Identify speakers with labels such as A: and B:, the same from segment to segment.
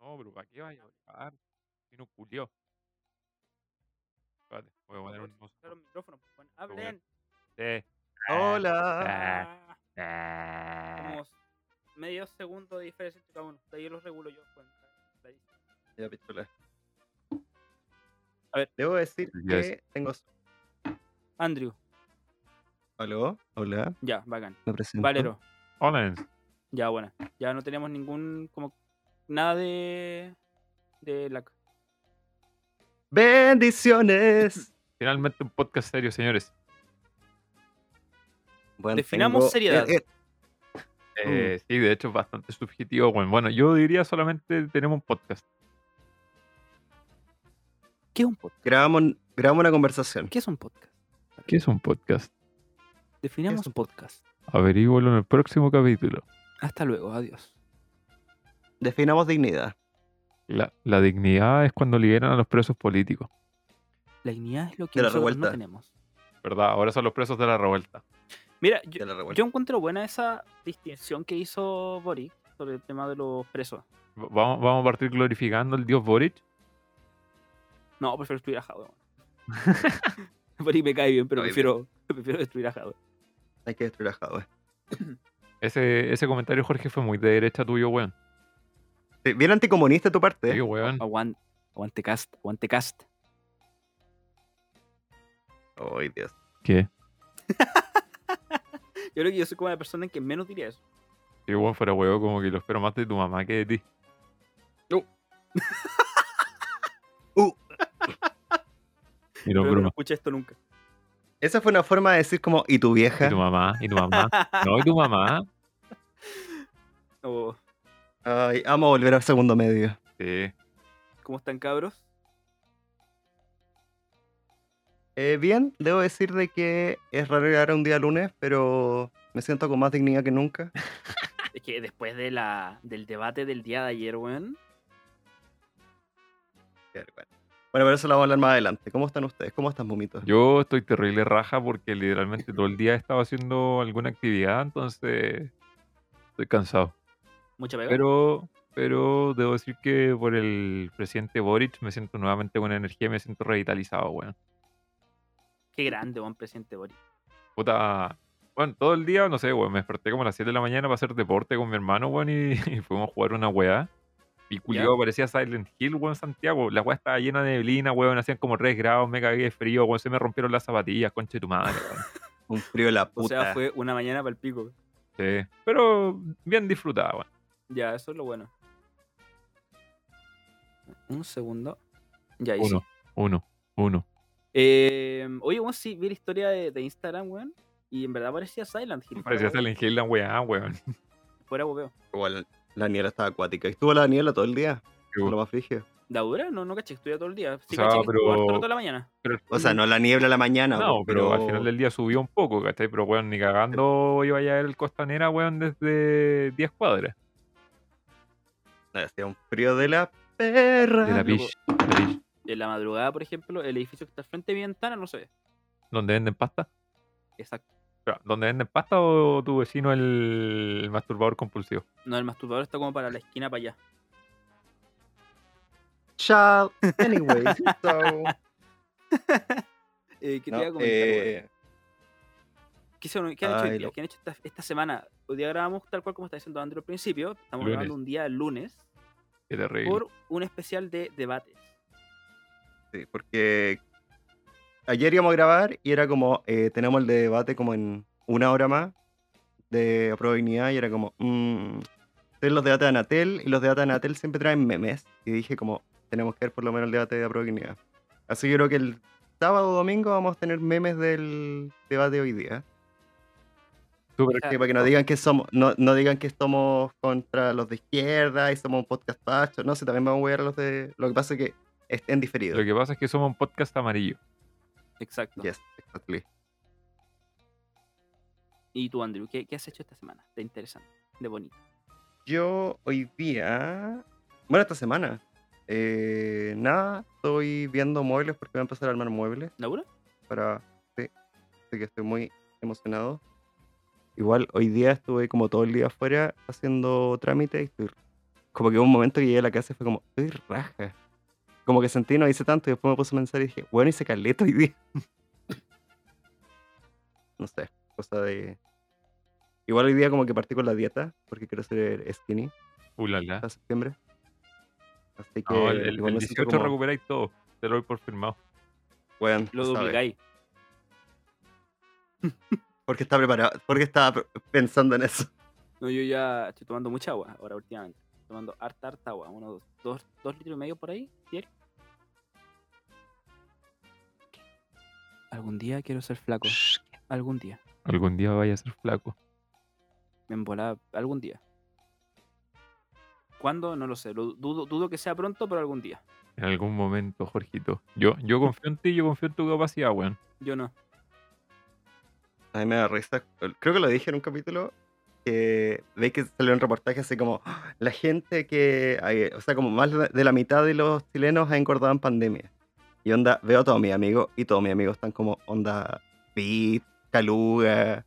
A: No, pero ¿para qué vaya a pagar? Si no culió. Espérate, voy a poner un eh,
B: Cerrar los micrófonos, pues, weón. Hablen.
A: Sí.
C: Hola.
B: Ah,
C: Ah.
B: Como medio segundo de diferencia entre cada uno. De ahí los regulo yo, pues, weón. Clarísimo.
C: Ya, pichula. A ver, debo decir
A: Yes.
C: que tengo.
B: Andrew.
C: ¿Aló? Hola,
B: Ya, bacán.
C: me presento.
B: Valero.
A: Hola.
B: Ya, buena. Ya no teníamos ningún, como, nada de... De la...
C: ¡Bendiciones!
A: Finalmente un podcast serio, señores.
C: Bueno,
B: Definamos
C: tengo-
B: seriedad.
C: eh, eh, Uh.
A: Eh, Sí, de hecho es bastante subjetivo, weón. Bueno, yo diría solamente tenemos un podcast.
B: ¿Qué es un podcast?
C: grabamos, grabamos una conversación.
B: ¿Qué es un podcast?
A: ¿Qué es un podcast?
B: Definamos
C: un
B: podcast.
A: Averígüelo en el próximo capítulo.
B: Hasta luego, adiós.
C: Definamos dignidad.
A: La, la dignidad es cuando liberan a los presos políticos.
B: La dignidad es lo que
C: De la
B: nosotros no
C: revuelta.
B: tenemos.
A: ¿Verdad? Ahora son los presos de la revuelta.
B: Mira,
C: de
B: yo,
C: la revuelta.
B: yo encuentro buena esa distinción que hizo Boric sobre el tema de los presos.
A: Va- Vamos, vamos a partir glorificando al dios Boric.
B: No, prefiero destruir a Jadwe. weón. Boric me cae bien, pero
C: Ay,
B: prefiero, prefiero destruir a Jadwe.
C: Hay que destruir a Jadwe.
A: Ese, ese comentario, Jorge, fue muy de derecha tuyo, weón.
C: Sí, Bien anticomunista de tu parte.
A: Sí,
C: ¿eh?
A: weón.
B: Aguante, aguante cast, aguante cast.
C: Ay, Dios.
A: ¿Qué?
B: Yo creo que yo soy como la persona en que menos diría eso.
A: Si weón fuera weón, como que lo espero más de tu mamá que de ti.
C: Uh,
A: Y
B: Pero no escuché esto nunca.
C: esa fue una forma de decir como, ¿y tu
A: Y
C: vieja?
A: tu mamá, y tu mamá. No, y tu mamá.
B: O,
C: Ay, vamos a volver al segundo medio.
A: Sí.
B: ¿Cómo están, cabros?
C: Eh, bien, debo decir de que es raro llegar a un día lunes, pero me siento con más dignidad que nunca.
B: Es que después de la, del debate del día de ayer, weón.
C: Qué vergüenza. Bueno, pero eso lo vamos a hablar más adelante. ¿Cómo están ustedes? ¿Cómo están, momitos?
A: Yo estoy terrible raja porque literalmente todo el día he estado haciendo alguna actividad, entonces estoy cansado.
B: Mucha pega.
A: Pero, pero debo decir que por el presidente Boric me siento nuevamente con energía, me siento revitalizado, weón.
B: Qué grande, buen presidente Boric.
A: Puta. Bueno, todo el día, no sé, weón, me desperté como a las 7 de la mañana para hacer deporte con mi hermano, weón, y, y fuimos a jugar una weá. Y culiado parecía Silent Hill, weón, Santiago. La weá estaba llena de neblina, weón, hacían como 3 grados, me cagué de frío, weón, se me rompieron las zapatillas, conche tu madre, weón.
C: Un frío de la
B: O
C: puta.
B: sea, fue una mañana para el pico. weón.
A: Sí, pero bien disfrutada, weón.
B: Ya, eso es lo bueno. Un segundo. Ya, ahí
A: Uno,
B: sí.
A: uno, uno.
B: Eh, oye, weón, sí, vi la historia de, de Instagram, weón. Y en verdad parecía Silent Hill.
A: Parecía
B: fuera,
A: Silent Hill la weá, weón.
B: weón, Fuera bobeo.
C: Igual, la niebla estaba acuática. Y estuvo la niebla todo el día.
A: Sí,
C: Lo más frígido.
B: ¿Da dura? No, no caché, estudia todo el día. Sí,
A: sea,
B: caché que estuvo
A: pero-
B: harto rato de la mañana.
A: Pero-
C: O sea, no la niebla a la mañana.
A: No,
C: po,
A: pero al final del día subió un poco, ¿cachai? Pero, weón, ni cagando iba a llegar el Costanera, weón, desde 10 cuadras.
C: Hacía un frío de la perra.
A: De la
B: Ah, loco.
A: Pish, de la Pish,
B: En la madrugada, por ejemplo, el edificio que está al frente de mi ventana no se ve.
A: ¿Dónde venden pasta?
B: Exacto.
A: Espera, ¿Dónde venden pasta o tu vecino el, el masturbador compulsivo?
B: No, el masturbador está como para la esquina para allá.
C: Child. Anyway. so-
B: Eh, ¿Qué te
C: No,
B: iba a comentar, weón?
C: eh,
B: ¿Qué, hicieron- qué han hecho hoy
C: Ay,
B: día?
C: loco.
B: ¿Qué han hecho esta, esta semana? Hoy día grabamos tal cual como está diciendo Andrew al principio. Estamos
A: Lunes.
B: grabando un día lunes
A: Qué terrible.
B: por un especial de debates.
C: sí, porque ayer íbamos a grabar y era como, eh, tenemos el debate como en una hora más de probabilidad y era como, mmm, los debates de Anatel y los debates de Anatel siempre traen memes. Y dije como, tenemos que ver por lo menos el debate de probabilidad. Así que creo que el sábado o domingo vamos a tener memes del debate de hoy día.
A: Súper-
B: O sea,
C: Sí, para que no digan que somos, no, no digan que estamos contra los de izquierda y somos un podcast facho. No sé, también vamos a ver a los de. Lo que pasa es que estén
A: Lo
C: diferidos.
A: que pasa es que somos un podcast amarillo.
B: Exacto.
C: Yes, exactly.
B: ¿Y tú, Andrew, qué, qué has hecho esta semana? De interesante, de bonito.
C: Yo hoy día. Bueno, esta semana. eh, nada, estoy viendo muebles porque voy a empezar a armar muebles
B: ¿Laura?
C: para. Sí, así que estoy muy emocionado. Igual, hoy día estuve como todo el día afuera haciendo trámites y estoy como que hubo un momento que llegué a la casa y fue como, estoy raja. Como que sentí, no hice tanto, y después me puse a pensar y dije, bueno, hice caleta hoy día. no sé, cosa de... Igual hoy día como que partí con la dieta, porque quiero ser skinny
A: Ulala.
C: hasta septiembre. Así que,
A: No, el, el-
C: igual
A: el
C: me siento
A: 18
C: como,
A: recuperáis todo. Te lo doy por firmado.
C: weón,
B: Lo
C: no sabe.
B: duplicáis.
C: Porque está preparado, porque estaba pre- pensando en eso.
B: No, yo ya estoy tomando mucha agua ahora últimamente. Tomando harta, harta agua. Unos dos, dos litros y medio por ahí, diario. Algún día quiero ser flaco. Algún día.
A: Algún día vaya a ser flaco.
B: Me embolaba. Algún día. ¿Cuándo? No lo sé. Lo dudo, dudo que sea pronto, pero algún día.
A: En algún momento, Jorgito. Yo, yo confío en ti, yo confío en tu capacidad, weón.
B: Yo no.
C: A mí me da risa. Creo que lo dije en un capítulo. Que veis que salió un reportaje así como "Ah, la gente que. ay, O sea, como más de la mitad de los chilenos ha engordado en pandemia. Y onda, veo a todos mis amigos y todos mis amigos están como onda pit, caluga.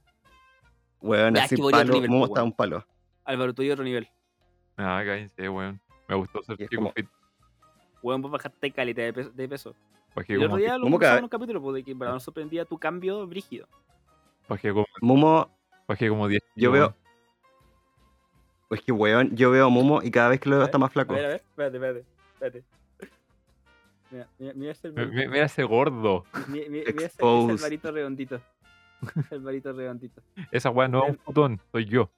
C: Weón,
B: Ya,
C: así
B: que voy a otro
C: palo.
B: nivel,
C: Momo
B: pues,
C: está
B: weón.
C: un palo.
B: Álvaro, tú y otro nivel.
A: Ah, cállense, weón. Me gustó ser
C: Y es
A: chico
C: como-
A: fit.
B: Weón, vos bajaste calidad de peso. De peso.
A: Bajé
B: El
A: como, Ah.
B: otro día lo
C: ¿Cómo
B: conversaba
C: cabe?
B: en un capítulo, pues, de que en verdad nos sorprendía tu cambio brígido.
A: bajé como,
C: Momo,
A: bajé como 10
C: Yo
A: kilos,
C: veo-
A: weón.
C: es que weón, yo veo a Momo y cada vez que lo veo
B: A
C: está más flaco.
B: A ver, a ver, espérate, espérate, espérate. Mira, mira, mira ese
A: Me-
B: hermanito,
A: me- Mira ese gordo.
B: mira- mira- mira ese- ese
C: Exposed.
B: hermanito redondito. Ese hermanito redondito.
A: Esa weá no es un futón, soy yo.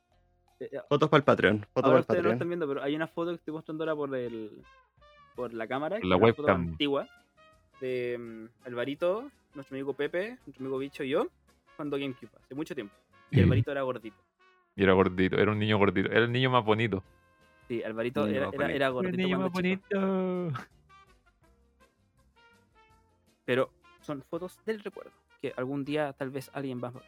B: Eh, eh,
C: Fotos para el patrón. Fotos
B: Ahora
C: para el
B: ustedes no lo están
C: patrón.
B: viendo, pero hay una foto que estoy mostrando ahora por el por la cámara, que
A: la
B: es una foto
A: webcam.
B: antigua de mm, Alvarito, nuestro amigo Pepe, nuestro amigo Bicho y yo, cuando GameCube, hace mucho tiempo. Y Alvarito era gordito.
A: Y era gordito, era un niño gordito, era el niño más bonito.
B: Sí, Alvarito
C: Niño
B: era,
C: más
B: era- era
A: El
B: gordito
A: niño más
B: cuando chico.
A: bonito.
B: Pero son fotos del recuerdo, que algún día tal vez alguien va a ver.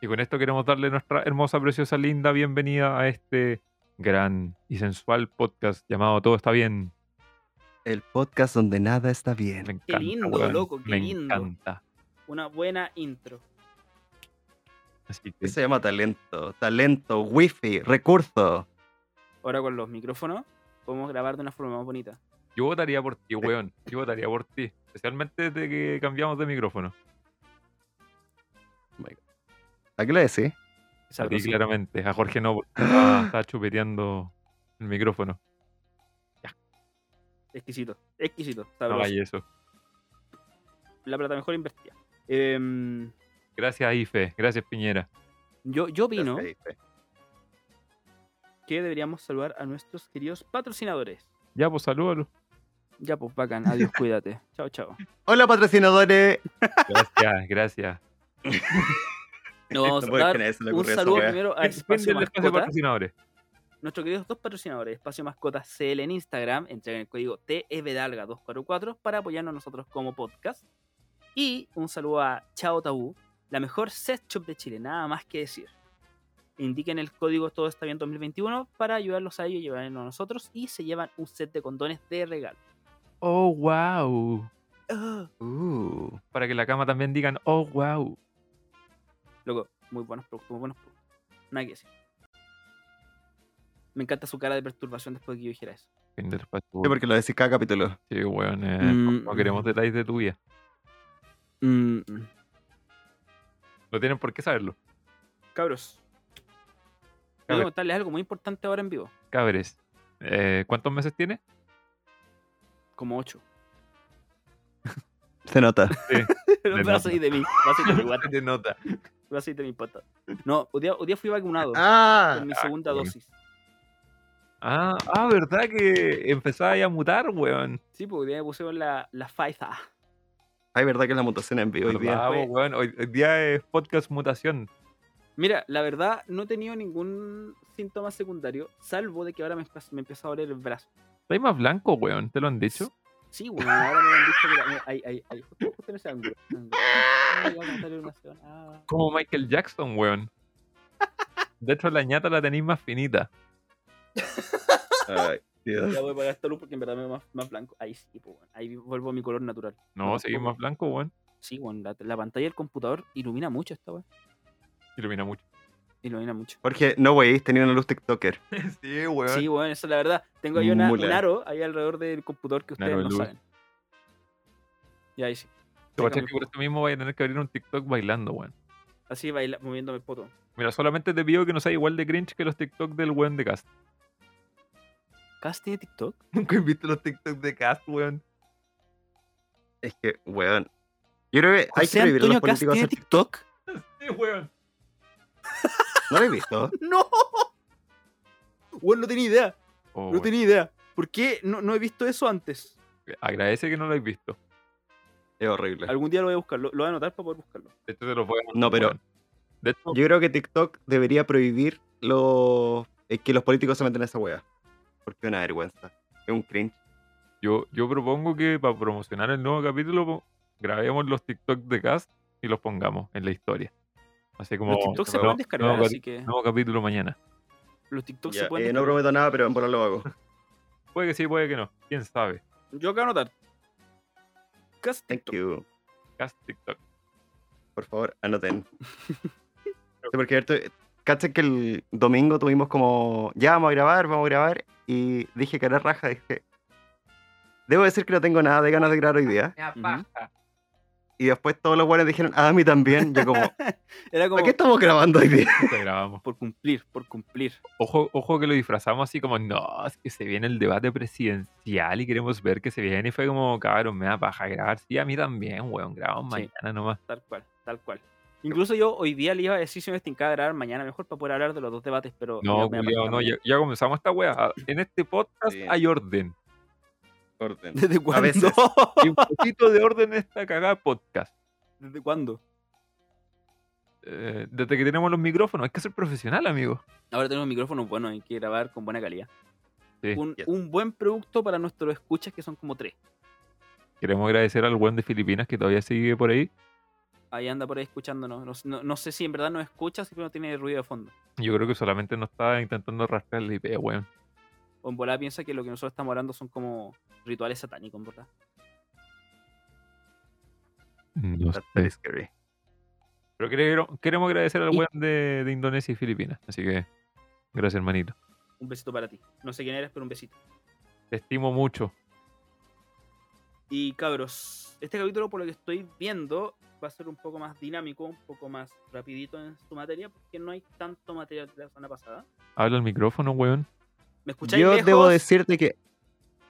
A: Y con esto queremos darle nuestra hermosa, preciosa, linda bienvenida a este gran y sensual podcast llamado Todo está bien.
C: El podcast donde nada está
A: Me
C: bien.
A: encanta,
B: lindo,
A: weón,
B: loco, qué
A: me
B: lindo.
A: encanta.
B: Una buena intro.
A: Así que
C: Eso se llama talento. Talento, wifi, recurso.
B: Ahora con los micrófonos podemos grabar de una forma más bonita.
A: yo votaría por ti, weón. Yo votaría por ti. Especialmente desde que cambiamos de micrófono.
C: ¿A qué le decís?
A: A ti,
B: Sabroso.
A: claramente. A Jorge no, porque estaba, estaba chupeteando el micrófono.
B: Exquisito, exquisito.
A: No
B: sabroso.
A: hagáis eso.
B: La plata mejor invertida. Em,
A: Gracias, Ife. Gracias, Piñera.
B: yo, yo opino
C: Gracias, Ife.
B: que deberíamos saludar a nuestros queridos patrocinadores.
A: Ya, pues salúdalo.
B: Ya, pues bacán. Adiós, cuídate. Chao, chao.
C: Hola patrocinadores.
A: Gracias, gracias.
B: Nos vamos
C: No
B: a
C: puedo
B: dar
C: creer, se le
B: un
C: ocurrió esa
B: saludo
C: wea.
B: primero a Espacio
A: Extiende el espacio de
B: Mascota.
A: patrocinadores.
B: Nuestros queridos dos patrocinadores, Espacio Mascota CL en Instagram, entreguen el código E TEVDALGA244 para apoyarnos nosotros como podcast. Y un saludo a Chao Tabú, la mejor set shop de Chile, nada más que decir. Indiquen el código Todo está bien 2021 para ayudarlos a ellos y llevarnos a nosotros y se llevan un set de condones de regalo.
A: Oh, wow.
B: Ah.
C: Uh,
A: Para que en la cama también digan, oh, wow.
B: Loco, muy buenos productos, muy buenos productos. Nada que decir. Me encanta su cara de perturbación después de que yo dijera eso.
A: Extiende el espacio.
C: sí, porque lo decís cada capítulo.
A: Sí, weón. eh,
B: Mm.
A: No queremos detalles de tu vida.
B: Mm, mm.
A: No tienen por qué saberlo.
B: Cabros.
A: Cabros.
B: Quiero contarles algo muy importante ahora en vivo.
A: Cabres. eh, ¿Cuántos meses tiene?
B: Como 8.
C: Se nota.
A: De
B: Vas a ir de mí. Vas a ir de mi guata.
A: Se nota.
B: Vas a ir de mi pata. No, hoy día, hoy día fui vacunado.
C: ah,
B: con mi segunda
A: bueno.
B: dosis.
A: Ah, ah, verdad que empezaba ya a mutar, weón.
B: Sí, porque hoy día me pusieron la, la Pfizer.
C: hay verdad que la mutación en vivo hoy día.
A: Verdad,
B: fue-
A: po, weón. Hoy, hoy día es podcast mutación.
B: Mira, la verdad, no he tenido ningún síntoma secundario, salvo de que ahora me, empa- me empieza a doler el brazo.
A: Estás más blanco, weón. ¿Te lo han dicho?
B: Sí, bueno, ahora me han dicho que... la- Ay, ay, ay, justo, justo en ese ángulo. Ay, voy a matar una Ah, zona.
A: Como Michael Jackson, weón. De hecho, la ñata la tenéis más finita.
C: Ay, Dios.
B: Ya voy a apagar esta luz porque en verdad me veo más, más blanco. Ahí sí, pues, bueno. ahí vuelvo a mi color natural.
A: No, seguís más blanco, weón.
B: Sí, bueno, la, la pantalla del computador ilumina mucho esta weá.
A: Ilumina mucho.
B: Ilumina mucho.
C: Jorge, no wey, tenía una luz TikToker.
A: sí, weón.
B: Sí, bueno, eso es la verdad. Tengo ahí una, un
C: Mula.
B: aro ahí alrededor del computador que ustedes
A: Aro de
B: no
A: luz.
B: saben. Y ahí sí.
A: Te cachai que por esto mismo voy a tener que abrir un TikTok bailando, weón.
B: Así baila, moviéndome el poto.
A: Mira, solamente te pido que no sea igual de cringe que los TikTok del weón de Cast.
B: ¿Cast tiene TikTok?
A: Nunca he visto los TikTok de Cast, weón.
C: Es que, weón. Yo creo que hay
B: ¿José
C: que prohibir a los
B: Antonio Cast
C: políticos
B: tiene
C: hacer TikTok.
B: TikTok?
A: Sí, weón.
C: No lo he visto.
B: ¡No! Bueno, no tenía idea.
A: Oh,
B: No
A: weón.
B: tenía idea. ¿Por qué no, no he visto eso antes?
A: Agradece que no lo hayas visto.
C: Es horrible.
B: Algún día lo voy a buscar. Lo, lo voy a anotar para poder buscarlo.
A: De hecho, te los voy a
C: No, pero-
A: weón. De hecho,
C: Yo creo que TikTok debería prohibir lo... es que los políticos se meten a esa wea. Porque es una vergüenza. Es un cringe.
A: Yo, yo propongo que para promocionar el nuevo capítulo po- grabemos los TikTok de Cast y los pongamos en la historia. Así como.
C: Oh,
B: los TikTok se
A: nuevo-
B: pueden descargar,
A: nuevo,
B: así que.
A: capi- nuevo capítulo mañana.
B: Los TikTok
C: Ya,
B: se pueden
C: eh, no
B: descargar.
C: prometo nada, pero en volar lo hago.
A: Puede que sí, puede que no. Quién sabe.
B: Yo acabo de anotar. Cast
C: Thank
B: TikTok.
C: you.
A: Cast TikTok.
C: Por favor, anoten. Sí, porque harto- cacha que el domingo tuvimos como, ya vamos a grabar, vamos a grabar, y dije que era raja, dije, debo decir que no tengo nada de ganas de grabar hoy día. Y después todos los buenos dijeron, ah, a mí también, yo como, ¿a
B: Era como
C: qué estamos grabando hoy día?
A: Te grabamos.
B: por cumplir, por cumplir.
A: Ojo, ojo que lo disfrazamos así como, no, es que se viene el debate presidencial y queremos ver que se viene. Y fue como, cabrón, me da paja grabar. Sí, a mí también, weón. Grabamos
B: Sí.
A: mañana nomás.
B: Tal cual, tal cual. Incluso yo hoy día le iba a decir si me tincaba grabar mañana mejor para poder hablar de los dos debates, pero. me-
A: No,
B: me da
A: culiao,
B: paja
A: no, ya,
B: mañana.
A: ya comenzamos esta weá. En este podcast
C: Sí.
A: hay orden.
B: ¿Desde cuándo?
C: veces.
A: Hay un poquito de orden en esta cagada podcast.
B: ¿Desde cuándo?
A: Eh, desde que tenemos los micrófonos, hay que ser profesional, amigo.
B: Ahora tenemos micrófonos buenos, hay que grabar con buena calidad.
A: Sí.
B: un,
C: Yes.
B: un buen producto para nuestros escuchas, que son como tres.
A: Queremos agradecer al buen de Filipinas que todavía sigue por ahí.
B: Ahí anda por ahí escuchándonos. No s- No, no sé si en verdad nos escucha, si no tiene ruido de fondo.
A: Yo creo que solamente nos está intentando rascar el IP, weón.
B: O en volada piensa que lo que nosotros estamos hablando son como rituales satánicos, en verdad.
A: No
C: That's very
A: sé.
C: scary.
A: Pero queremos, queremos agradecer al
B: Y-
A: weón de, de Indonesia y Filipinas. Así que, gracias, hermanito.
B: Un besito para ti. No sé quién eres, pero un besito.
A: Te estimo mucho.
B: Y cabros, este capítulo por lo que estoy viendo va a ser un poco más dinámico, un poco más rapidito en su materia, porque no hay tanto material de la semana pasada.
A: Habla al micrófono, weón.
B: ¿Me escucháis
C: Yo
B: lejos?
C: debo decirte que,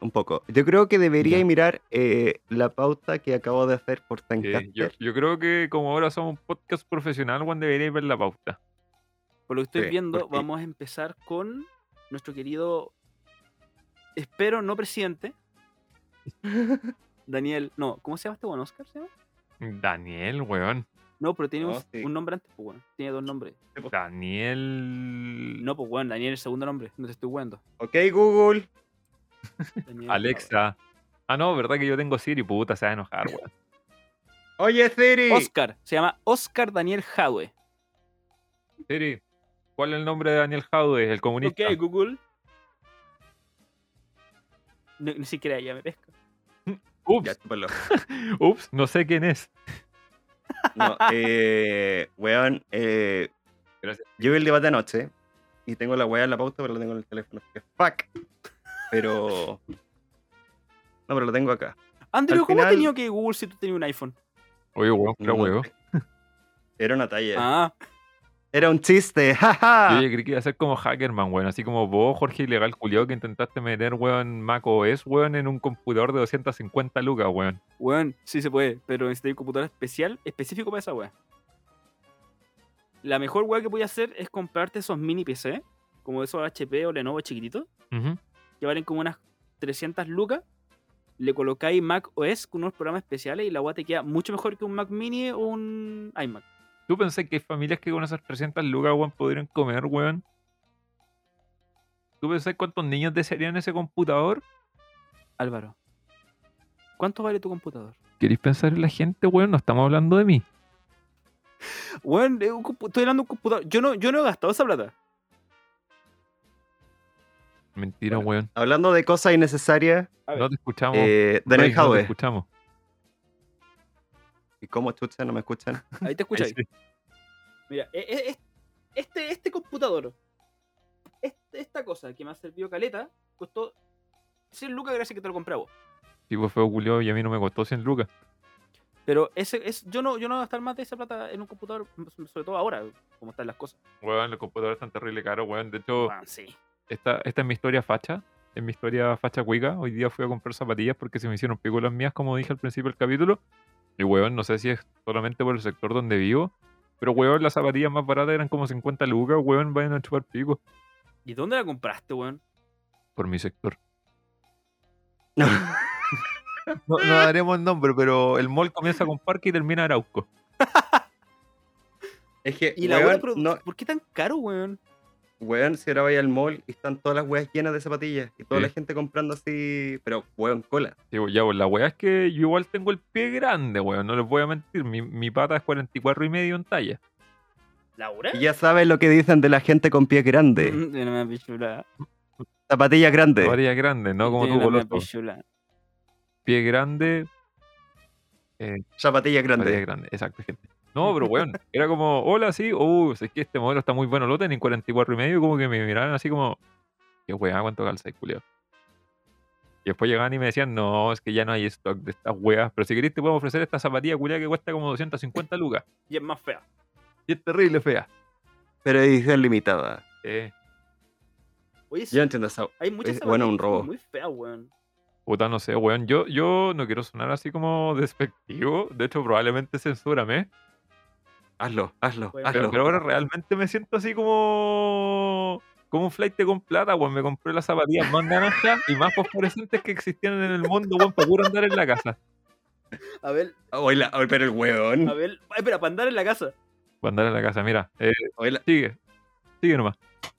C: un poco, yo creo que debería
A: Ya.
C: mirar eh, la pauta que acabo de hacer por
A: Eh, yo,
C: Zencaster.
A: yo creo que como ahora somos un podcast profesional, weón, debería ver la pauta.
B: Por lo que estoy
C: Sí,
B: viendo,
C: porque-
B: vamos a empezar con nuestro querido, espero no presidente, Daniel, no, ¿cómo se llama este buen Oscar? ¿se llama?
A: Daniel, weón.
B: No, pero tiene un,
C: No, sí.
B: un nombre antes, pues bueno, tiene dos nombres.
A: Daniel.
B: No, pues bueno, Daniel es el segundo nombre, no te estoy jugando.
C: ok, Google.
B: Daniel-
A: Alexa. Ah, no, verdad que yo tengo Siri, puta, se va a enojar, weón.
C: Oye, Siri.
B: Oscar, se llama Oscar Daniel Jadwe.
A: Siri, ¿cuál es el nombre de Daniel Jadwe, el comunista?
B: Ok, Google. No, ni siquiera ella me pesca.
A: Ups,
C: Ya, chúpalo.
A: ups, no sé quién es.
C: No, eh, weón, eh,
A: Gracias.
C: yo vi el debate anoche y tengo la weá en la pauta, pero la tengo en el teléfono. así que Fuck. Pero. No, pero lo tengo acá.
B: Andrew,
C: Al
B: ¿cómo has
C: final-
B: tenido que Google si tú tenías un iPhone?
A: Oye, weón, pero
C: No,
A: huevo.
C: Era una talla.
B: Ah,
C: Era un chiste, jaja.
A: Yo ya creí que iba a ser como Hackerman, weón. Así como vos, Jorge Ilegal Culiao, que intentaste meter, weón, Mac OS, weón, en un computador de 250 lucas, weón.
B: weón, sí se puede, pero necesité un computador especial, específico para esa weá. La mejor weá que voy a hacer es comprarte esos mini PC, como esos HP o Lenovo chiquititos,
A: Ujú.
B: que valen como unas 300 lucas. Le colocáis Mac OS con unos programas especiales y la weá te queda mucho mejor que un Mac mini o un iMac.
A: ¿Tú pensás que hay familias que con esas 300 lucas, weón, podrían comer, weón? ¿Tú pensás cuántos niños desearían ese computador?
B: Álvaro, ¿cuánto vale tu computador?
A: ¿Queréis pensar en la gente, weón? No estamos hablando de mí.
B: Weón, es un compu- estoy hablando de un computador. Yo no, yo no he gastado esa plata.
A: Mentira,
C: Bueno,
A: weón.
C: Hablando de cosas innecesarias,
B: a ver.
A: No te escuchamos.
C: eh, Daniel
A: Rey, no te
C: Jadwe.
A: escuchamos.
C: ¿Y cómo chuchan? ¿No me escuchan?
B: Ahí te escucháis.
A: Ahí sí.
B: Mira, e- e- es, este, este computador, este- esta cosa que me ha servido caleta, costó 100 lucas gracias que te lo compré a vos.
A: Tipo feo culiado pues y a mí no me costó 100 lucas.
B: Pero ese, es, yo no, yo no voy a gastar más de esa plata en un computador, sobre todo ahora, como están las cosas.
A: Weón, los computadores están terrible caros, weón. De hecho,
B: Weón, sí.
A: esta, esta es mi historia facha. Es mi historia facha cuica. Hoy día fui a comprar zapatillas porque se me hicieron pico las mías, como dije al principio del capítulo. Y weón, no sé si es solamente por el sector donde vivo. Pero weón, las zapatillas más baratas eran como 50 lucas, weón, vayan a chupar pico.
B: ¿Y dónde la compraste, weón?
A: Por mi sector. No, no daremos nombre, pero el mall comienza con parque y termina Arauco.
C: Es que,
B: ¿Y la
C: weón,
B: otra produ-
C: no,
B: ¿Por qué tan caro, weón?
C: weón, si ahora vais al mall y están todas las weas llenas de zapatillas y toda
A: Sí.
C: la gente comprando así, pero weón, cola.
A: Digo, ya, pues la weá es que yo igual tengo el pie grande, weón. No les voy a mentir. Mi, mi pata es 44 y medio en talla.
B: ¿Laura?
C: Y ya sabes lo que dicen de la gente con pie
A: Mm.
C: grande,
B: Tiene una pichula.
C: zapatillas grandes.
A: Todavía grande, ¿no? Como tú,
B: Tiene una
A: Coloto.
B: pichula.
A: Pie grande, Pantalla
C: Zapatillas grandes.
A: grande, exacto, gente. No, pero weón, era como, hola, sí, uh, es que este modelo está muy bueno, lo tienen 44 y medio, y como que me miraron así como, qué weá, cuánto calza, culiao. Y después llegaban y me decían, no, es que ya no hay stock de estas weas, pero si querés te podemos ofrecer esta zapatilla culia que cuesta como 250 lucas.
B: Y es más fea.
A: Y es terrible fea.
C: Pero edición limitada.
A: Eh,
B: Oye, sí,
C: Yo entiendo esa.
B: hay muchas
C: es- bueno,
B: zapatillas
C: un
B: que son
C: robo.
B: Muy fea, weón.
A: puta, no sé, weón, yo, yo no quiero sonar así como despectivo, de hecho probablemente censúrame,
C: Hazlo, hazlo,
B: Weón.
A: Pero,
C: hazlo.
A: pero ahora realmente me siento así como. Como un flight con plata, weón. Me compré las zapatillas más naranjas y más fosforescentes que existían en el mundo, weón, para puro andar en la casa.
B: A ver,
C: Hoy la- hoy, Ah, pero el
B: a
C: weón.
B: ver. Ay, espera, para andar en la casa.
A: Para andar en la casa, mira. eh,
C: hoy la-
A: sigue. Sigue nomás. Ah,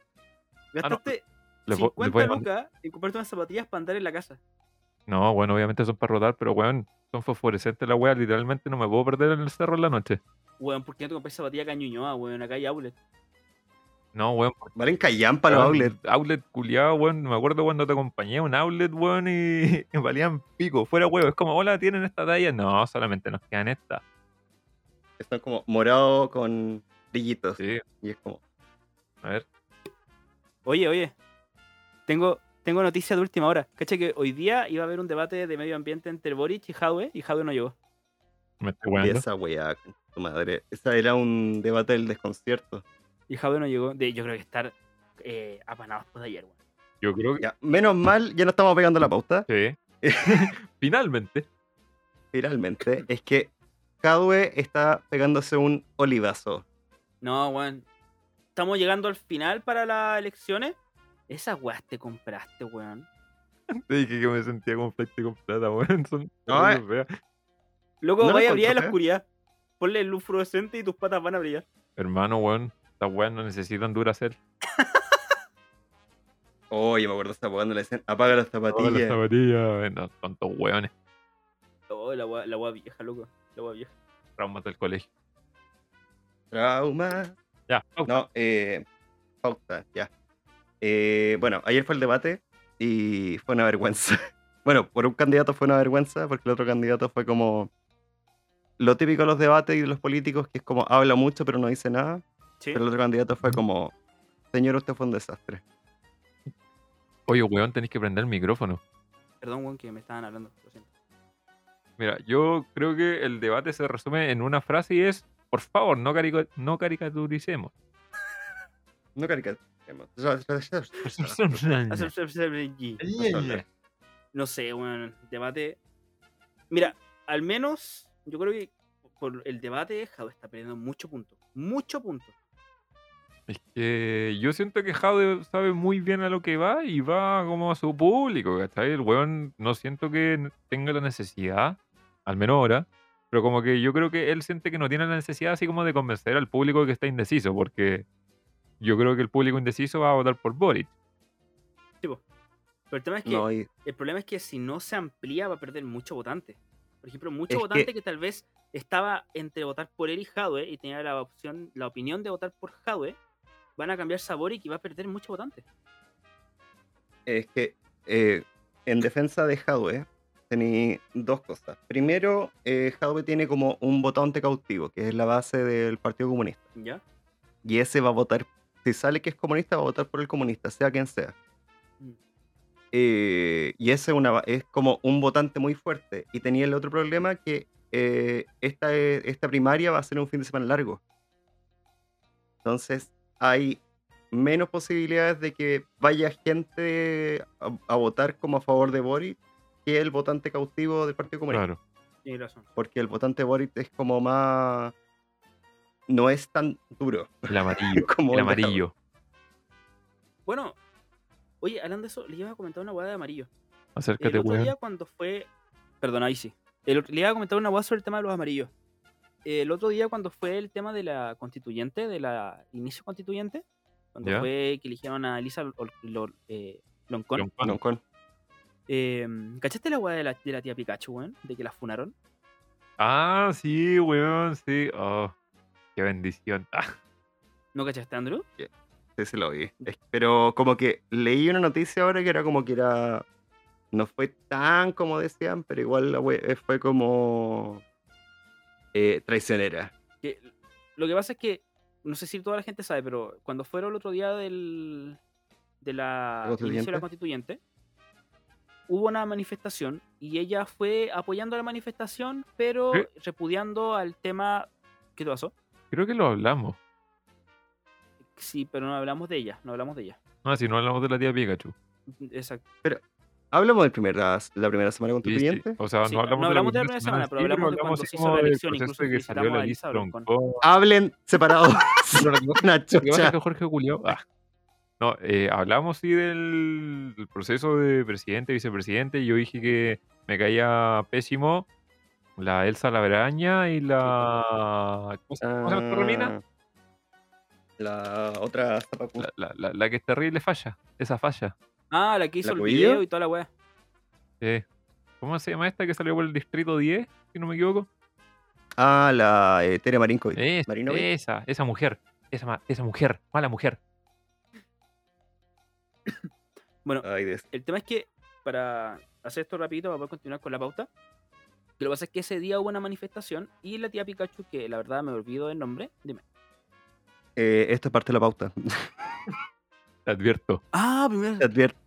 A: no.
B: Gastaste
A: Le vo- le
B: 50
A: voy a mandar-
B: lucas en comprarte unas zapatillas para andar en la casa.
A: No, bueno, obviamente son para rodar, pero weón, son fosforescentes la weá. Literalmente no me puedo perder en el cerro en la noche.
B: Weón, ¿por qué no te compraste zapatillas acá en Ñuñoa, weón? Acá hay outlet.
A: No, weón. porque,
C: Valen callampa los
A: weón,
C: outlets.
A: Outlet culiado, weón. Me acuerdo cuando te acompañé a un outlet, weón, y, y valían pico. Fuera, weón. Es como, hola, ¿tienen esta talla? No, solamente nos quedan estas.
C: Están como morado con brillitos.
A: Sí.
C: Y es como.
A: A ver.
B: Oye, oye. Tengo, tengo noticia de última hora. Cacha que hoy día iba a haber un debate de medio ambiente entre Boric y Jadwe, y Jadwe no llegó.
A: Me estoy
C: Y
A: weando.
C: esa weá, con tu madre. Esa era un debate del desconcierto.
B: Y Jadwe no llegó. De, yo creo que estar eh, apanado después de ayer, weón.
A: Yo creo que
C: Ya, menos mal, ya no estamos pegando la pauta.
A: Sí. Finalmente.
C: Finalmente, es que Cadwe está pegándose un olivazo.
B: No, weón. Estamos llegando al final para las elecciones. Esas weas te compraste, weón.
A: Te dije que me sentía como flex con plata, weón. Son
C: No, eh.
A: terribles feas.
B: Loco,
C: No lo
B: vaya a brillar
C: encuentro
B: en la
C: feo.
B: oscuridad. Ponle luz fluorescente y tus patas van a brillar.
A: Hermano, weón. Estas weas no necesitan Duracell.
C: Oye, me acuerdo esa weá cuando le decían, apaga las
A: Todas las
C: zapatillas.
A: zapatillas. No, tontos weones.
B: Oh, la wea, la wea vieja, loco. La wea vieja.
A: Traumas del colegio.
C: Trauma.
A: Ya. au.
C: No, eh, pauta, ya. Eh, bueno, ayer fue el debate y fue una vergüenza. Bueno, por un candidato fue una vergüenza, porque el otro candidato fue como lo típico de los debates y de los políticos, que es como habla mucho pero no dice nada.
B: Sí.
C: Pero el otro candidato fue como, señor, usted fue un desastre.
A: Oye, weón, tenéis que prender el micrófono.
B: Perdón, weón, que me estaban hablando. Lo siento.
A: Mira, yo creo que el debate se resume en una frase y es: por favor, no, carico- no caricaturicemos.
C: No caricaturicemos.
B: No sé, weón. Debate. Mira, al menos yo creo que por el debate, Jadwe está perdiendo mucho punto. Mucho punto.
A: Es que yo siento que Jade sabe muy bien a lo que va y va como a su público, ¿cachai? El weón no siento que n- tenga la necesidad, al menos ahora, pero como que yo creo que él siente que no tiene la necesidad así como de convencer al público que está indeciso, porque yo creo que el público indeciso va a votar por Boric.
B: Sí, po. Pero el tema es que.
C: No, y
B: El problema es que si no se amplía va a perder mucho votante. Por ejemplo, mucho
C: Es que-
B: votante que... tal vez estaba entre votar por él y Hadwe y tenía la opción, la opinión de votar por Hadwe, van a cambiar sabor y que va a perder mucho votante.
C: es que eh, en defensa de Hadwe tenía dos cosas. Primero, eh, Hadwe tiene como un votante cautivo, que es la base del Partido Comunista.
B: ¿Ya?
C: Y ese va a votar, si sale que es comunista, va a votar por el comunista, sea quien sea.
B: Mm.
C: Eh, y ese es una, es como un votante muy fuerte. Y tenía el otro problema que eh, esta, eh, esta primaria va a ser un fin de semana largo. Entonces hay menos posibilidades de que vaya gente a, a votar como a favor de Boric que el votante cautivo del Partido Comunista
A: Claro.
B: Tienes razón.
C: porque el votante Boric es como más. No es tan duro.
A: El amarillo.
C: Como
A: el
C: el de-
A: amarillo.
B: Bueno, oye, hablando de eso, les iba a comentar una hueá de amarillo. El
A: Acércate,
B: otro
A: weón.
B: día cuando fue. Perdón, ahí sí. El otro- le iba a comentar una hueá sobre el tema de los amarillos. El otro día cuando fue el tema de la constituyente, de la inicio constituyente, cuando
A: Ya.
B: fue que eligieron a Elisa Ol- Lol- eh, Loncón,
A: Loncón.
C: No, con-
B: eh, ¿cachaste la hueá de la, de la tía Pikachu, weón? De que la funaron.
A: Ah, sí, weón, sí. Oh, qué bendición. Ah,
B: ¿No cachaste, Andrew?
C: Sí, sí lo vi. Es- Pero como que leí una noticia ahora que era como que era. No fue tan como decían, pero igual la we- eh, fue como. eh, traicionera.
B: Que- lo que pasa es que, no sé si toda la gente sabe, pero cuando fueron el otro día del de la,
C: ¿La
B: del inicio de la constituyente, hubo una manifestación y ella fue apoyando la manifestación, pero
A: ¿Eh?
B: repudiando al tema. ¿Qué te pasó?
A: creo que lo hablamos.
B: Sí, pero no hablamos de ella, no hablamos de ella.
A: Ah, si no hablamos de la tía Pikachu.
B: Exacto.
C: Hablamos de primera, la primera semana
A: Sí, sí.
C: constituyente.
A: O sea,
B: Sí,
A: no hablamos,
B: no hablamos de la
A: primera
B: primera semana, pero
A: sí,
B: hablamos de cuando
A: así
B: se hizo
A: como
B: la
A: del
B: elección,
A: proceso
B: incluso
A: de que salió
B: felicitamos
A: la
B: a
A: lista
B: Elisa Loncón.
A: Loncón.
C: Hablen separados.
A: Lo que pasa
C: Una
A: es
C: chucha.
A: que Jorge Culiao. ah. No, eh, hablamos sí del, del proceso de presidente, vicepresidente. y Yo dije que me caía pésimo la Elsa Labraña y la. ¿Cómo se cómo se llama esta otra mina?
C: Ah, La otra zapacu-
A: La, la- la- la que es terrible falla. Esa falla.
B: Ah, la que hizo
C: ¿La
B: el
C: Cubillo?
B: video y toda la weá.
A: Eh, ¿Cómo se llama esta que salió por el distrito 10? Si no me equivoco.
C: Ah, la eh, Tere Marinkovic.
A: Es-
C: Marinovic.
A: esa, esa mujer. Esa, ma- esa mujer. Mala mujer.
B: Bueno,
C: Ay, Dios.
B: El tema es que, para hacer esto rapidito, para poder continuar con la pauta, que lo que pasa es que ese día hubo una manifestación y la tía Pikachu, que la verdad me olvido del nombre, dime.
C: Eh, esto es parte de la pauta.
A: Te advierto.
B: Ah, primero.
C: Te advierto.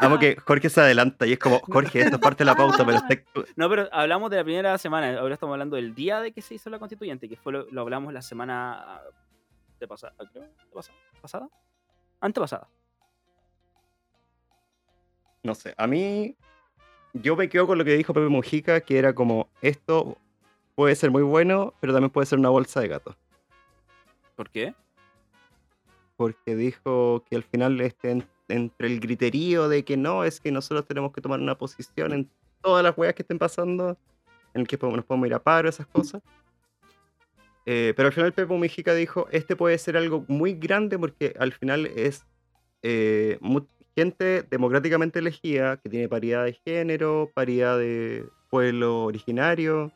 C: Amo que Jorge se adelanta y es como, Jorge, esto es parte de la pauta, pero está-
B: No, pero hablamos de la primera semana, ahora estamos hablando del día de que se hizo la constituyente, que fue lo, lo hablamos la semana de pasada, creo, de pasada, pasada, antepasada.
C: No sé, a mí. Yo me quedo con lo que dijo Pepe Mujica, que era como, esto puede ser muy bueno, pero también puede ser una bolsa de gato.
B: ¿Por qué?
C: Porque dijo que al final este, en- entre el griterío de que no, es que nosotros tenemos que tomar una posición en todas las weas que estén pasando, en el que po- nos podemos ir a paro, esas cosas. Eh, pero al final Pepe Mujica dijo, este puede ser algo muy grande porque al final es eh, mu- gente democráticamente elegida, que tiene paridad de género, paridad de pueblo originario.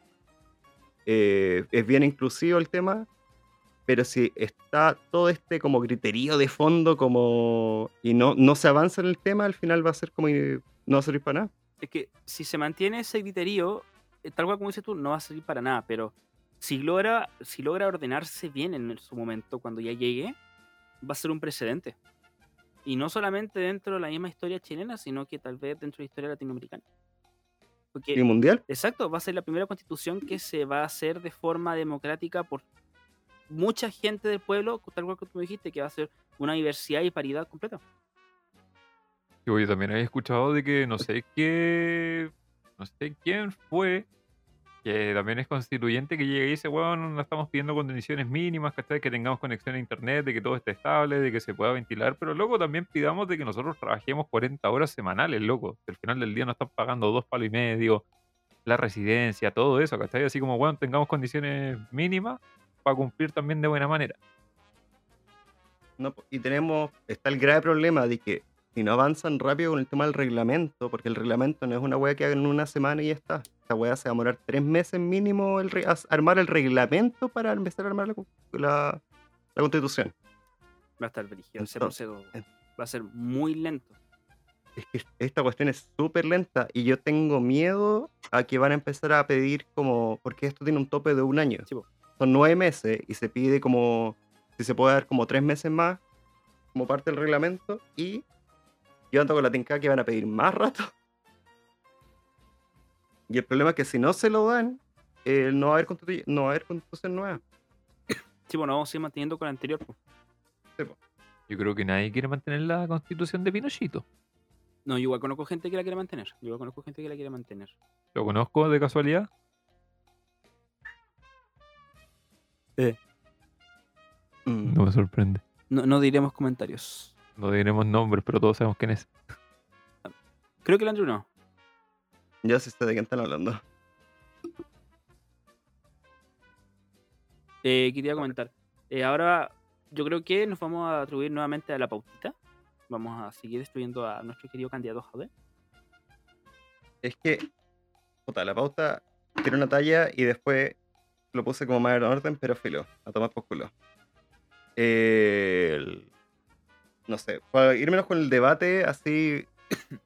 C: eh, es bien inclusivo el tema, pero si está todo este como criterio de fondo como y no, no se avanza en el tema, al final va a ser como eh, no va a servir para nada.
B: es que si se mantiene ese criterio, eh, tal cual como dices tú, no va a servir para nada, pero si logra, si logra ordenarse bien en el- su momento, cuando ya llegue, va a ser un precedente. Y no solamente dentro de la misma historia chilena, sino que tal vez dentro de la historia latinoamericana. Porque
C: Y mundial,
B: Exacto, va a ser la primera constitución que se va a hacer de forma democrática por mucha gente del pueblo, tal cual como tú dijiste, que va a ser una diversidad y paridad completa.
A: Yo, yo también había escuchado de que no sé qué. No sé quién fue. Que también es constituyente que llega y dice, weón, no estamos pidiendo condiciones mínimas, ¿cachai? Que tengamos conexión a internet, de que todo esté estable, de que se pueda ventilar. Pero loco, también pidamos de que nosotros trabajemos 40 horas semanales, loco. Que al final del día nos están pagando dos palos y medio, la residencia, todo eso, ¿cachai? Así como, weón, tengamos condiciones mínimas para cumplir también de buena manera.
C: No, po- y tenemos, está el grave problema de que si no avanzan rápido con el tema del reglamento, porque el reglamento no es una wea que hagan en una semana y ya está. Esta wea se va a demorar tres meses mínimo el re- as- armar el reglamento para empezar a armar la, con- la- la constitución.
B: Va a estar brígido, ese
C: Entonces-
B: proceso va a ser muy lento.
C: Es que esta cuestión es súper lenta y yo tengo miedo a que van a empezar a pedir como, porque esto tiene un tope de un año.
B: Sí, po.
C: Son nueve meses y se pide como si se puede dar como tres meses más como parte del reglamento y yo ando con la tinca que van a pedir más rato. Y el problema es que si no se lo dan, eh, no, va a haber constitu- no va a haber constitución nueva.
B: Sí, bueno, vamos a ir manteniendo con la anterior. po.
A: Yo creo que nadie quiere mantener la constitución de Pinochito.
B: No, yo igual conozco gente que la quiere mantener. Yo igual conozco gente que la quiere mantener.
A: ¿Lo conozco de casualidad?
C: Mm.
A: No me sorprende.
B: No, no diremos comentarios.
A: No diremos nombres, pero todos sabemos quién es.
B: Creo que el Andrew no.
C: Ya se está de qué están hablando.
B: Eh, quería comentar. Eh, ahora yo creo que nos vamos a atribuir nuevamente a la pautita. Vamos a seguir destruyendo a nuestro querido candidato Jade.
C: Es que, puta, la pauta tiene una talla y después lo puse como más en orden, pero filo, a tomar por culo. El- No sé, para irnos con el debate, así.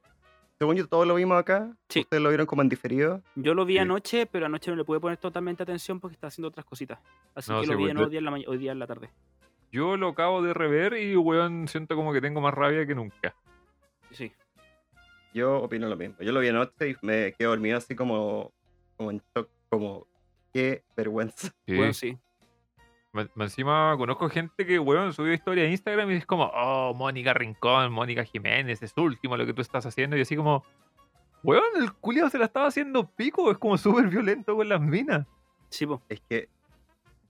C: Según yo, todos lo vimos acá.
B: Sí.
C: Ustedes lo vieron como en diferido.
B: Yo lo vi
C: Sí.
B: anoche, pero anoche no le pude poner totalmente atención porque estaba haciendo otras cositas. Así
A: No,
B: que
A: sí,
B: lo vi
A: pues,
B: en
A: de-
B: hoy día en la, ma- hoy día en la tarde.
A: Yo lo acabo de rever y, weón, siento como que tengo más rabia que nunca.
B: Sí.
C: Yo opino lo mismo. Yo lo vi anoche y me quedé dormido así como, como en shock, como qué vergüenza.
A: Sí.
B: Bueno, sí.
A: Me- me Encima conozco gente que, weón, subió historia a Instagram y es como, oh, Mónica Rincón, Mónica Jiménez, es último lo que tú estás haciendo. Y así como, weón, el culiao se la estaba haciendo pico, es como súper violento con las minas.
B: Sí, pues, po.
C: Es que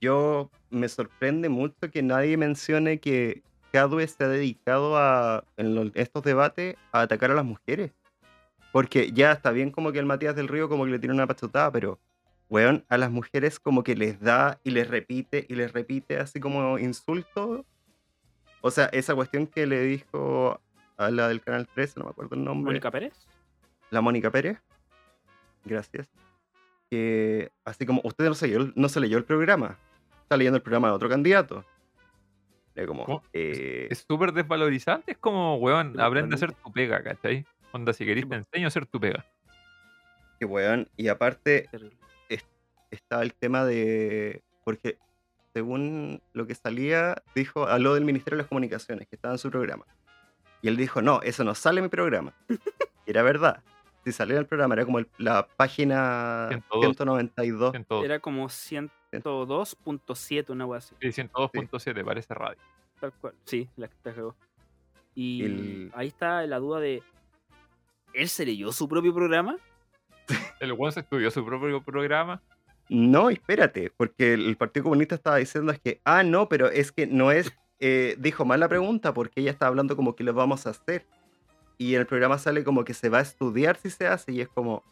C: yo me sorprende mucho que nadie mencione que Cadwe se ha dedicado a, en lo- estos debates a atacar a las mujeres. Porque ya está bien como que el Matías del Río como que le tiene una pachotada, pero, weón, a las mujeres como que les da y les repite y les repite así como insulto. O sea, esa cuestión que le dijo a la del Canal 13, no me acuerdo el nombre
B: Mónica Pérez.
C: la Mónica Pérez. Gracias. Que así como usted no se leyó, el- no se leyó el programa. Está leyendo el programa de otro candidato. Era como,
A: ¿Cómo?
C: eh,
A: Es súper desvalorizante, es como, weón,
C: Pero
A: aprende a hacer
C: totalmente.
A: tu pega, ¿cachai? Onda, si querés te enseño a hacer tu pega.
C: que weón. Y aparte
B: Terrible.
C: estaba el tema de. Porque según lo que salía, dijo, habló del Ministerio de las Comunicaciones, que estaba en su programa. Y él dijo, no, eso no sale en mi programa. Y era verdad. Si salía en el programa, era como el- la página
A: 102.
C: 192.
A: 102,
B: Era como 102.7, una wea así.
A: sí, 102.7, parece radio.
B: Tal cual. Sí, la que te cagó. Y
C: El-
B: ahí está la duda de. ¿Él se leyó su propio programa?
A: El weón se estudió su propio programa.
C: No, espérate, porque el Partido Comunista estaba diciendo es que, ah, no, pero es que no es, eh, dijo mal la pregunta porque ella estaba hablando como que lo vamos a hacer. Y en el programa sale como que se va a estudiar si se hace y es como...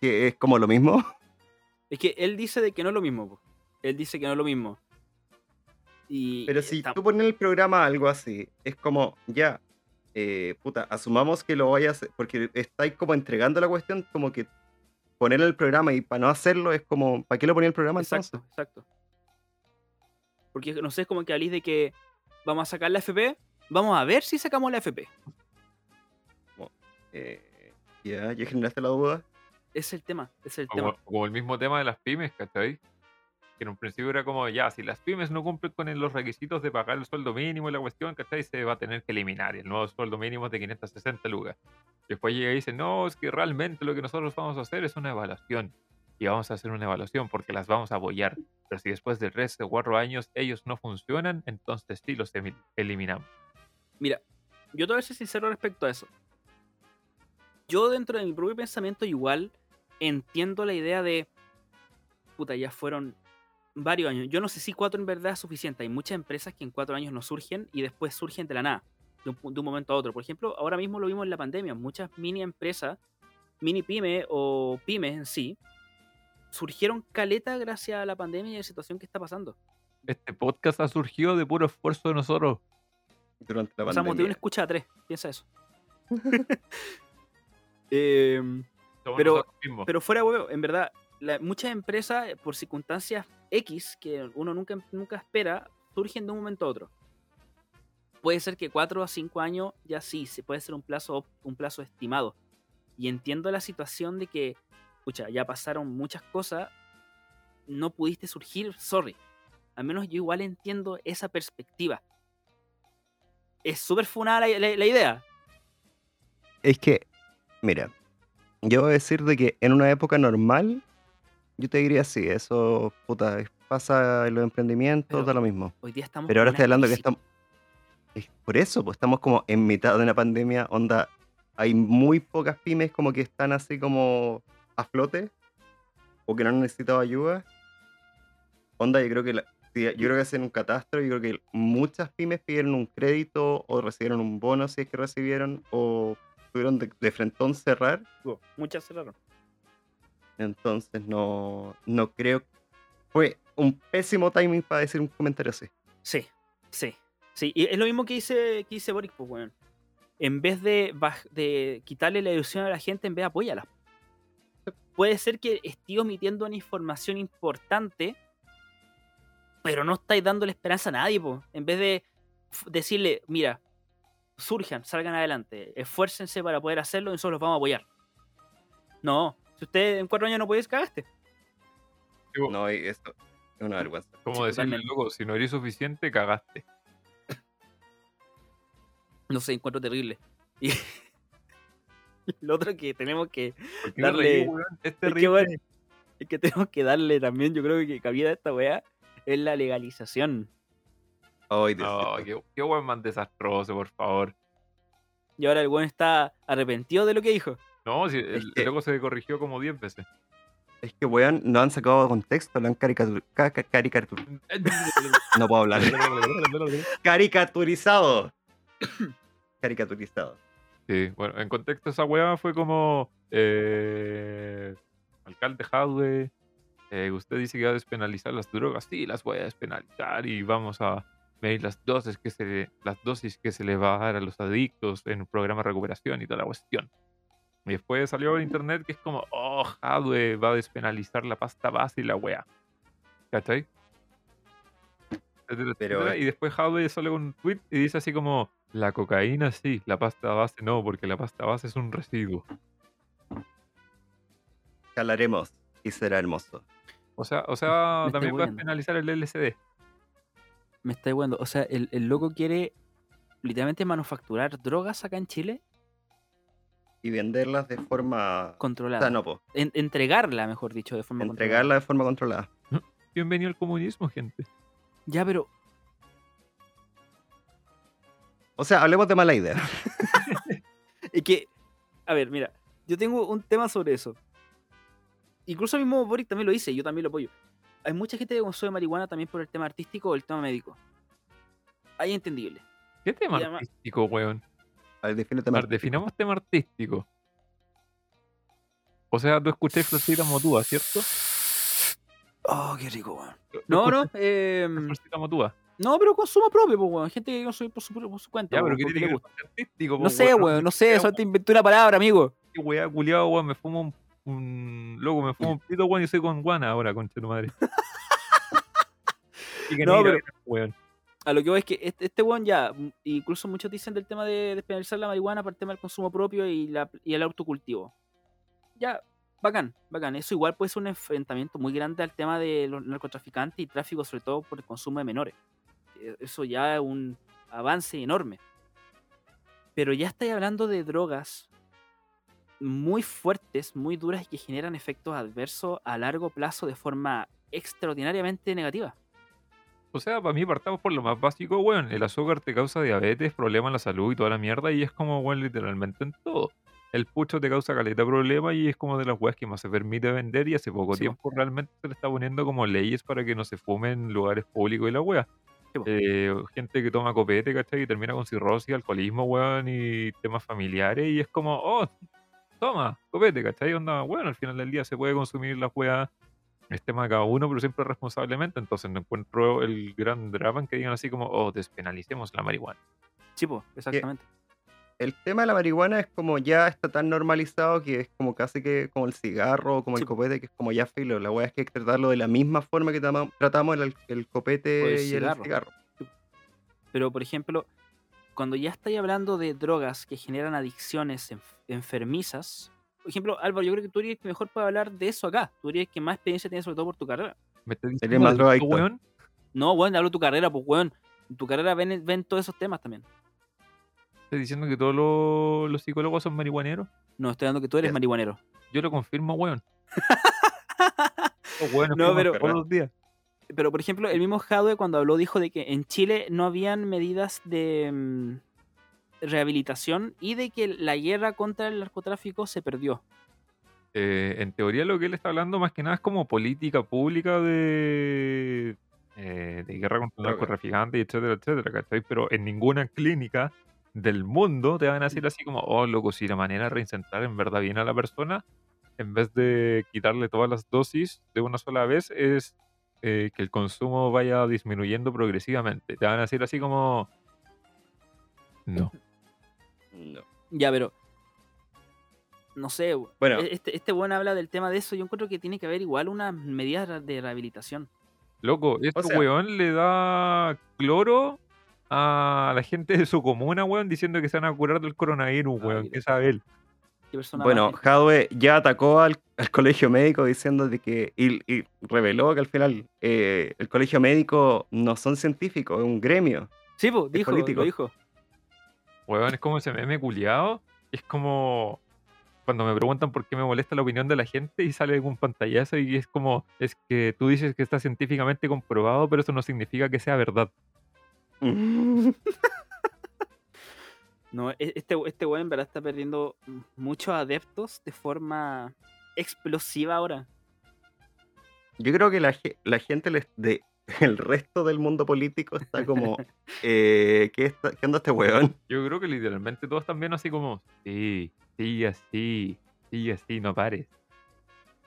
C: Que es como lo mismo.
B: Es que él dice de que no es lo mismo. po. Él dice que no es lo mismo. Y
C: Pero si
B: está-
C: tú pones en el programa algo así, es como, ya, eh, puta, asumamos que lo vayas, porque estáis como entregando la cuestión, como que poner el programa y para no hacerlo es como, ¿para qué lo ponía el programa
B: Exacto,
C: entonces?
B: exacto. Porque no sé, es como que hablís de que vamos a sacar la FP, vamos a ver si sacamos la FP.
C: Eh, ya, ya generaste la duda.
B: Es el tema, es el
A: O
B: tema.
A: Como, como el mismo tema de las pymes, ¿cachai? Que en un principio era como, ya, si las pymes no cumplen con el- los requisitos de pagar el sueldo mínimo y la cuestión, ¿cachai? Se va a tener que eliminar y el nuevo sueldo mínimo es de 560 lucas. Después llega y dice, no, es que realmente lo que nosotros vamos a hacer es una evaluación. Y vamos a hacer una evaluación porque las vamos a apoyar. Pero si después de tres o cuatro años ellos no funcionan, entonces sí los emi- eliminamos.
B: Mira, yo te voy a ser sincero respecto a eso. Yo dentro de mi propio pensamiento igual entiendo la idea de, puta, ya fueron varios años. Yo no sé si cuatro en verdad es suficiente. Hay muchas empresas que en cuatro años no surgen y después surgen de la nada, de un, pu- de un momento a otro. Por ejemplo, ahora mismo lo vimos en la pandemia. Muchas mini empresas, mini pyme o pymes en sí, surgieron caleta gracias a la pandemia y a la situación que está pasando.
A: Este podcast ha surgido de puro esfuerzo de nosotros.
C: durante la
B: Pasamos de una
C: pandemia.
B: escucha a tres. Piensa eso. Em,
A: Somos
B: Pero-
A: nosotros mismos.
B: pero fuera de huevo, en verdad, la- muchas empresas, eh, por circunstancias X, que uno nunca, nunca espera, surgen de un momento a otro. Puede ser que 4 a 5 años ya sí, se puede ser un plazo, op- un plazo estimado. Y entiendo la situación de que, pucha, ya pasaron muchas cosas, no pudiste surgir, sorry. al menos yo igual entiendo esa perspectiva. Es súper funada la, la- la idea.
C: Es que, mira, yo voy a decir de que en una época normal, yo te diría sí, eso puta, es- pasa en los emprendimientos,
B: Pero-
C: da lo mismo.
B: Hoy día estamos.
C: Pero
B: con
C: ahora
B: una
C: estoy hablando que
B: crisis.
C: estamos. es por eso, pues estamos como en mitad de una pandemia, onda. Hay muy pocas pymes como que están así como a flote o que no han necesitado ayuda. Onda, yo creo que la- sí, yo creo que hacen un catastro, yo creo que muchas pymes pidieron un crédito o recibieron un bono si es que recibieron o tuvieron de, de frentón cerrar.
B: Digo, Muchas cerraron.
C: Entonces no, no creo. Fue un pésimo timing para decir un comentario así.
B: Sí, sí, sí. Y es lo mismo que hice, que hice Boric, pues, weón. En vez de, baj- de quitarle la ilusión a la gente, en vez de apoyarla. Puede ser que esté omitiendo una información importante, pero no estáis dándole esperanza a nadie, pues. En vez de f- decirle, mira, surjan, salgan adelante, esfuércense para poder hacerlo y nosotros los vamos a apoyar. No, si usted en cuatro años no podéis, cagaste.
C: No, y esto es una vergüenza.
A: Como
B: Sí,
A: decirle,
B: totalmente.
A: loco, si no eres suficiente, cagaste.
B: No sé, encuentro terrible. Y lo otro que tenemos que
A: ¿Por qué me
B: Darle-
A: reí, weón? Es
B: Es
A: terrible.
B: que, bueno, es que tenemos que darle también, yo creo que cabida a esta weá, es la legalización.
C: Ay, Dios
A: No,
C: mío.
A: qué, qué weón más desastroso, por favor.
B: Y ahora el weón está arrepentido de lo que dijo.
A: No, si
C: Es
A: el,
C: que-
A: el loco se corrigió como 10 veces.
C: Es que, weón, no han sacado contexto, lo han caricatur- ca- ca- caricatur- No puedo hablar. Caricaturizado. Caricaturizado.
A: Sí, bueno, en contexto esa weá fue como eh, alcalde Jadwe, eh, usted dice que va a despenalizar las drogas, sí, las voy a despenalizar y vamos a medir las dosis que se le- las dosis que se le va a dar a los adictos en un programa de recuperación y toda la cuestión. Y después salió en internet que es como, oh, Jadwe va a despenalizar la pasta base y la weá. ¿Cachai? Etcétera,
C: Pero-
A: etcétera. Y después Jadwe sale con un tweet y dice así como, la cocaína sí, la pasta base no, porque la pasta base es un residuo.
C: Calaremos y será hermoso.
A: O sea, o sea
B: Me está
A: también va a
B: hueando.
A: penalizar el LSD.
B: Me está igualando. O sea, el, el loco quiere literalmente manufacturar drogas acá en Chile
C: Y venderlas de forma. O
B: controlada.
C: sea, no, po.
B: En- entregarla, mejor dicho, de forma controlada.
C: Entregarlas de forma controlada.
A: Bienvenido al comunismo, gente.
B: Ya, pero
C: O sea, hablemos de mala idea.
B: Es que, a ver, mira, yo tengo un tema sobre eso. Incluso mismo Boric también lo dice, yo también lo apoyo. Hay mucha gente que consume marihuana también por el tema artístico o el tema médico. Ahí entendible.
A: ¿Qué tema
B: Y además-
A: artístico, weón?
C: A ver, defínete
A: A
C: más.
A: ver, definamos tema artístico. O sea, tú escuchás Florcita Motúa, ¿cierto?
B: Oh, qué rico, weón.
A: Tú
B: No, no,
A: escuchás
B: eh,
A: Florcita Motúa.
B: no, pero consumo propio, pues, weón. Gente que consume por su, por su cuenta.
A: Ya, pero
B: weón,
A: ¿qué
B: porque
A: tiene
B: le
A: que ver
B: gusta.
A: con artístico?
B: No sé, weón, no sé, solo te inventé una palabra, amigo.
A: Qué weá, culiado, weón. Me fumo un, un- Loco, me fumo un pito, weón, y soy con guana ahora, concha de tu madre. Y que
B: No,
A: negra,
B: pero-
A: weón.
B: A lo que voy es que este, este weón ya, m- incluso muchos dicen del tema de despenalizar la marihuana para el tema del consumo propio y, la, y el autocultivo. Ya, bacán, bacán. Eso igual puede ser un enfrentamiento muy grande al tema de los narcotraficantes y tráfico, sobre todo por el consumo de menores. Eh, Eso ya es un avance enorme. Pero ya estáis hablando de drogas muy fuertes, muy duras y que generan efectos adversos a largo plazo de forma extraordinariamente negativa.
A: O sea, para mí partamos por lo más básico, weón. El azúcar te causa diabetes, problemas en la salud y toda la mierda, y es como, weón, literalmente en todo. El pucho te causa caleta de problema y es como de las weas que más se permite vender y hace poco
B: Sí, po.
A: tiempo realmente se le está poniendo como leyes para que no se fume en lugares públicos y la wea.
B: Sí, po.
A: Eh, gente que toma copete, ¿cachai? Y termina con cirrosis, alcoholismo, weón, y temas familiares y es como, oh, toma, copete, ¿cachai? Onda, bueno, al final del día se puede consumir las weas es tema de cada uno, pero siempre responsablemente. Entonces no encuentro el gran drama en que digan así como, oh, despenalicemos la marihuana.
B: Chipo, exactamente.
C: El tema de la marihuana es como ya está tan normalizado que es como casi que como el cigarro o como
B: Sí.
C: el copete, que es como ya filo. La weá es que hay que tratarlo de la misma forma que tama- tratamos el, al- el
B: O el
C: copete y el
B: cigarro.
C: cigarro.
B: Pero, por ejemplo, cuando ya estáis hablando de drogas que generan adicciones enf- enfermizas, por ejemplo, Álvaro, yo creo que tú eres el que mejor puede hablar de eso acá. Tú eres el que más experiencia tienes, sobre todo por tu carrera.
A: Me estás
C: más drogadicto.
A: weón.
B: No, weón, hablo de tu carrera, pues, weón. En tu carrera ven, ven todos esos temas también.
A: ¿Estás diciendo que todos los, los psicólogos son marihuaneros?
B: No, estoy dando que tú eres
C: Ya.
B: marihuanero.
A: Yo lo confirmo, weón. Los weones
B: No,
A: fuman
B: pero-
A: todos los días.
B: Pero, por ejemplo, el mismo Jadwe cuando habló dijo de que en Chile no habían medidas de mm, rehabilitación y de que la guerra contra el narcotráfico se perdió.
A: eh, en teoría lo que él está hablando más que nada es como política pública de, eh, de guerra contra
C: Droga.
A: los narcotraficantes, etcétera, etcétera, ¿cachai? Pero en ninguna clínica del mundo te van a decir así como, oh, loco, si la manera de reinsertar en verdad bien a la persona, en vez de quitarle todas las dosis de una sola vez, es eh, que el consumo vaya disminuyendo progresivamente. Te van a decir así como... No.
C: No.
B: Ya, pero. No sé, weón.
C: Bueno.
B: este, este weón habla del tema de eso. Yo encuentro que tiene que haber igual unas medidas de rehabilitación.
A: Loco, este
C: sea-
A: weón le da cloro a la gente de su comuna, weón, diciendo que se van a curar del coronavirus,
B: Ah,
A: weón.
B: mira.
A: ¿Qué sabe él?
B: Qué persona
C: Bueno,
B: más-
C: Hadwe ya atacó al, al colegio médico diciendo de que. Y, y reveló que al final eh, el colegio médico no son científicos, es un gremio.
B: Sí, pues, dijo, lo
C: político.
B: dijo.
A: Weón, es como ese meme culiado. Es como cuando me preguntan por qué me molesta la opinión de la gente y sale algún pantallazo y es como, es que tú dices que está científicamente comprobado, pero eso no significa que sea verdad.
B: No, e- este, este weón en verdad está perdiendo muchos adeptos de forma explosiva ahora.
C: Yo creo que la, ge- la gente les- de, el resto del mundo político está como. eh, ¿qué, está- ¿Qué onda este weón?
A: Yo creo que literalmente todos están viendo así como, sí, sí, así, sí, así, no pares.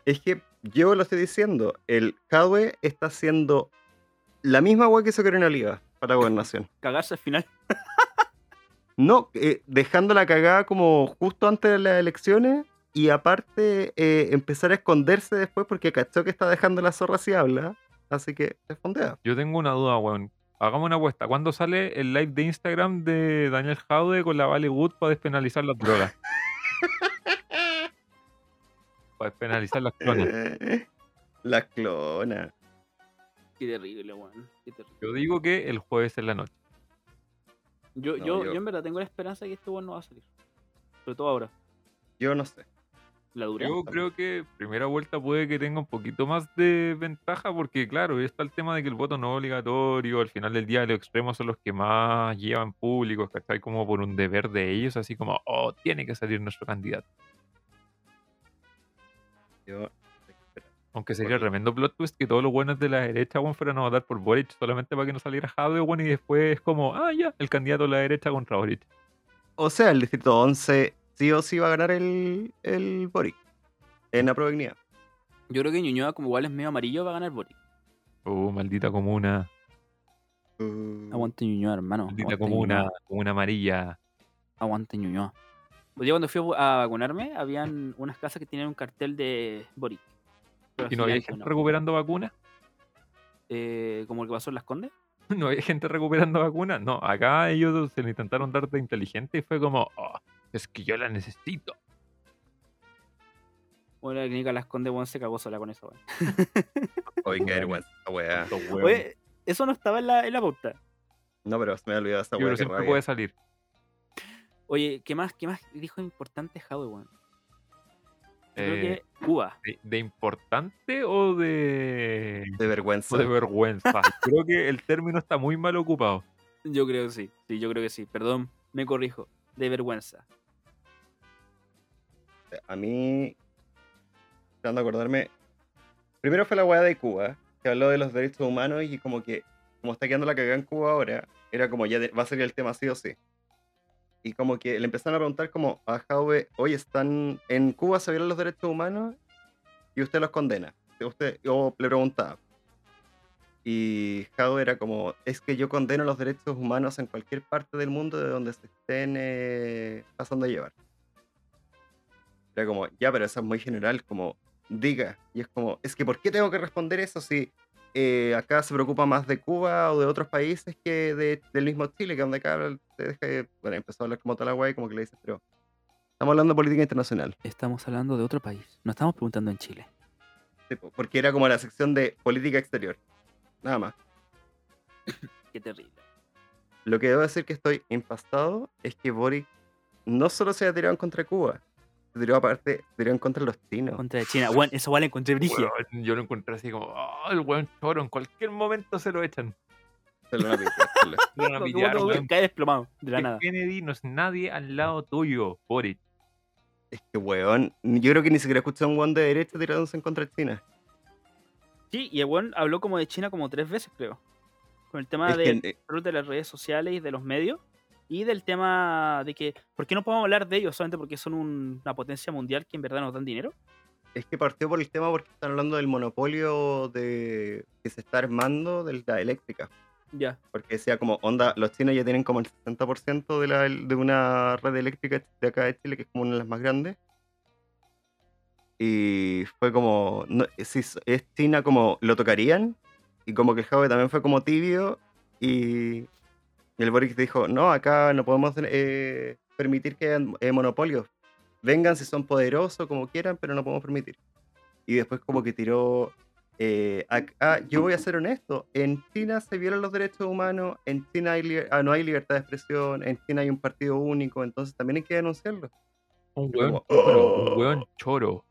C: Es que yo lo estoy diciendo, el Hadwe está haciendo la misma weá que hizo Carolina Oliva para gobernación.
B: Cagarse al final.
C: No, eh, dejando la cagada como justo antes de las elecciones y aparte eh, empezar a esconderse después porque cachó que está dejando la zorra si habla. Así que se fondea.
A: Yo tengo una duda, weón. Hagamos una apuesta. ¿Cuándo sale el live de Instagram de Daniel Jaude con la Vale Wood para despenalizar las drogas? para despenalizar las clonas.
C: Eh, La clona.
B: Qué terrible, weón. Qué terrible.
A: Yo digo que el jueves en la noche.
B: Yo,
C: No,
B: yo,
C: yo-
B: yo en verdad tengo la esperanza de que este weón no va a salir. Sobre todo ahora.
C: Yo no sé.
B: La dura.
A: Yo creo que primera vuelta puede que tenga un poquito más de ventaja porque, claro, está el tema de que el voto no es obligatorio. Al final del día, los extremos son los que más llevan públicos, ¿cachai? Como por un deber de ellos, así como, oh, tiene que salir nuestro candidato.
C: Yo-
A: Aunque sería tremendo plot twist que todos los buenos de la derecha weón, fueran a votar por Boric solamente para que no saliera Jadwe, weón, y después es como, ah, ya, el candidato de la derecha contra Boric.
C: O sea, el distrito 11 sí o sí va a ganar el, el Boric en la provincia.
B: Yo creo que Ñuñoa, como igual es medio amarillo, va a ganar Boric.
A: Oh, maldita comuna,
C: Uh.
B: Aguante Ñuñoa, hermano.
A: maldita
B: Aguante
A: comuna,
B: Ñuñoa.
A: comuna amarilla.
B: Aguante Ñuñoa. Pues yo cuando fui a vacunarme, habían unas casas que tenían un cartel de Boric. Pero
A: ¿Y no había
B: gigante,
A: gente
B: una-
A: recuperando vacunas?
B: eh, como el que pasó en Las Condes.
A: ¿No había gente recuperando vacunas? No, acá ellos se le intentaron dar de inteligente y fue como, oh, es que yo la necesito.
B: Bueno, la clínica Las Condes, weón, se cagó sola con eso, weón.
C: Oye, qué vergüenza, esa weá.
A: Estos weones.
B: Oye, eso no estaba en la, en la pauta.
C: No, pero se me ha olvidado
A: Sí,
C: esa weá.
A: pero
C: qué
A: siempre
C: rabia.
A: puede salir.
B: Oye, ¿qué más, qué más dijo importante Jadwe, weón? Yo creo
A: Eh,
B: que Cuba.
A: ¿De, de importante o de,
C: De vergüenza.
A: o de vergüenza? Creo que el término está muy mal ocupado.
B: Yo creo que sí. Sí, yo creo que sí. Perdón, me corrijo. De vergüenza.
C: A mí, tratando de acordarme, primero fue la weá de Cuba, que habló de los derechos humanos y como que, como está quedando la cagada en Cuba ahora, era como ya de- va a ser el tema sí o sí. Y como que le empezaron a preguntar como a Jaube, oye, están, en Cuba se violan los derechos humanos y usted los condena. Usted, yo le preguntaba. Y Jaube era como, es que yo condeno los derechos humanos en cualquier parte del mundo de donde se estén eh, pasando a llevar. Era como, ya, pero eso es muy general, como, diga. Y es como, es que ¿por qué tengo que responder eso si eh, acá se preocupa más de Cuba o de otros países que de- del mismo Chile, que donde acá habla- te deja de- Bueno, empezó a hablar como tal agua y como que le dices, pero estamos hablando de política internacional.
B: Estamos hablando de otro país. No estamos preguntando en Chile.
C: Tipo, porque era como la sección de política exterior. Nada más.
B: Qué terrible.
C: Lo que debo decir que estoy impastado es que Boric no solo se ha tirado en contra de Cuba, se tiró aparte, se tiró en contra de los chinos.
B: Contra de China. Bueno, eso vale encontré brígido.
A: Weón, yo lo encontré así como, oh, el weón choro, en cualquier momento se lo echan.
C: Se lo van a picar, se lo-
A: Se lo van a
B: Lo que
A: pillar,
B: vos
A: weón.
B: Cae desplomado de la
A: Que
B: nada.
A: Kennedy no es nadie al lado tuyo, Boric.
C: Es que, weón, yo creo que ni siquiera escuché a un weón de derecha tirándose en contra de China.
B: Sí, y el weón habló como de China como tres veces, creo. Con el tema
C: Es
B: Ah, de
C: que, eh,
B: control de las redes sociales y de los medios. Y del tema de que, ¿por qué no podemos hablar de ellos solamente porque son un- una potencia mundial que en verdad nos dan dinero?
C: es que partió por el tema porque están hablando del monopolio de que se está armando de la eléctrica.
B: Ya.
C: Porque decía como, onda, los chinos ya tienen como el 60% de, la, de una red eléctrica de acá de Chile, que es como una de las más grandes. Y fue como, no, si es es China como, lo tocarían. Y como que el Jave también fue como tibio. Y el Boric dijo, no, acá no podemos eh, permitir que hayan eh, monopolios. Vengan si son poderosos, como quieran, pero no podemos permitir. Y después como que tiró eh, acá, yo voy a ser honesto, en China se violan los derechos humanos, en China hay liber- ah, no hay libertad de expresión, en China hay un partido único, entonces también hay que denunciarlo.
A: Un weón
C: Como,
A: choro, un
C: "Oh".
A: weón choro.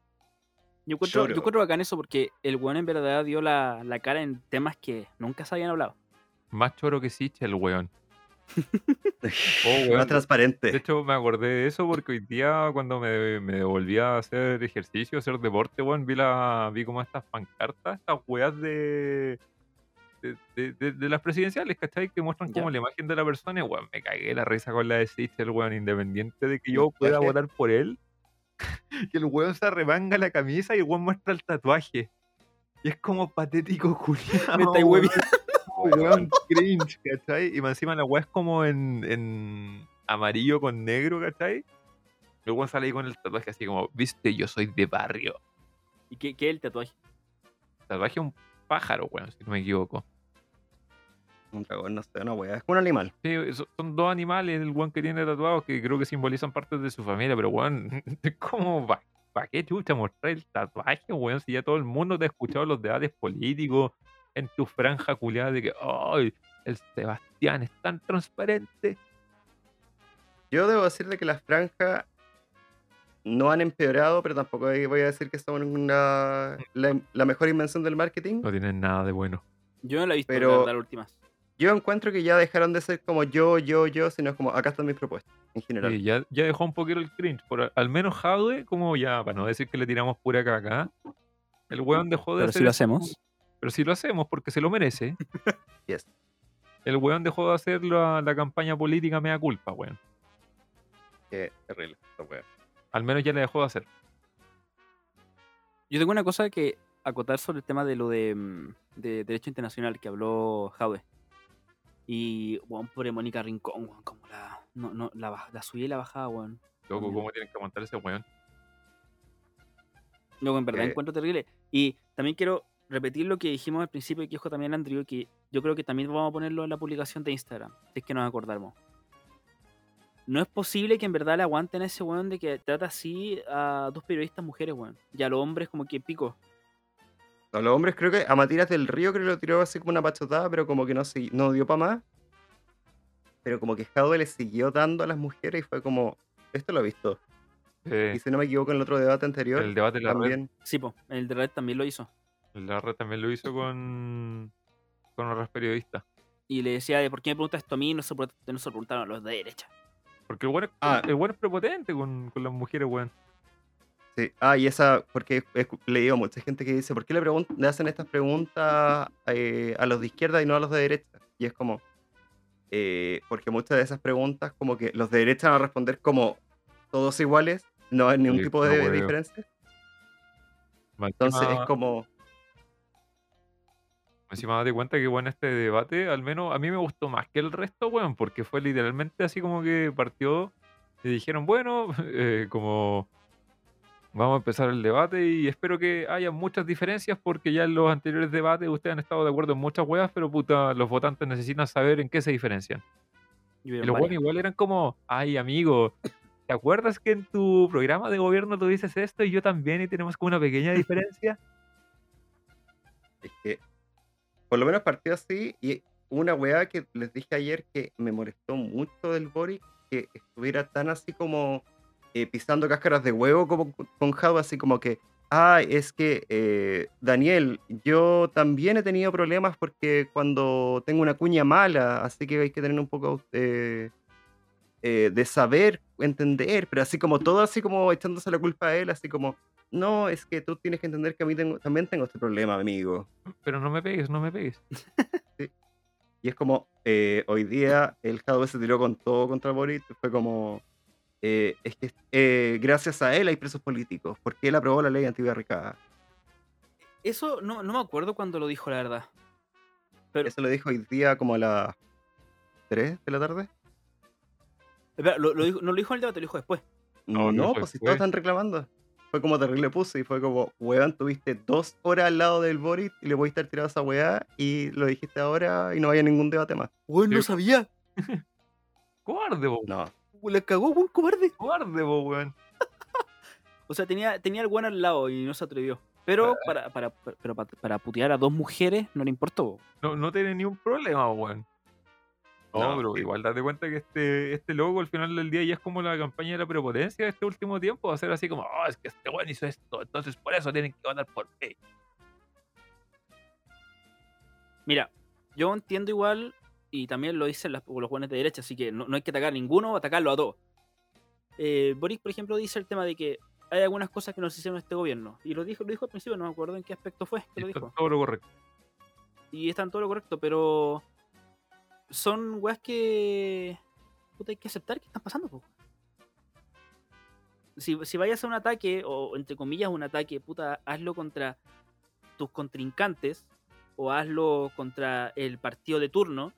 B: Yo encuentro, yo
C: Choro.
B: encuentro bacán eso porque el weón en verdad dio la, la cara en temas que nunca se habían hablado.
A: Más choro que Sicha el weón. Oh, weón.
C: Más
A: De
C: transparente.
A: hecho, me acordé de eso porque hoy día, cuando me, me devolví a hacer ejercicio, a hacer deporte, weón, vi, la, vi como estas pancartas, estas weas de, de, de- de- de las presidenciales, ¿cachai? Que muestran
B: Ya.
A: como la imagen de la persona, y, weón, me cagué la risa con la de Sichel, weón, independiente de que yo
C: Tatuaje.
A: pueda votar por él. que el weón se arremanga la camisa y el weón muestra el tatuaje. Y es como patético, culiao,
B: Me estáis
A: weón.
B: hueviando.
A: Weón, cringe, ¿cachai? Y más encima la weá es como en, en amarillo con negro, ¿cachai? Y El weón sale ahí con el tatuaje así como, viste, yo soy de barrio.
B: ¿Y qué, qué es el tatuaje?
A: Tatuaje un pájaro, weón, si no me equivoco.
C: Un dragón, no sé, una wea, es como un animal.
A: Sí, so- son dos animales el weón que tiene tatuados que creo que simbolizan partes de su familia, pero weón, ¿cómo va? ¿Para qué chucha mostrar el tatuaje, weón? Si ya todo el mundo te ha escuchado los debates políticos en tu franja culiada de que, ¡ay! El Sebastián es tan transparente.
C: Yo debo decirle que las franjas no han empeorado, pero tampoco ahí voy a decir que son una- la, la mejor invención del marketing.
A: No tienen nada de bueno.
B: Yo no la he visto,
C: Pero-
B: la verdad, las últimas.
C: Yo encuentro que ya dejaron de ser como yo, yo, yo, sino es como acá están mis propuestas, en general.
A: Sí, ya, ya dejó un poquito el cringe. Por, al- al menos Jadwe, como ya, para no decir que le tiramos pura caca, el
C: Mm,
A: weón dejó de
B: Pero
A: hacer.
B: si lo
A: eso.
B: hacemos.
A: Pero si lo hacemos, porque se lo merece.
C: Yes.
A: El weón dejó de hacer la, la campaña política mea culpa, weón.
C: Qué terrible esta wea.
A: Al menos ya le dejó de hacer.
B: Yo tengo una cosa que acotar sobre el tema de lo de, mm, de derecho internacional que habló Jaude. Y, weón, pobre Mónica Rincón, weón, como la, no, no, la, baj- la subía y la bajaba, weón.
A: Loco,
C: Mm.
B: También.
A: ¿cómo tienen que aguantar ese weón?
B: Luego, en verdad,
C: Eh.
B: encuentro terrible. Y también quiero repetir lo que dijimos al principio y que dijo también Andrew, que yo creo que también vamos a ponerlo en la publicación de Instagram, si es que nos acordamos. No es posible que en verdad le aguanten a ese weón de que trata así a dos periodistas mujeres, weón. Y a los hombres como que pico.
C: A los hombres creo que a Matías del Río creo que lo tiró así como una pachotada, pero como que no, se, no dio para más. Pero como que Jadwe le siguió dando a las mujeres y fue como, esto lo he visto.
A: Eh,
C: Y si no me equivoco en el otro debate anterior,
A: el debate de la red,
C: también
B: Sí, po, el de Red también lo hizo.
A: la red también lo hizo con, con otros periodistas.
B: Y le decía, de, ¿por qué me preguntas esto a mí? No se, pre- no se lo preguntaron a los de derecha.
A: Porque el weón es,
C: Ah.
A: el weón es prepotente con, con las mujeres, weón.
C: sí. Ah, y esa, porque he escu- leído a mucha gente que dice, ¿por qué le, pregun- le hacen estas preguntas eh, a los de izquierda y no a los de derecha? Y es como, eh, porque muchas de esas preguntas como que los de derecha van a responder como todos iguales, no hay ningún
A: Sí,
C: tipo
A: no
C: de
A: hueveo.
C: diferencia.
A: Más
C: Entonces
A: encima-
C: es como,
A: Encima date cuenta que, bueno, este debate, al menos a mí me gustó más que el resto, weón, porque fue literalmente así como que partió y dijeron, bueno, eh, como vamos a empezar el debate y espero que haya muchas diferencias porque ya en los anteriores debates ustedes han estado de acuerdo en muchas weas, pero puta, los votantes necesitan saber en qué se diferencian.
B: Y
A: Y
B: hubieron
A: los
B: varios.
A: weones igual eran como, ay, amigo, ¿te acuerdas que en tu programa de gobierno tú dices esto y yo también y tenemos como una pequeña diferencia?
C: Es que por lo menos partió así y una weá que les dije ayer que me molestó mucho del Boric, que estuviera tan así como eh, pisando cáscaras de huevo como con Java, así como que, ah, es que eh, Daniel, yo también he tenido problemas porque cuando tengo una cuña mala, así que hay que tener un poco eh, eh, de saber, entender, pero así como todo, así como echándose la culpa a él, así como, no, es que tú tienes que entender que a mí tengo- también tengo este problema, amigo.
A: Pero no me pegues, no me pegues.
C: Y es como, eh, hoy día el Jadwe se tiró con todo contra Boric. Fue como, eh, es que eh, gracias a él hay presos políticos, porque él aprobó la ley antibarricada.
B: Eso no, no me acuerdo cuando lo dijo, la verdad. Pero-
C: Eso lo dijo hoy día como a las 3 de la tarde.
B: Espera, lo, lo dijo- no lo dijo en el debate, lo dijo después.
A: No,
C: No,
A: no, fue
C: pues si todos
A: después.
C: están reclamando. Fue como terrible puse y fue como, weón, tuviste dos horas al lado del Boric y le voy a estar tirado a esa weá y lo dijiste ahora y no vaya ningún debate más.
B: Weón,
A: no
B: sabía.
A: Cobarde, po,
C: No,
B: La cagó, weón, cobarde.
A: cobarde, po, weón.
B: O sea, tenía, tenía el weón al lado y no se atrevió. Pero para, para, pero para, para putear a dos mujeres no le importó.
A: No, no tiene ni un problema, po, weón. No,
C: No.
A: pero igual date cuenta que este, este loco al final del día ya es como la campaña de la prepotencia de este último tiempo. Va a ser así como, oh, es que este weón hizo esto, entonces por eso tienen que votar por mí.
B: Mira, yo entiendo igual, y también lo dicen las- los jóvenes de derecha, así que no, no hay que atacar a ninguno, atacarlo a todos. Eh, Boric, por ejemplo, dice el tema de que hay algunas cosas que no se hicieron en este gobierno. Y lo dijo, lo dijo al principio, no me acuerdo en qué aspecto fue que lo
A: Y está
B: dijo.
A: todo lo correcto.
B: Y están todo lo correcto, pero son weas que. Puta, hay que aceptar que están pasando, po. Si, si vayas a un ataque, o entre comillas, un ataque, puta, hazlo contra tus contrincantes o hazlo contra el partido de turno,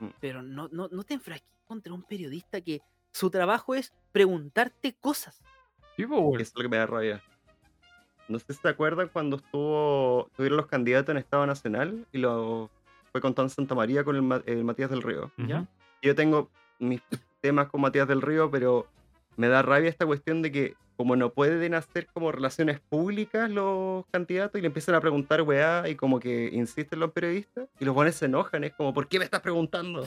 C: Mm.
B: pero no, no, no te enfrasques contra un periodista que su trabajo es preguntarte cosas.
A: Sí, po, weón.
C: Eso es lo que me da rabia. No sé si te acuerdan cuando estuvo, estuvieron los candidatos en Estado Nacional y lo fue con Tan Santa María con el, Ma- el Matías del Río.
B: ¿Ya?
A: Ujú.
C: Yo tengo mis temas con Matías del Río, pero me da rabia esta cuestión de que como no pueden hacer como relaciones públicas los candidatos y le empiezan a preguntar weá y como que insisten los periodistas y los buenos se enojan, es como, ¿por qué me estás preguntando?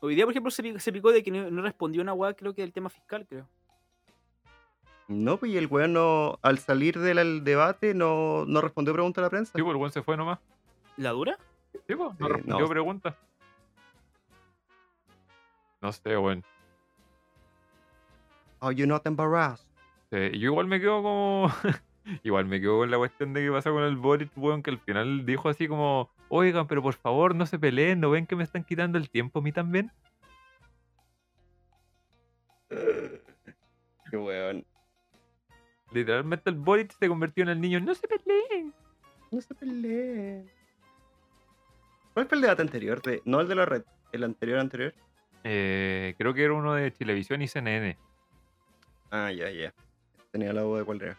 B: Hoy día, por ejemplo, se, pi- se picó de que no, no respondió una wea, creo que del tema fiscal, creo.
C: No, pues y el weón no, al salir del al debate no, no respondió pregunta a la prensa.
A: Sí, pues. po, el weón se fue nomás.
B: ¿La dura?
A: Sí, po, no
C: Eh,
A: respondió
C: no.
A: preguntas. No sé, weón.
C: Are "Oh, you not embarrassed?
A: Sí, yo igual me quedo como. igual me quedo con la cuestión de qué pasa con el Boric, weón, que al final dijo así como: Oigan, pero por favor no se peleen, ¿no ven que me están quitando el tiempo a mí también?
C: Qué weón.
A: Literalmente el Boric se convirtió en el niño: ¡No se peleen!
C: No se peleen. ¿Cuál fue el debate anterior? De- no el de la red, el anterior anterior.
A: Eh, creo que era uno de Televisión y CNN.
C: Ah, ya, ya. Tenía la duda de cuál era.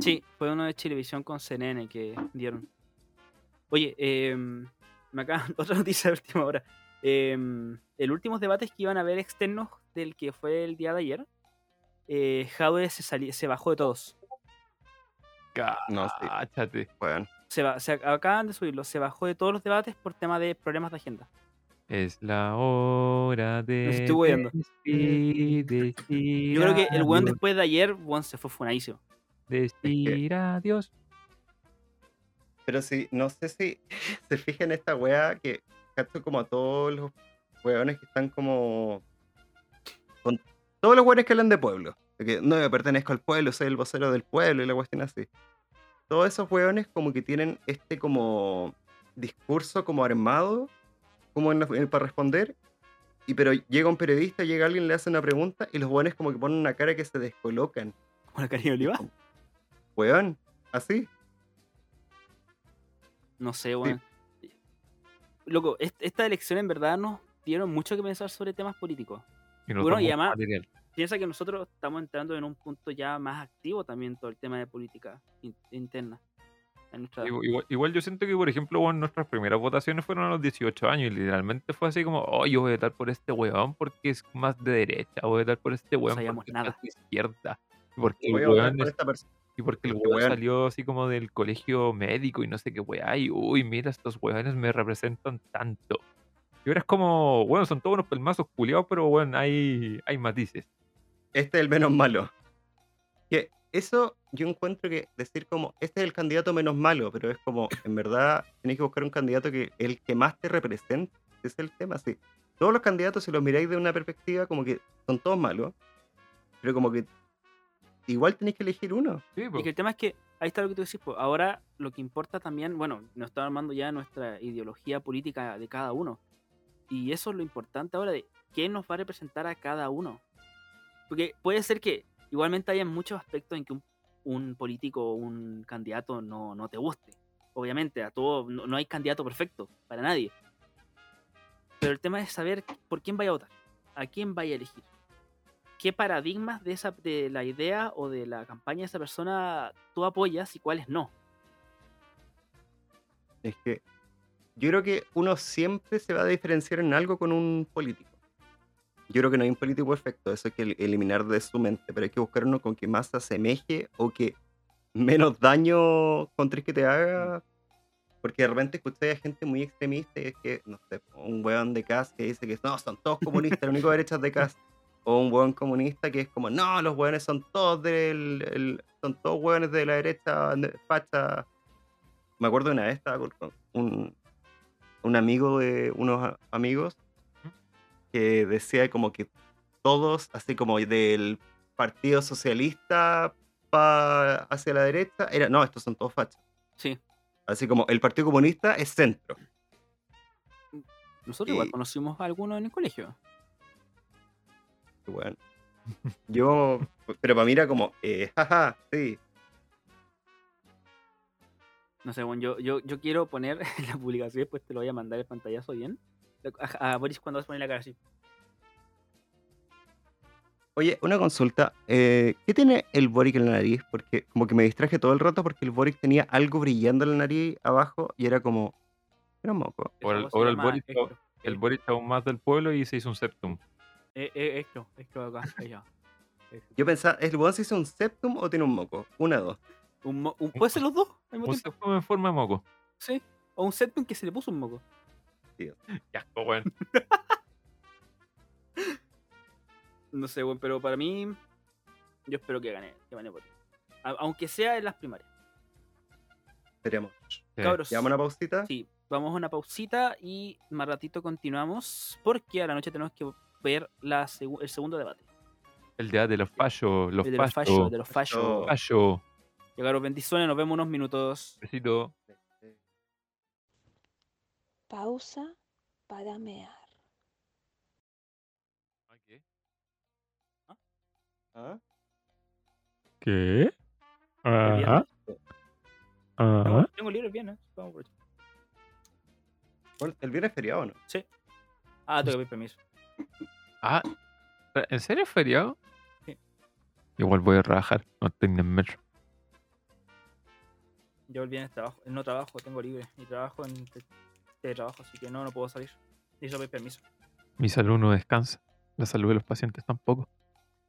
B: Sí, fue uno de Chilevisión con CNN que dieron. Oye, em, me acá otra noticia de última hora. Em, el últimos debates que iban a haber externos del que fue el día de ayer, eh, Jadwe se, sali- se bajó de todos.
C: No, sí,
A: Cáchate.
C: weón.
B: Se, ba- se ac- acaban de subirlo, se bajó de todos los debates por tema de problemas de agenda.
A: Es la hora de.
B: estoy hueando.
A: decir,
B: Yo
A: decir
B: creo que el weón
A: adiós,
B: después de ayer, weón, se fue funadísimo.
A: Decir adiós.
C: Pero sí, no sé si se fijan esta wea que cacho como a todos los weones que están como. Con todos los weones que hablan de pueblo. de que no, yo pertenezco al pueblo, soy el vocero del pueblo y la cuestión así. Todos esos weones como que tienen este como discurso como armado, como en la- en- para responder. Y pero llega un periodista, llega alguien, le hace una pregunta y los weones como que ponen una cara que se descolocan.
B: ¿Con la cariño Oliva?
C: Weón, así.
B: No sé, weón. Loco, est- estas elecciones en verdad nos dieron mucho que pensar sobre temas políticos.
A: Y nos
B: Bueno, y
A: damos
B: además-
A: material.
B: piensa que nosotros estamos entrando en un punto ya más activo también en todo el tema de política in- interna. En nuestra-
A: Igu- Igual, igual yo siento que, por ejemplo, bueno, nuestras primeras votaciones fueron a los 18 años y literalmente fue así como, oh, yo voy a votar por este weón porque es más de derecha, voy a votar por este weón
B: sabíamos
A: porque
B: nada.
A: es más de izquierda. Porque el
C: Voy a votar
A: weón
C: por
A: es-
C: esta persona.
A: Y porque el
C: Qué
A: weón
C: weón.
A: salió así como del colegio médico y no sé qué weá. Y uy, mira, estos weones me representan tanto. Y ahora es como, bueno, son todos unos pelmazos culiados, pero bueno, hay, hay matices.
C: Este es el menos malo. Que eso yo encuentro que decir como, este es el candidato menos malo, pero es como, en verdad, tenés que buscar un candidato que el que más te represente. Ese Es el tema, sí. Todos los candidatos, si los miráis de una perspectiva, como que son todos malos, pero como que igual tenéis que elegir uno.
A: Sí,
B: Y
A: po.
B: que el tema es que, ahí está lo que tú decís, po, ahora lo que importa también, bueno, nos está armando ya nuestra ideología política de cada uno. Y eso es lo importante ahora de quién nos va a representar a cada uno. Porque puede ser que igualmente haya muchos aspectos en que un, un político o un candidato no, no te guste. Obviamente, a todo, no, no hay candidato perfecto para nadie. Pero el tema es saber por quién vaya a votar, a quién vaya a elegir qué paradigmas de, esa, de la idea o de la campaña de esa persona tú apoyas y cuáles no.
C: Es que yo creo que uno siempre se va a diferenciar en algo con un político. Yo creo que no hay un político perfecto, eso hay que el- eliminar de su mente, pero hay que buscar uno con que más se asemeje o que menos daño contres que te haga. Porque de repente escuché a gente muy extremista y es que, no sé, un weón de CAS que dice que no, son todos comunistas, el único derecha es de CAS. O un weón comunista que es como, no, los weones son todos del, el- son todos weones de la derecha, ne- facha, me acuerdo una vez estaba con- con un, un amigo de unos a- amigos que decía como que todos, así como del Partido Socialista pa- hacia la derecha, era, no, estos son todos fachos.
B: Sí.
C: Así como el Partido Comunista es centro.
B: Nosotros
C: Y-
B: igual conocimos a algunos en el colegio.
C: Y Bueno, yo, pero para mí era como, eh, jaja, sí,
B: No sé, bueno, yo, yo, yo quiero poner en la publicación, después te lo voy a mandar el pantallazo bien. A, a Boris cuando vas a poner la cara así.
C: Oye, una consulta. eh, ¿Qué tiene el Boric en la nariz? Porque como que me distraje todo el rato porque el Boric tenía algo brillando en la nariz abajo y era como... Era un moco.
B: Esa
A: Ahora el-
B: voz se
A: ahora el
B: llama
A: Boris-
B: Héctor.
A: El Boris está aún más del pueblo y se hizo un septum.
B: Eh, eh, Héctor, Héctor acá, ahí ya.
C: Yo pensaba, ¿el weón se hizo un septum o tiene un moco? Una, dos.
B: Un mo- un- ¿Puede ser los dos al mismo
A: Un
B: tiempo?
A: septum en forma de moco.
B: Sí. O un septum que se le puso un moco.
A: Qué asco, pues, weón.
B: No sé, bueno, pero para mí, yo espero que gane, que gane Boris. A- aunque sea en las primarias.
C: Tenemos.
A: Sí.
B: Cabros.
C: ¿Llevamos una pausita?
B: Sí, vamos a una pausita y más ratito continuamos porque a la noche tenemos que ver la segu- el segundo debate.
A: El de, de los fallos, los
B: el de los fallos,
A: fallos.
B: de los fallos.
C: Fallo.
A: Fallo.
B: Llegaron bendiciones, nos vemos unos minutos.
A: Besito.
D: Pausa para mear.
C: Ah,
A: ¿Qué?
B: Tengo, tengo libros bien, ¿eh? Vamos por-
C: bueno, ¿El viernes es feriado o no?
B: Ah, tengo que pedir permiso.
A: Ah, ¿en serio es feriado?
B: Sí.
A: Igual voy a trabajar, no estoy ni en metro.
B: Yo el viernes trabajo, eh, no trabajo, tengo libre. Y trabajo en te- teletrabajo, así que no, no puedo salir. Necesito pedir permiso.
A: Mi salud no descansa, la salud de los pacientes tampoco.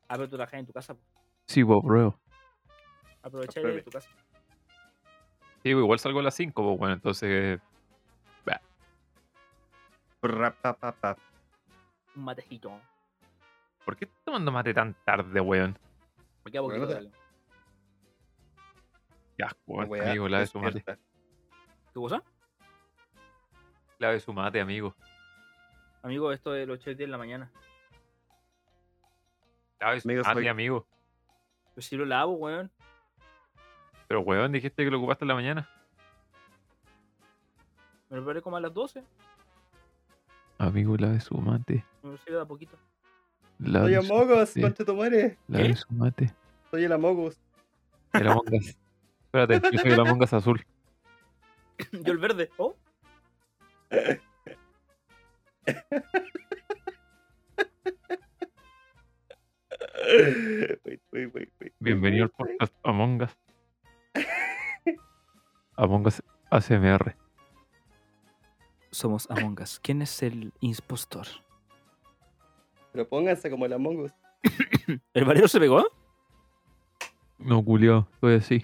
B: Ah, pero tú trabajas en tu casa. po.
A: Sí, vos, pruebo.
B: Aprovecha y ve de tu casa.
A: Sí, bo, igual salgo a las 5, bo, bueno, entonces...
C: Pra, pa, pa, pa.
B: Un matejito.
A: ¿Por qué estás tomando mate tan tarde, weón?
B: Me queda poquito,
C: Bueno, te-
B: dale.
A: Qué asco, weón.
C: Weá,
A: Amigo, lave su mate.
C: despierta.
B: ¿Qué cosa?
A: Lave su mate, amigo.
B: Amigo, esto de los 8 de la mañana.
A: Lave su
C: Amigo,
A: mate,
C: soy-
A: amigo.
B: Pero si lo lavo, pues, weón.
A: Pero, weón, dijiste que lo ocupaste en la mañana.
B: Me lo preparé como a las 12.
A: Amigo, lave su mate.
B: Me lo sirve de a poquito.
A: Lave
C: Soy a Mogos,
A: Sí.
C: concha tu madre.
A: lave
B: ¿Qué?
A: su mate.
C: Soy el Amogus.
A: El Among Us. Espérate, yo soy el Among Us azul.
B: Yo el verde. Oh.
C: Wait, wait, wait, wait.
A: Bienvenido al podcast Among Us. Among Us ACMR.
B: Somos Among Us. ¿Quién es el impostor?
C: Pero pónganse como el Amogus.
B: ¿El valero se pegó?
A: No, culiao, estoy así.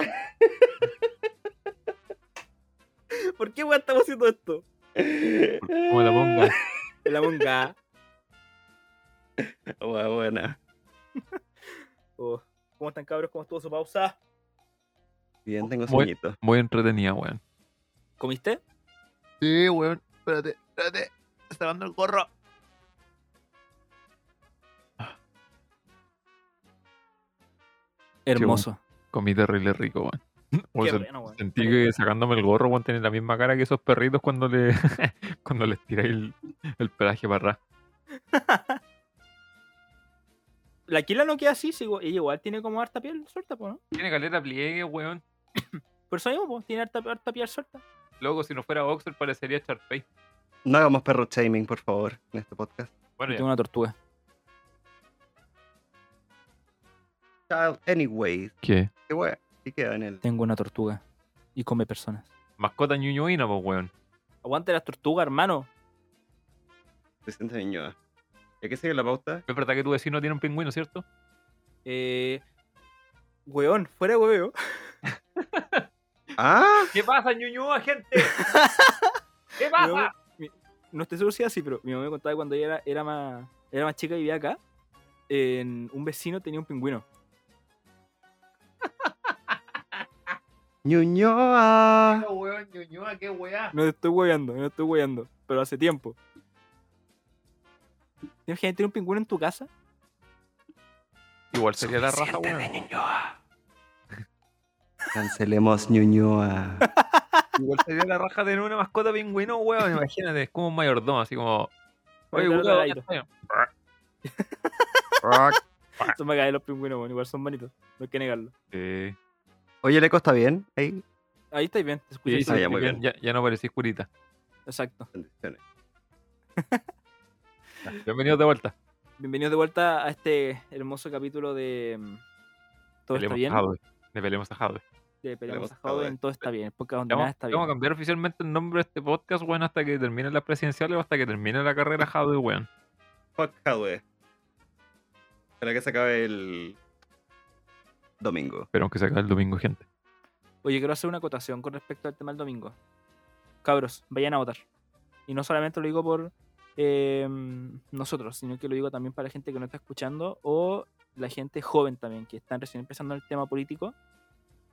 B: ¿Por qué weón estamos haciendo esto?
A: Como la ponga.
B: El Among Us.
C: Buena, buena.
B: Oh, ¿Cómo están cabros? ¿Cómo estuvo su pausa?
C: Bien, tengo
A: Muy-
C: sueñito.
A: Muy entretenida, weón.
B: ¿Comiste?
A: Sí, weón. Espérate, espérate. Está dando el gorro.
B: Hermoso.
A: Comí terrible rico, weón. Weón, sen-
B: bueno, weón.
A: Sentí que sacándome el gorro, weón, tenía la misma cara que esos perritos cuando le cuando les tiráis el, el pelaje para atrás.
B: La Kila no queda así, sí, igual- ella igual tiene como harta piel suelta, po, ¿no?
A: Tiene caleta pliegue, weón.
B: Por eso mismo, po, tiene harta, harta piel suelta.
A: Loco, si no fuera Oxford parecería Charpey.
C: No hagamos perro shaming, por favor, en este podcast.
A: Bueno,
B: Tengo una tortuga.
C: Child, anyways.
A: ¿Qué?
C: Qué wea. ¿Qué queda en el.
B: Tengo una tortuga. Y come personas.
A: Mascota ñuñoína, pues, weón.
B: Aguante las tortugas, hermano.
C: Vicente Viñoa? ¿Ya que sigue la pauta?
A: Es verdad que tu vecino tiene un pingüino, ¿cierto?
B: Eh. Weón, fuera de hueveo.
C: ¡Ah!
A: ¿Qué pasa, ñuñoa, gente? ¿Qué
B: Mi mamá- mi- no estoy seguro si es así, pero mi mamá me contaba que cuando ella era, era más, era más chica y vivía acá. En un vecino tenía un pingüino.
C: ¡Ñuñoa!
A: Ah, weón, ñuñoa, qué weá.
B: No te estoy hueveando, no te estoy hueveando. Pero hace tiempo. ¿Te imaginas tener un pingüino en tu casa?
A: Igual sería la raja, weón.
C: Cancelemos Ñuñoa.
A: Igual sería la raja tener una mascota pingüino, weón. Imagínate, es como un mayordomo, así como. Oye,
B: Claro,
A: puta,
B: claro,
A: ¿dónde
B: claro.
A: está?
B: Son bacanes los pingüinos, bueno, igual son bonitos. No hay que negarlo.
A: Sí.
C: Oye, el eco está bien. Ahí.
B: Ahí estáis bien, te escuchas
A: Sí, sí,
B: todo
C: Ah, ya,
A: sí,
C: muy
A: ya,
C: bien.
A: ya- ya no parecís curita.
B: Exacto.
C: Bendiciones.
A: Bienvenidos de vuelta.
B: Bienvenidos de vuelta a este hermoso capítulo de mm, Todo está
A: Pelemos
B: bien.
A: a Jadwe. Le pelemos a Jadwe.
B: De Peleamos
C: Peleamos
B: a
C: a Jadwe.
B: Joven, Todo está bien. Porque donde
A: Le
B: nada
A: Vamos,
B: está
A: le
B: bien.
A: vamos a cambiar oficialmente el nombre de este podcast, weón, hasta que termine las presidenciales o hasta que termine la carrera Jadwe, weón.
C: Fuck Hadwe. Para que se acabe el. Domingo.
A: Pero aunque se acabe el domingo, gente.
B: Oye, quiero hacer una acotación con respecto al tema del domingo. Cabros, vayan a votar. Y no solamente lo digo por eh, nosotros, sino que lo digo también para la gente que no está escuchando o la gente joven también, que están recién empezando el tema político,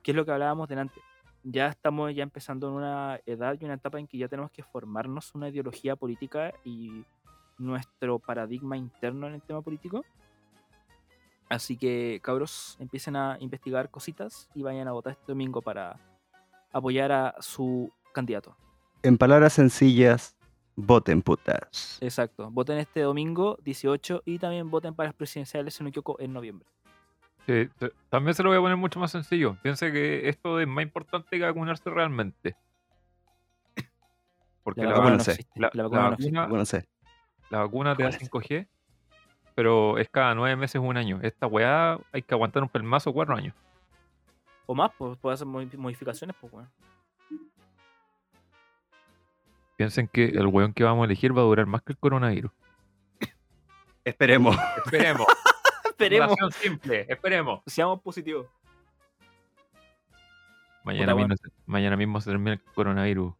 B: que es lo que hablábamos delante. Ya estamos ya empezando en una edad y una etapa en que ya tenemos que formarnos una ideología política y nuestro paradigma interno en el tema político. Así que, cabros, empiecen a investigar cositas y vayan a votar este domingo para apoyar a su candidato.
C: En palabras sencillas, voten putas.
B: Exacto. Voten este domingo 18 y también voten para las presidenciales, si no me equivoco, en noviembre.
A: Sí, t- también se lo voy a poner mucho más sencillo. Piense que esto es más importante que vacunarse realmente. Porque
B: Ya,
A: la, vacuna,
C: vacuna no sé.
B: existe,
A: la-
B: la
A: la
B: vacuna no existe.
A: vacuna-
C: Bueno, no sé.
A: la vacuna te da
C: Vacúnense.
A: 5G, pero es cada nueve meses un año. Esta weá hay que aguantar un pelmazo cuatro años.
B: O más, pues puede hacer modi- modificaciones, pues bueno.
A: Piensen que el weón que vamos a elegir va a durar más que el coronavirus.
C: Esperemos.
A: Esperemos.
B: Esperemos.
A: Relación simple, esperemos.
B: Seamos positivos.
A: Mañana,
B: Puta, weón.
A: mismo, se- mañana mismo se termina el coronavirus.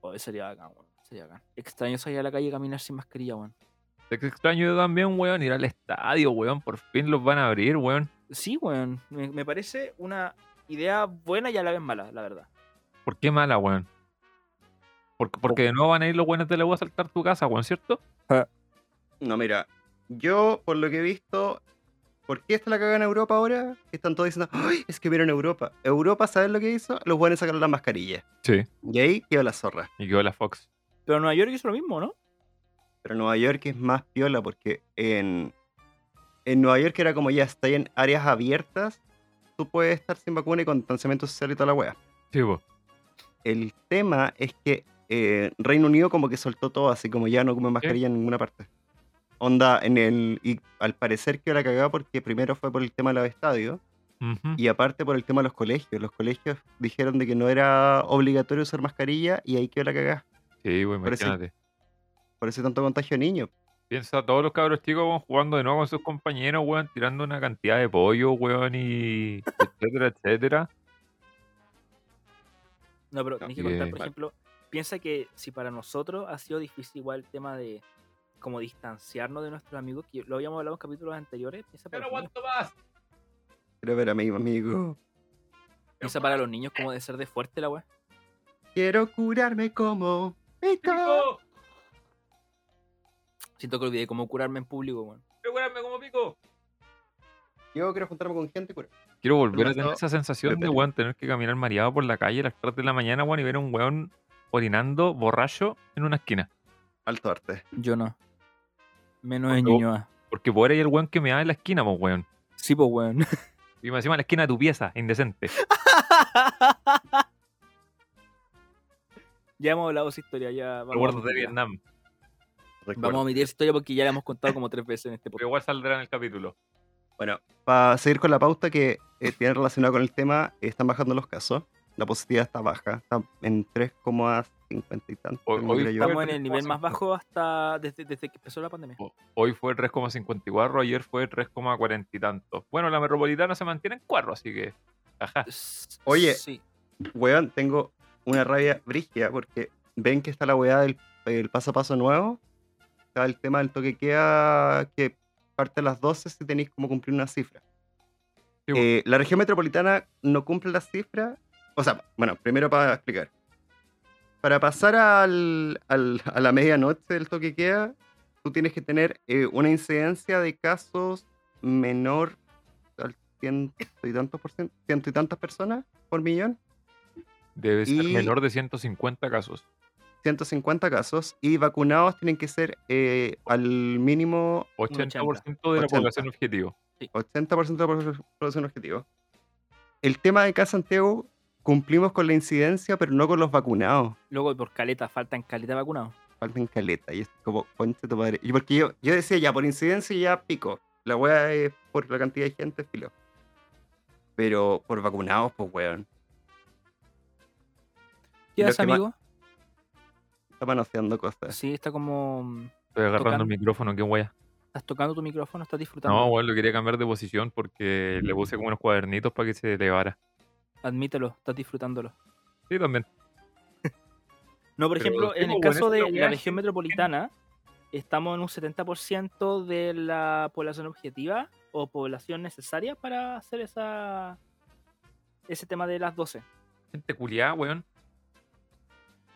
B: Oh, sería bacán, weón. Sería bacán. Extraño salir a la calle y caminar sin mascarilla, weón.
A: Te extraño yo también, weón, ir al estadio, weón. Por fin los van a abrir, weón.
B: Sí, weón. Me, me parece una idea buena y a la vez mala, la verdad.
A: ¿Por qué mala, weón? Porque, porque de nuevo van a ir los buenos de la U a saltar tu casa, weón, ¿cierto?
C: No, mira, yo por lo que he visto, ¿por qué está la cagada en Europa ahora? Están todos diciendo, ¡ay! Es que vieron Europa. Europa, ¿sabes lo que hizo? Los buenos sacaron las mascarillas.
A: Sí.
C: Y ahí quedó la zorra.
A: Y quedó la Fox.
B: Pero Nueva York hizo lo mismo, ¿no?
C: Pero Nueva York es más piola porque en, en Nueva York era como ya está en áreas abiertas, tú puedes estar sin vacuna y con distanciamiento social y toda la wea.
A: Sí, po.
C: El tema es que eh, Reino Unido como que soltó todo, así como ya no come mascarilla en ninguna parte. Onda en el... Y al parecer quedó la cagada porque primero fue por el tema de los estadios.
A: Ujú.
C: Y aparte por el tema de los colegios. Los colegios dijeron de que no era obligatorio usar mascarilla y ahí quedó la cagada.
A: Sí, weón,
C: Parece-
A: imagínate.
C: Por eso hay tanto contagio de niños.
A: Piensa, todos los cabros chicos weón, jugando de nuevo con sus compañeros, weón, tirando una cantidad de pollo, weón, y etcétera, etcétera.
B: No, pero tenés que
A: Bien.
B: contar, por ejemplo, piensa que si para nosotros ha sido difícil igual el tema de como distanciarnos de nuestros amigos, que lo habíamos hablado en capítulos anteriores, piensa para, los niños,
A: más.
C: Quiero ver a mi amigo.
B: piensa para los niños como de ser de fuerte la weá.
C: Quiero curarme como pico.
B: Siento que olvidé cómo curarme en público, weón.
A: como pico.
C: Yo quiero juntarme con gente cura.
A: Quiero volver a
C: Hermano,
A: tener esa sensación de,
C: espérate.
A: weón, tener que caminar mareado por la calle a las 3 de la mañana, weón, y ver a un weón orinando borracho en una esquina.
C: Alto arte.
B: Yo no. Menos
A: en
B: en
A: No.
B: Ñuñoa.
A: Porque por ahí el weón que me da en la esquina, pues, weón.
B: Sí, pues weón.
A: Y me encima en la esquina de tu pieza, indecente.
B: ya hemos hablado de esa historia, ya vamos,
A: Recuerdos
B: a,
A: de
B: omitirla.
A: Vietnam.
B: vamos a
C: Recuerdo.
B: omitir esa historia porque ya la hemos contado como tres veces en este
A: Pero
B: podcast.
A: igual saldrá en el capítulo.
C: Bueno, para seguir con la pauta que eh, tiene relacionado con el tema, están bajando los casos. La positividad está baja, está en 3,50 y tanto.
A: Hoy-
C: tengo
A: hoy
C: que ir a
A: fue-
C: llorar.
B: Estamos en el nivel más bajo hasta desde, desde que empezó la pandemia.
A: O- Hoy fue 3,54, ayer fue 3,40 y tanto. Bueno, la metropolitana se mantiene en 4, así que. Ajá.
C: Oye.
B: Sí.
C: Weón, tengo una rabia brígida porque ven que está la weá del el paso a paso nuevo. Está el tema del toque que queda que parte a las 12 si tenéis como cumplir una cifra.
A: Sí, bueno.
C: Eh, la región metropolitana no cumple la cifra. O sea, bueno, primero para explicar. Para pasar al, al- a la medianoche del toque que queda, tú tienes que tener eh, una incidencia de casos menor al ciento y tantos por ciento, ciento y tantas personas por millón.
A: Debe ser
C: Y-
A: menor de 150 casos.
C: 150 casos y vacunados tienen que ser eh, al mínimo
A: 80%,
B: 80.
A: de la
C: 80.
A: población objetivo.
C: 80% de la población objetivo. El tema de acá, Santiago, cumplimos con la incidencia, pero no con los vacunados.
B: Luego por caleta, faltan caleta vacunados.
C: Faltan caleta. Y es como, ponte tu padre. Y porque yo, yo decía ya, por incidencia ya pico. La wea es por la cantidad de gente, filo. Pero por vacunados, pues weón.
B: ¿Qué
C: Lo
B: haces,
C: que más-
B: amigo?
C: Está manoseando cosas.
B: Sí, está como.
A: Estoy agarrando
B: Tocando.
A: el micrófono, qué wea.
B: Estás tocando tu micrófono, estás disfrutando.
A: No, bueno, lo quería cambiar de posición porque le puse como unos cuadernitos para que se elevara.
B: Admítelo, estás disfrutándolo.
A: Sí, también.
B: No, por
A: Pero sí,
B: ejemplo, en
A: pues,
B: el
A: bueno,
B: caso
A: esa es la
B: de
A: weá,
B: la región metropolitana, estamos en un 70% de la población objetiva o población necesaria para hacer esa ese tema de las 12.
A: Gente culiada, weón.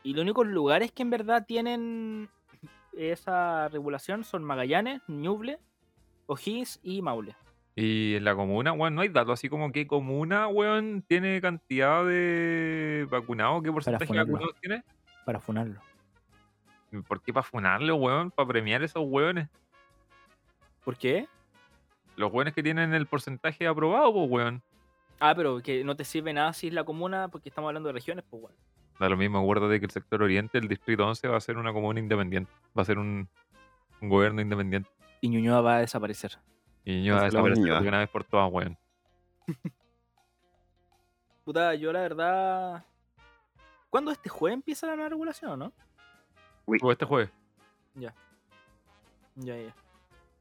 B: Y los únicos lugares que en verdad tienen esa regulación son Magallanes, Ñuble, O'Higgins y Maule.
A: Y en la comuna, weón, no hay datos así como qué comuna, weón, tiene cantidad de vacunados, qué porcentaje de
B: funarlo.
A: vacunados tiene.
B: Para funarlo.
A: ¿Por qué para funarlo, weón? Para premiar esos weones.
B: ¿Por qué?
A: Los weones que tienen el porcentaje aprobado, pues, weón.
B: Ah, pero que no te sirve nada si es la comuna, porque estamos hablando de regiones, pues bueno.
A: Da lo mismo, acuérdate que el sector oriente, el distrito 11, va a ser una comuna independiente. Va a ser un, un gobierno independiente.
B: Y Ñuñoa va a desaparecer.
A: Y yo a
C: Cancela
A: desaparecer
C: Ñuñoa.
A: de una vez por todas, weón.
B: Puta, yo la verdad. ¿Cuándo este jueves empieza la nueva regulación o no?
A: O este jueves.
B: Ya, ya.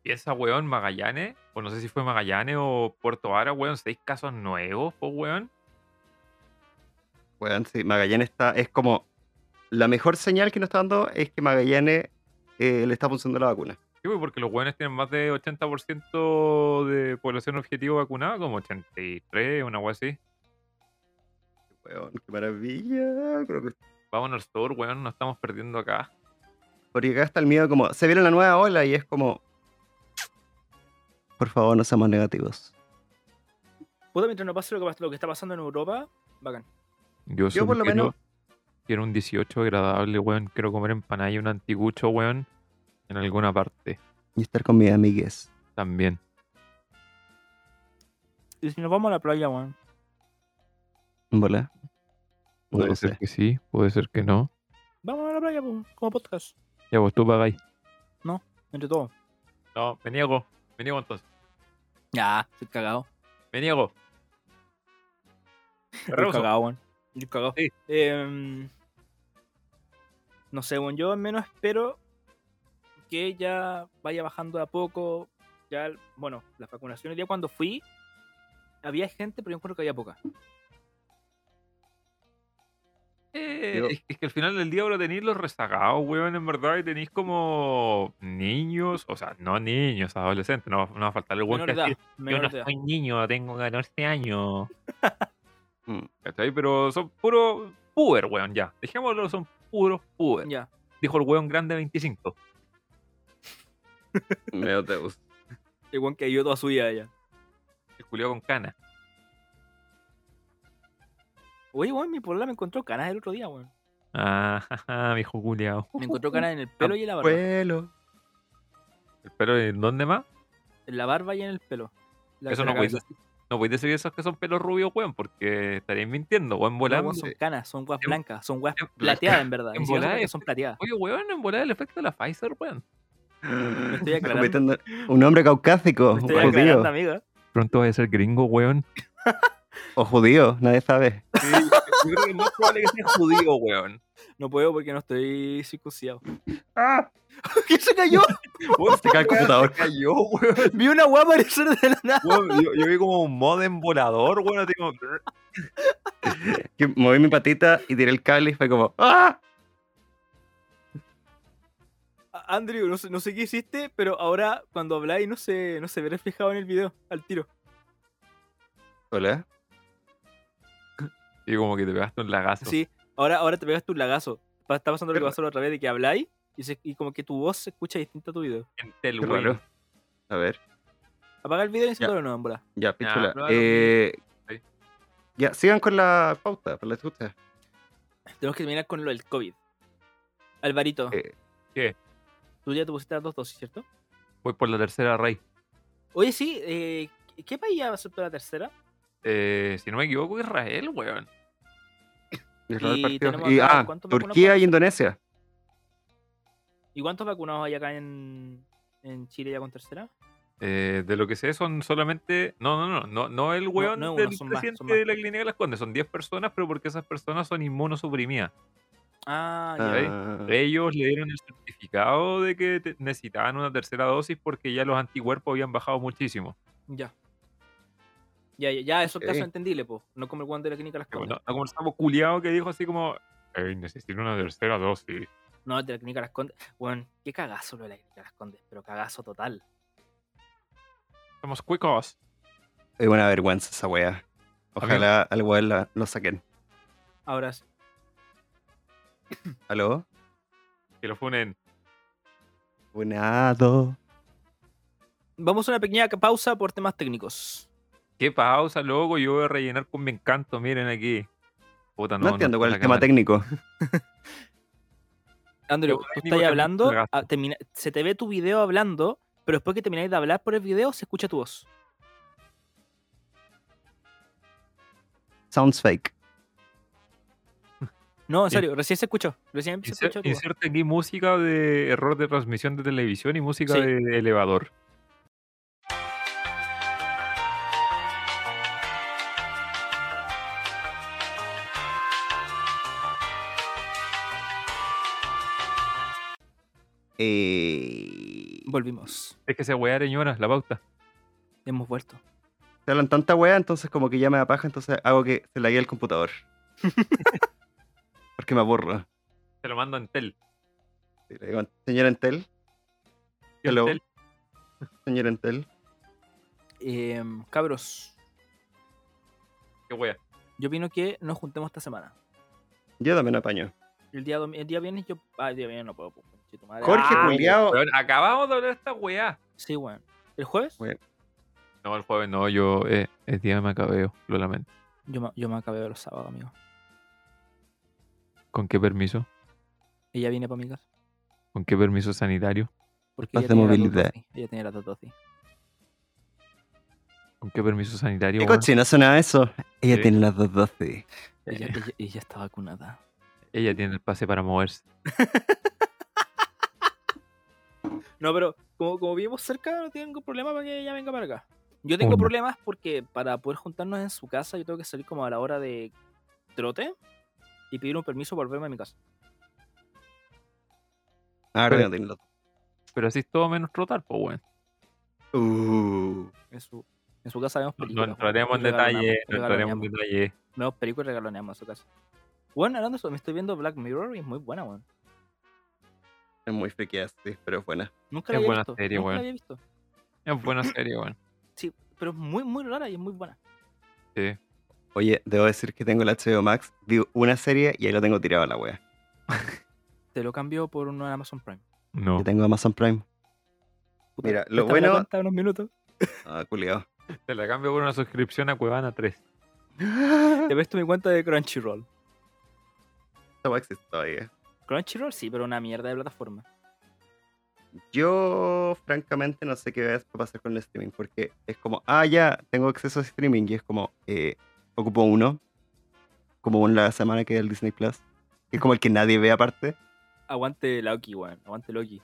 A: Piensa, weón, Magallanes, o no sé si fue Magallanes o Puerto Ara, weón, seis casos nuevos, pues, weón.
C: Weón, sí, Magallanes está, es como la mejor señal que nos está dando es que Magallanes eh, le está funcionando la vacuna.
A: Sí, pues, porque los weones tienen más de 80% de población objetivo vacunada, como 83, una weón así.
C: Weón, qué maravilla. creo que-
A: Vamos al store, weón, nos estamos perdiendo acá.
C: Porque acá está el miedo como, se viene la nueva ola y es como, por favor, no seamos negativos.
B: Puta, mientras no pase lo que, pas- lo que está pasando en Europa, bacán.
A: Yo,
C: Yo
A: solo
C: por lo
A: quiero-
C: menos-
A: Quiero un 18 agradable, weón. Quiero comer empanada y un anticucho, weón. En alguna parte
C: Y estar con mis amigues.
A: también.
B: Y si nos vamos a la playa, weón.
C: ¿Vola? No
A: Puede
C: lo
A: ser
C: sé.
A: que sí, puede ser que no.
B: Vamos a la playa, po, como podcast.
A: Ya vos tú pagáis.
B: Entre todos.
A: No, me niego. Me niego entonces.
B: Ya, estoy cagado.
A: Me niego. Me
B: Estoy
A: rehuso.
B: cagado, weón. Estoy cagado.
A: Sí.
B: Em, no sé, weón. Yo al menos espero que ya vaya bajando de a poco. Ya, bueno, las vacunaciones, ya cuando fui, había gente, pero yo encuentro que había poca.
A: Eh,
C: Yo-
A: es, es que al final del día ahora tenéis los rezagados, weón, en verdad, y tenéis como niños, o sea, no niños, adolescentes, no, va- no va a faltar el weón que
B: Menor de edad,
A: decir, yo
B: menor
A: no
B: de edad.
A: soy niño, tengo 14 años.
C: Mm.
A: ¿Cachai? Pero son puros puber, weón, ya. Dejémoslo, son puros puber.
B: Ya.
A: Dijo el weón grande 25.
C: Medio Teus.
B: Igual que yo toda su vida ya.
A: El culiao con cana.
B: Oye, weón, mi polola me encontró canas el otro día, weón.
A: Ah, jaja, viejo culiao.
B: Me encontró canas en el pelo y en la barba.
C: Vuelo.
A: ¿Pero en dónde más?
B: En la barba y en el pelo. La-
A: Eso
B: la
A: no podéis
B: cabeza.
A: decir. No podéis decir esos que son pelos rubios, weón, porque estaréis mintiendo, weón,
B: No,
A: volando.
B: weón, son canas, son weas
A: En-
B: blancas, son weas
A: en
B: plateadas en verdad.
A: en
B: Ni siquiera son
A: volada
B: blancas,
A: es-
B: son plateadas.
A: Oye, weón, en volar el efecto de la Pfizer, weón.
B: estoy aclarando.
C: Cometiendo- Un hombre caucásico,
B: Me estoy
C: o
B: aclarando,
C: judío,
B: amiga.
A: Pronto vas a ser gringo, weón.
C: o judío, nadie sabe.
A: Sí, yo creo que es más probable que sea judío, weón.
B: No puedo porque no estoy circuncidado.
A: ¡Ah!
B: ¿Qué se cayó?
A: Weón,
C: Se cae el computador.
A: cayó, weón.
B: Vi una wea aparecer de la nada.
A: Weón, yo, yo vi como un modem volador, weón. así como-
C: Que moví mi patita y tiré el cable y fue como, ¡ah!
B: A- Andrew, no sé, no sé qué hiciste, pero ahora cuando habláis no se, no se ve reflejado en el video, al tiro.
C: Hola.
A: Y como que te pegaste un lagazo.
B: Sí, ahora, ahora te pegas tu lagazo. Pa- Está pasando lo que
C: Pero-
B: pasó la otra vez de que habláis y, se- y como que tu voz se escucha distinta a tu video.
A: Entel,
C: Qué
A: weón.
C: raro. A ver,
B: Apaga el video y enciéndalo de
C: Ya.
B: nuevo, en bola.
C: ya, pichula.
A: pruébalo.
C: Eh,
A: Sí.
C: ya, sigan con la pauta, por la chucha.
B: Tenemos que terminar con lo del COVID. Alvarito,
C: Eh,
B: tú ya te pusiste las dos dosis, ¿cierto?
A: Voy por la tercera rey.
B: Oye, sí, eh, ¿qué país ya aceptó la tercera?
A: Eh, si no me equivoco, Israel, weón.
C: Israel
B: Y
C: partió.
B: tenemos
C: Y,
B: acá,
C: ah,
B: ¿cuántos
C: Turquía
B: vacunas?
C: y Indonesia.
B: ¿Y cuántos vacunados hay acá en, en Chile ya con tercera?
A: Eh, de lo que sé son solamente. No, no, no. No, no el weón
B: no es uno,
A: del
B: son más, son
A: presidente
B: más.
A: de la Clínica de las Condes. Son 10 personas, pero porque esas personas son inmunosuprimidas.
B: Ah, ya.
C: Ah,
A: Ellos le dieron el certificado de que te- necesitaban una tercera dosis porque ya los anticuerpos habían bajado muchísimo.
B: Ya. Ya, ya, ya, esos
C: Ok.
B: casos entendibles, po. No como el guante de la clínica Las
A: No,
B: Condes.
A: no como el sapo culiao que dijo así como, "Ey, necesito una tercera dosis.
B: No, el de la clínica Las Condes. Weón, qué cagazo lo de la clínica Las Condes, pero cagazo total.
A: Somos cuicos.
C: Ah, Es una vergüenza esa wea. Ojalá al weón la- lo saquen.
B: Ahora, sí.
C: ¿Aló?
A: Que lo funen.
C: Bunado.
B: vamos a una pequeña ca- pausa por temas técnicos.
A: Qué pausa, loco. Yo voy a rellenar con mi encanto. Miren aquí. Puta,
C: No, entiendo cuál es
A: está
C: el
A: la
C: tema
A: cámara.
C: técnico.
A: Yo,
B: Andrew,
A: técnico,
B: tú estás
A: también
B: hablando,
A: cagazo.
B: ah, termina- se te ve tu video hablando, pero después que termináis de hablar por el video, se escucha tu voz.
C: Sounds fake.
B: No, en
A: Sí.
B: serio, recién se escuchó. Recién se
A: Inser-
B: escuchó tu voz.
A: Inserte aquí música de error de transmisión de televisión y música
B: Sí.
A: de elevador.
C: Eh,
B: Volvimos.
A: Es que se weá ñoras la pauta.
B: Hemos vuelto.
C: se hablan tanta wea, entonces como que ya me da paja, entonces hago que se la guíe el computador. Porque me aburro.
A: Se lo mando a Entel.
C: Sí, le digo, Señor Entel, Hello.
A: Entel,
C: señor Entel.
B: Em, cabros,
A: Qué wea.
B: yo opino que nos juntemos esta semana.
C: Yo también apaño.
B: El día, dom- el día viernes yo. Ah, el día viernes no puedo. po, conchito madre.
C: Jorge
B: Ah,
C: Juliao.
A: Weón, acabamos de hablar de esta weá.
B: Sí, weón. ¿El jueves?
C: Weón.
A: No, el jueves no, yo eh, el día me acabeo, lo lamento.
B: Yo me, yo me acabé de los sábados, amigo.
A: ¿Con qué permiso?
B: Ella viene para mi casa.
A: ¿Con qué permiso sanitario?
B: Porque
C: Más
B: ella
C: de
B: tiene la
C: movilidad.
B: dosis, Ella tiene la dosis.
A: ¿Con qué permiso sanitario?
C: ¿Qué
A: weón?
C: cochino suena eso? Ella
A: Sí.
C: tiene las dos dosis.
B: Ella,
A: Eh,
B: ella- ella está vacunada.
A: Ella tiene el pase para moverse.
B: No, pero como, como vivimos cerca, no tengo problema para que ella venga para acá. Yo tengo
A: Uno.
B: problemas porque para poder juntarnos en su casa, yo tengo que salir como a la hora de trote y pedir un permiso para volverme a mi casa.
C: Ah,
A: Pero-
C: no tiene las-
A: Pero así es todo menos trotar, pues, weón.
C: Uh,
B: En su, en su casa vemos
A: No-
B: películas.
A: No entraremos en
B: weón, y
A: detalle,
B: regaloneamos,
A: no entraremos en
B: regaloneamos.
A: detalle.
B: Vemos películas y regaloneamos en su casa. Bueno, hablando de eso, me estoy viendo Black Mirror y es muy buena, weón.
C: es muy friquea, sí, pero es buena.
B: Nunca
A: Es
B: la había
A: buena
B: visto.
A: serie,
B: nunca la
A: weón.
B: había visto.
A: Es buena serie, weón.
B: Sí, pero es muy, muy rara y es muy buena.
A: Sí.
C: Oye, debo decir que tengo el HBO Max, vi una serie y ahí lo tengo tirado a la wea.
B: Te lo cambio por uno de Amazon Prime.
A: No.
C: Yo tengo Amazon Prime.
B: Puta,
C: Mira,
B: préstame
C: lo
B: la
C: bueno-
B: cuenta unos minutos.
C: Ah, culiao.
A: Te la cambio por una suscripción a Cuevana 3.
B: Te ves tú mi cuenta de Crunchyroll.
C: Esta wea existe todavía.
B: Crunchyroll sí, pero una mierda de plataforma.
C: Yo, francamente, no sé qué va a pasar con el streaming, porque es como, ah, ya, tengo acceso a streaming, y es como, eh, ocupo uno, como uno a la semana que es el Disney Plus, que es como el que nadie ve aparte.
B: Aguante Loki, weón. Aguante Loki.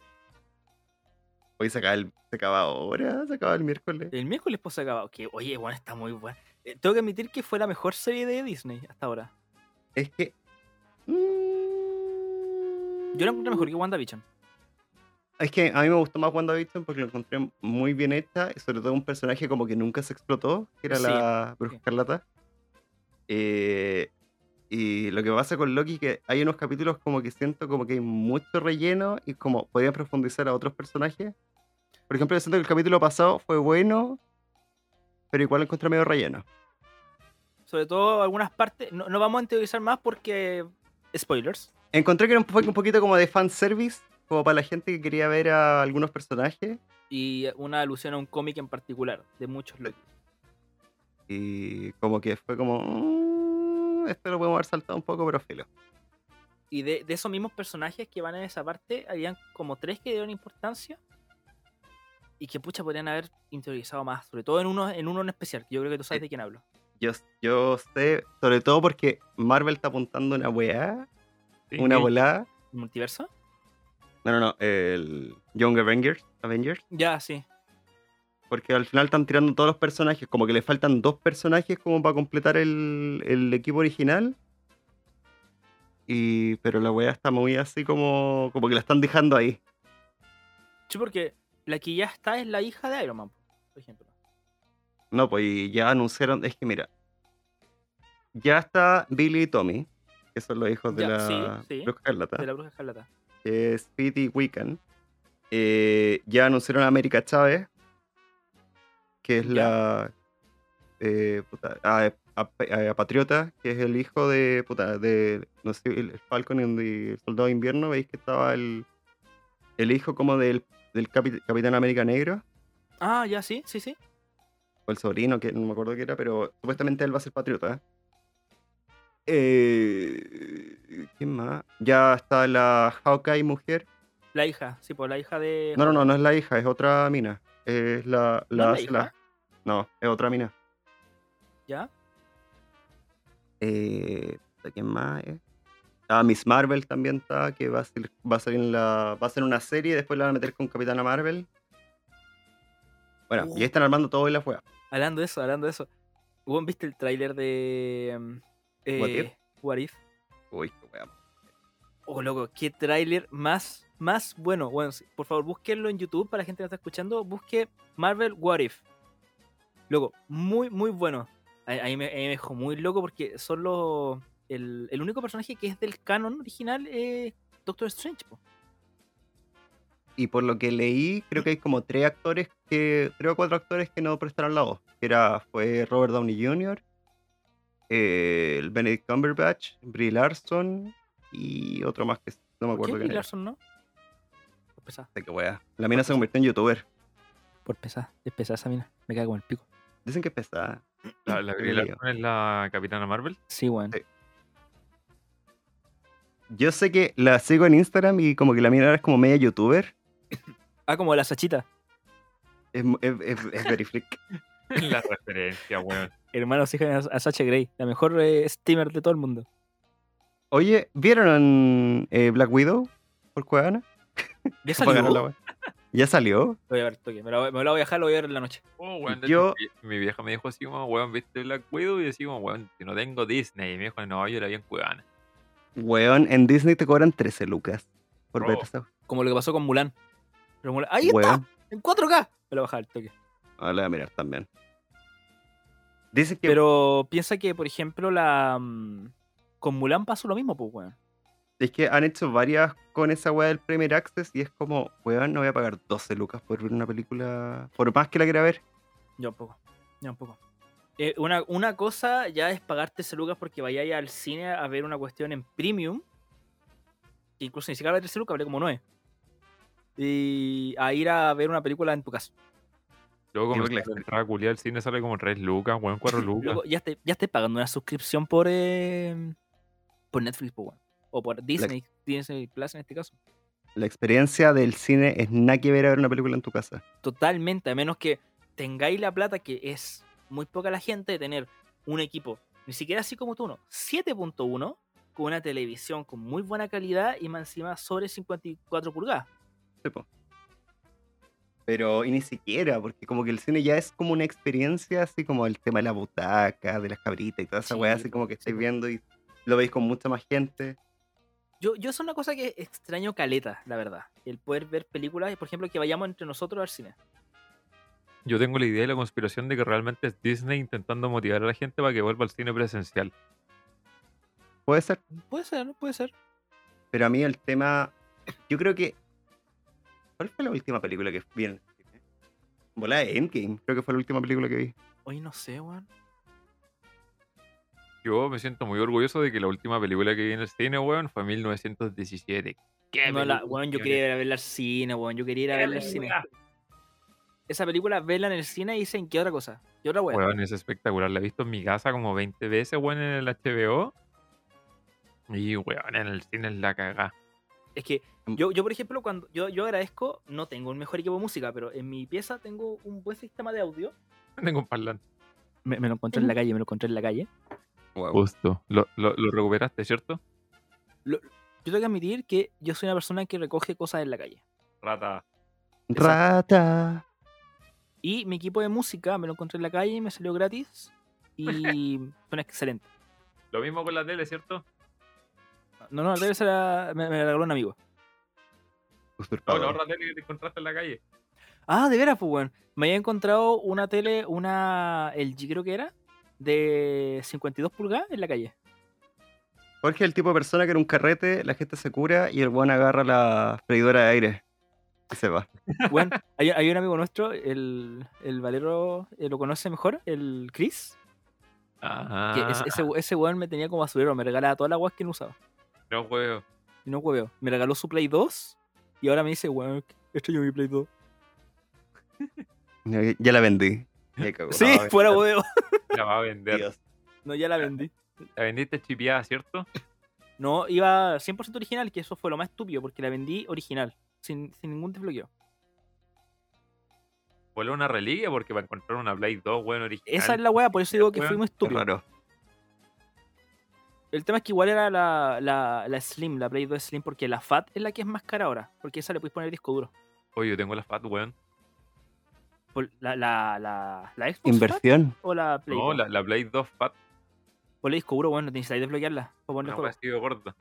C: Hoy se acaba, el- se acaba ahora, se acaba el miércoles.
B: El miércoles pues se acaba. Que, oye, weón, está muy buena. Eh, tengo que admitir que fue la mejor serie de Disney hasta ahora.
C: Es que. mm.
B: Yo la encuentro mejor que WandaVision.
C: Es que a mí me gustó más WandaVision porque lo encontré muy bien hecha, y sobre todo un personaje como que nunca se explotó, que era
B: Sí,
C: la Bruja
B: sí.
C: Escarlata. Eh, y lo que pasa con Loki que hay unos capítulos como que siento como que hay mucho relleno y como podían profundizar a otros personajes. Por ejemplo, yo siento que el capítulo pasado fue bueno, pero igual lo encontré medio relleno.
B: Sobre todo algunas partes. No, no vamos a teorizar más porque. Spoilers.
C: Encontré que era un, fue un poquito como de fanservice, como para la gente que quería ver a algunos personajes.
B: Y una alusión a un cómic en particular, de muchos Loki.
C: Y como que fue como. "Mm, esto lo podemos haber saltado un poco, pero filo.
B: Y de, de esos mismos personajes que van en esa parte, habían como tres que dieron importancia. Y que pucha podrían haber interiorizado más. Sobre todo en uno, en uno en especial, que yo creo que tú sabes
C: Sí.
B: de quién hablo.
C: Yo, yo sé, sobre todo porque Marvel está apuntando una weá, una volada.
B: ¿El multiverso?
C: No, no, no, el Young Avengers, Avengers.
B: Ya, sí.
C: Porque al final están tirando todos los personajes, como que le faltan dos personajes como para completar el, el equipo original. Y, pero la weá está muy así como, como que la están dejando ahí.
B: Sí, porque la que ya está es la hija de Iron Man, por ejemplo.
C: No, pues y ya anunciaron, es que mira, ya está Billy y Tommy, que son los hijos de
B: Ya,
C: la
B: sí, sí.
C: Bruja Escarlata,
B: De la Bruja Escarlata.
C: que es Pete y Wiccan. Eh, ya anunciaron a América Chávez, que es
B: Ya.
C: la... eh, puta, a, a- a Patriota, que es el hijo de... Puta, de no sé, el el Falcon y el el Soldado de Invierno, veis que estaba el, el hijo como del, del capi- Capitán América Negro.
B: Ah, ya, sí, sí, sí.
C: o el sobrino, que no me acuerdo qué era, pero supuestamente él va a ser patriota. Eh, ¿Quién más? Ya está la Hawkeye mujer.
B: La hija, sí, pues la hija de.
C: No, no, no, no es la hija, es otra mina. Es la.
B: ¿No
C: la,
B: es la
C: la-
B: hija?
C: no, es otra mina.
B: ¿Ya?
C: Eh, ¿Quién más? es? Ah, Miss Marvel también está, que va a ser, va a salir en la. Va a ser una serie, después la van a meter con Capitana Marvel. Bueno,
B: Uh.
C: y ahí están armando todo y la juega.
B: Hablando de eso, hablando de eso. Weón, ¿viste el tráiler de. mm,
C: What
B: eh,
C: If?
B: What If?
C: Uy, qué wea.
B: Oh, loco, qué tráiler más, más bueno. Bueno, sí, por favor, búsquenlo en YouTube para la gente que está escuchando. Busque Marvel What If. Loco, muy, muy bueno. A, a mí, me, a mí me dejó muy loco porque son los. El, el único personaje que es del canon original es Doctor Strange. po.
C: y por lo que leí, creo que hay como tres actores que, tres o cuatro actores que no prestaron la voz. que Era, fue Robert Downey Jr., eh, el Benedict Cumberbatch, Brie Larson y otro más que
B: ¿Por
C: no me
B: qué
C: acuerdo quién
B: Brie
C: era.
B: Larson no? Por pesada,
C: Sé que wea. La mina se convirtió en youtuber.
B: por pesada, es pesada esa mina. Me cago en el pico.
C: Dicen que es pesada.
A: La, la
C: Qué
A: Brie
C: lío.
A: Larson es la Capitana Marvel.
B: Sí, weón.
C: Sí. Yo sé que la sigo en Instagram y como que la mina ahora es como media youtuber.
B: Ah, como la Sachita.
C: Es, mu- es, es, es very freak.
A: la referencia, weón.
B: Hermanos, hija a Sacha Grey, la mejor eh, streamer de todo el mundo.
C: Oye, ¿vieron eh, Black Widow por Cuevana?
B: ¿Ya
C: Para ganar la
B: salió?
C: wea. ¿Ya salió?
B: Lo voy a ver, al toque. Me la, voy- me la voy a dejar, lo voy a ver en la noche.
A: Oh, weón, de
C: Yo-
A: hecho, mi, mi vieja me dijo así como, weón, ¿viste Black Widow? Y yo así como, weón, que no tengo Disney. Y me dijo, no, yo la vi en Cuevana.
C: Weón, en Disney te cobran 13 lucas por ver
A: Bro.
B: Oh.
C: esa.
B: Como lo que pasó con Mulan. Remula- ¡Ahí
C: Weón.
B: está! ¡En 4K! Me lo bajaba al toque.
C: Ahora la voy a mirar también. Dice que.
B: Pero piensa que, por ejemplo, la. mm, Con Mulan pasó lo mismo, pues, weón.
C: Es que han hecho varias con esa weá del Premier Access y es como, weón, no voy a pagar 12 lucas por ver una película. Por más que la quiera ver.
B: Yo un poco. Yo un poco. Eh, una, una cosa ya es pagarte ese lucas porque vayáis al cine a ver una cuestión en premium. Que incluso ni siquiera vale 13 lucas, vale como 9. Y a ir a ver una película en tu casa.
A: Luego
C: Digo que
A: comenzó
C: la
A: la entrada culiada al cine sale como 3 lucas, weón, 4 lucas.
B: Luego ya estáis ya estáis pagando una suscripción por, eh, por Netflix, pues, weón. O por Disney, Disney Plus en este caso.
C: La experiencia del cine es nada que ver a ver una película en tu casa.
B: Totalmente, a menos que tengáis la plata, que es muy poca la gente, de tener un equipo, ni siquiera así como tú, no, 7.1, con una televisión con muy buena calidad y más encima sobre 54 pulgadas.
C: Sí, po. Pero, y ni siquiera, porque como que el cine ya es como una experiencia, así como el tema de la butaca, de las cabritas y toda esa
B: Sí,
C: weá, así
B: po,
C: como que
B: sí,
C: estáis
B: po.
C: viendo y lo veis con mucha más gente.
B: Yo, yo es una cosa que extraño caleta, la verdad. El poder ver películas, por ejemplo, que vayamos entre nosotros al cine.
A: Yo tengo la idea y la conspiración de que realmente es Disney intentando motivar a la gente para que vuelva al cine presencial.
C: Puede ser.
B: Puede ser, puede ser.
C: Pero a mí el tema. Yo creo que. ¿Cuál fue la última película que vi en el cine? Bola de Endgame, creo que fue la última película que vi.
B: Hoy no sé, weón.
A: Yo me siento muy orgulloso de que la última película que vi en el cine, weón, fue 1917. ¿Qué
B: No, la-
A: película,
B: weón, Eh, yo
A: weón?
B: Eh, quería ir a verla al cine, weón. Yo quería ir a verla al cine. Esa película, verla en el cine y dicen, ¿qué otra cosa? ¿Qué otra weón?
A: Weón, es espectacular. La he visto en mi casa como 20 veces, weón, en el HBO. Y, weón, en el cine es la cagá.
B: Es que
C: Mm.
B: yo, yo por ejemplo, cuando yo, yo agradezco, no tengo el mejor equipo de música, pero en mi pieza tengo un buen sistema de audio.
A: Tengo un parlante.
B: Me, me lo encontré en la calle, me lo encontré en la calle.
C: Wow.
A: Justo. Lo, lo- lo recuperaste, ¿cierto?
B: Yo tengo que admitir que yo soy una persona que recoge cosas en la calle.
A: Rata.
C: Rata.
B: Y mi equipo de música me lo encontré en la calle, me salió gratis y suena excelente.
A: Lo mismo con la tele, ¿cierto?
B: No, no, debe ser la- me, me la regaló un amigo.
A: No,
C: Usurpador.
A: la otra tele que te encontraste en la calle.
B: Ah, de veras, pues, weón. Me había encontrado una tele, una LG creo que era, de 52 pulgadas en la calle.
C: Jorge es el tipo de persona que en un carrete la gente se cura y el buen agarra la freidora de aire. Y se va.
B: Bueno, hay, hay un amigo nuestro, el, el Valero eh, lo conoce mejor, el Chris.
A: Ajá.
B: Que es- ese, ese weón me tenía como basurero, me regalaba toda la weas que no usaba.
A: No, weón.
B: Y no hueveo. Me regaló su Play 2 y ahora me dice, weón, extraño mi Play 2.
C: Ya, ya la vendí. Me cago.
B: sí,
C: No, este
B: fuera hueveo.
A: La va a vender.
C: Dios.
B: No, ya la vendí.
A: La vendiste chipeada, ¿cierto?
B: No, iba 100% original, que eso fue lo más estúpido, porque la vendí original, sin, sin ningún desbloqueo.
A: Vuelve una reliquia porque va a encontrar una Blade 2, weón, original.
B: Esa es la wea, por eso digo que
A: Weón,
B: fui muy
C: Qué
B: estúpido.
C: raro.
B: El tema es que igual era la, la, la Slim, la Play 2 Slim, porque la Fat es la que es más cara ahora, porque esa le puedes poner disco duro.
A: Oye, yo tengo la Fat, weón.
B: Por La, la, la, la Xbox Fat
C: Inversión.
B: o la Play
A: No,
B: 2.
A: la, la Blade 2 Fat.
B: Ponle disco duro, bueno, necesitáis desbloquearla. para ponerle
A: Una
B: juego.
A: weá así de gorda.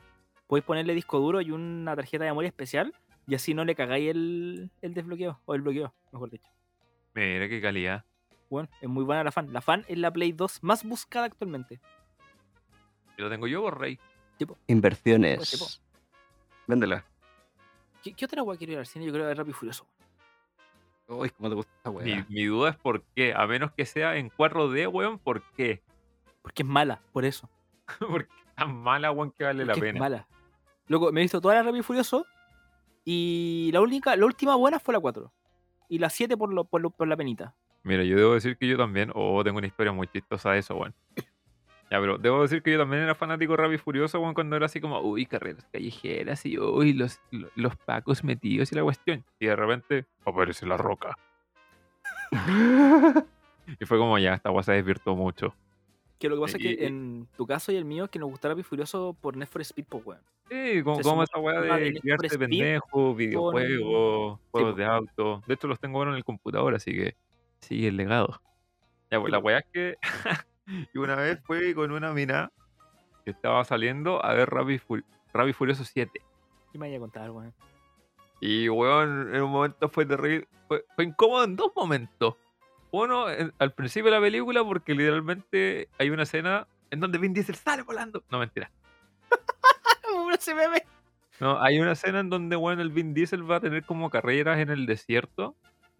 B: Podéis ponerle disco duro y una tarjeta de memoria especial y así no le cagáis el, el desbloqueo, o el bloqueo, mejor dicho.
A: Mira qué calidad.
B: Bueno, es muy buena la fan. La fan es la Play 2 más buscada actualmente.
A: Y Lo tengo yo, por rey.
B: Pues,
C: Inversiones.
B: sí,
C: Véndela.
B: ¿Qué, qué otra weá quiero ir al cine? Yo creo ver Rápido y Furioso.
C: Uy, cómo te gusta esta weá.
A: Mi, mi duda es por qué. A menos que sea en 4D, weón, ¿por qué?
B: Porque es mala, por eso.
A: Porque tan mala, weón, que vale la
B: porque Es
A: pena.
B: mala. Loco, me he visto toda la Rápido y Furioso y la única, la última buena fue la 4. Y la 7 por, lo, por, lo- por la penita.
A: Mira, yo debo decir que yo también. Oh, tengo una historia muy chistosa de eso, weón. Ya, pero debo decir que yo también era fanático de Rápido y Furioso, weón, cuando era así como, uy, carreras callejeras y uy, los, lo- los pacos metidos y la cuestión. Y de repente aparece la roca. Y fue como, ya, esta weá se desvirtuó mucho.
B: Que lo que pasa
A: Y-
B: es
A: y-
B: que en tu caso y el mío es que nos gusta Rápido y Furioso por Need for Speed, pues weón.
A: Sí, como,
B: Se
A: como
B: sumó
A: esa weá
B: la
A: de
B: de Need for
A: criarse
B: Speed
A: pendejo, videojuegos, juegos
B: po.
A: de auto. De hecho, los tengo ahora en el computador, así que sigue el legado. Ya, pues
B: Sí,
A: la
B: po.
A: weá es que. y una vez fue con una mina que estaba saliendo a ver Rabbi, Furioso 7.
B: ¿Qué me vaya a contar, weón?
A: Y, weón, en un momento fue terrible. Fue, fue incómodo en dos momentos. Uno, en- al principio de la película, porque literalmente hay una escena en donde Vin Diesel sale volando. No, mentira.
B: ese meme.
A: No, hay una escena en donde, weón, el Vin Diesel va a tener como carreras en el desierto.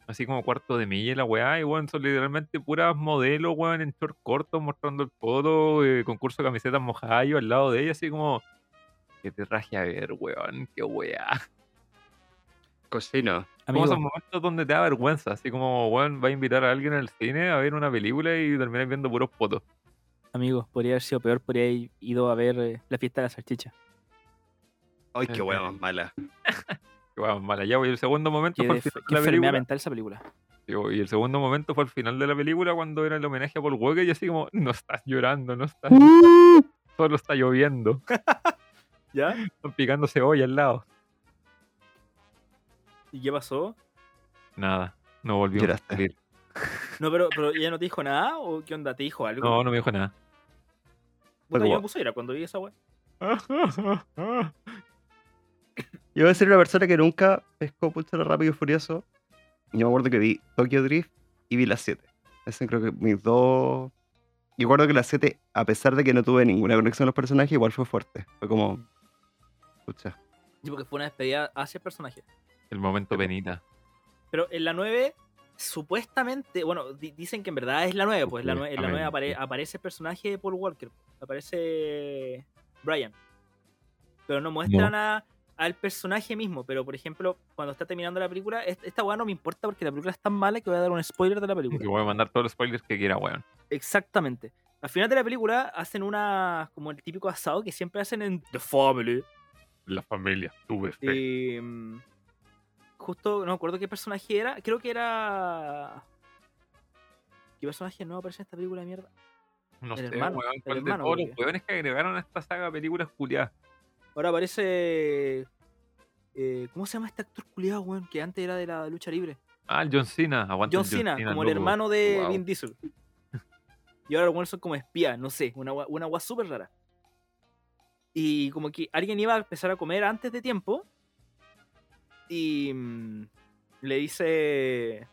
A: Así como cuarto de milla y la weá. Y, weón, son literalmente puras modelos, weón, en short corto, mostrando el poto, eh, concurso de camisetas mojadas yo al lado de ella. Así como, que te raje a ver, weón, qué weá.
C: Cocina.
A: Como
B: Amigo,
A: esos momentos donde te da vergüenza, así como, weón, va a invitar a alguien al cine a ver una película y terminas viendo puros potos.
B: amigo, podría haber sido peor, podría haber ido a ver eh, la fiesta de la salchicha.
C: Ay, qué hueá más mala.
A: Que va mala ya, y el segundo momento
B: Qué,
A: fue al
B: def-
A: final de
B: qué
A: la
B: enfermedad
A: película.
B: mental esa película.
A: tío, y el segundo momento fue al final de la película cuando era el homenaje a Paul Walker y así como, no estás llorando, no estás, solo está lloviendo,
B: ¿Ya?
A: están picando cebolla al lado.
B: ¿Y qué pasó?
A: Nada, no volvió a
C: Lloraste.
A: salir.
B: No, pero, pero ella no te dijo nada o qué onda, te dijo algo.
A: No, no me dijo nada.
B: Puta,
C: Fue
B: yo
C: como-
B: me puse a llorar cuando vi esa wea.
C: Yo voy a ser una persona que nunca pescó Pulsera Rápido y Furioso. Yo me acuerdo que vi Tokyo Drift y vi las 7. Esas creo que mis dos... Yo recuerdo que las 7, a pesar de que no tuve ninguna conexión con los personajes, igual fue fuerte. Fue como... Pucha.
B: Sí, porque fue una despedida hacia el personaje.
A: El momento penita.
B: Pero en la 9, supuestamente, bueno, di- dicen que en verdad es la 9, pues en la 9, en la 9 apare-
A: Supuestamente.
B: aparece el personaje de Paul Walker, aparece Brian. Pero no muestran a- al personaje mismo, pero por ejemplo, cuando está terminando la película, est- esta weá no me importa porque la película es tan mala que voy a dar un spoiler de la película.
A: Que voy a mandar todos los spoilers que quiera, weón.
B: Exactamente. Al final de la película hacen una, como el típico asado que siempre hacen en The Family.
A: La familia, tuve fe.
B: Eh, mm, justo, no me acuerdo qué personaje era. Creo que era. ¿Qué personaje no aparece en esta película de mierda?
A: No
B: el
A: sé,
B: hermano,
A: weón,
B: el
A: cuál de
B: hermano,
A: todos
B: creo
A: los
B: que.
A: weones que agregaron a esta saga películas culiadas.
B: Ahora aparece. eh, ¿Cómo se llama este actor culiado, weón? Que antes era de la lucha libre.
A: Ah, el John Cena. Aguanta
B: John
A: el
B: Cena, como
A: loco.
B: el hermano de
A: Guau.
B: Vin Diesel. Y ahora los buenos son como espías, no sé, una gua- una gua súper rara. Y como que alguien iba a empezar a comer antes de tiempo. Y mm, le dice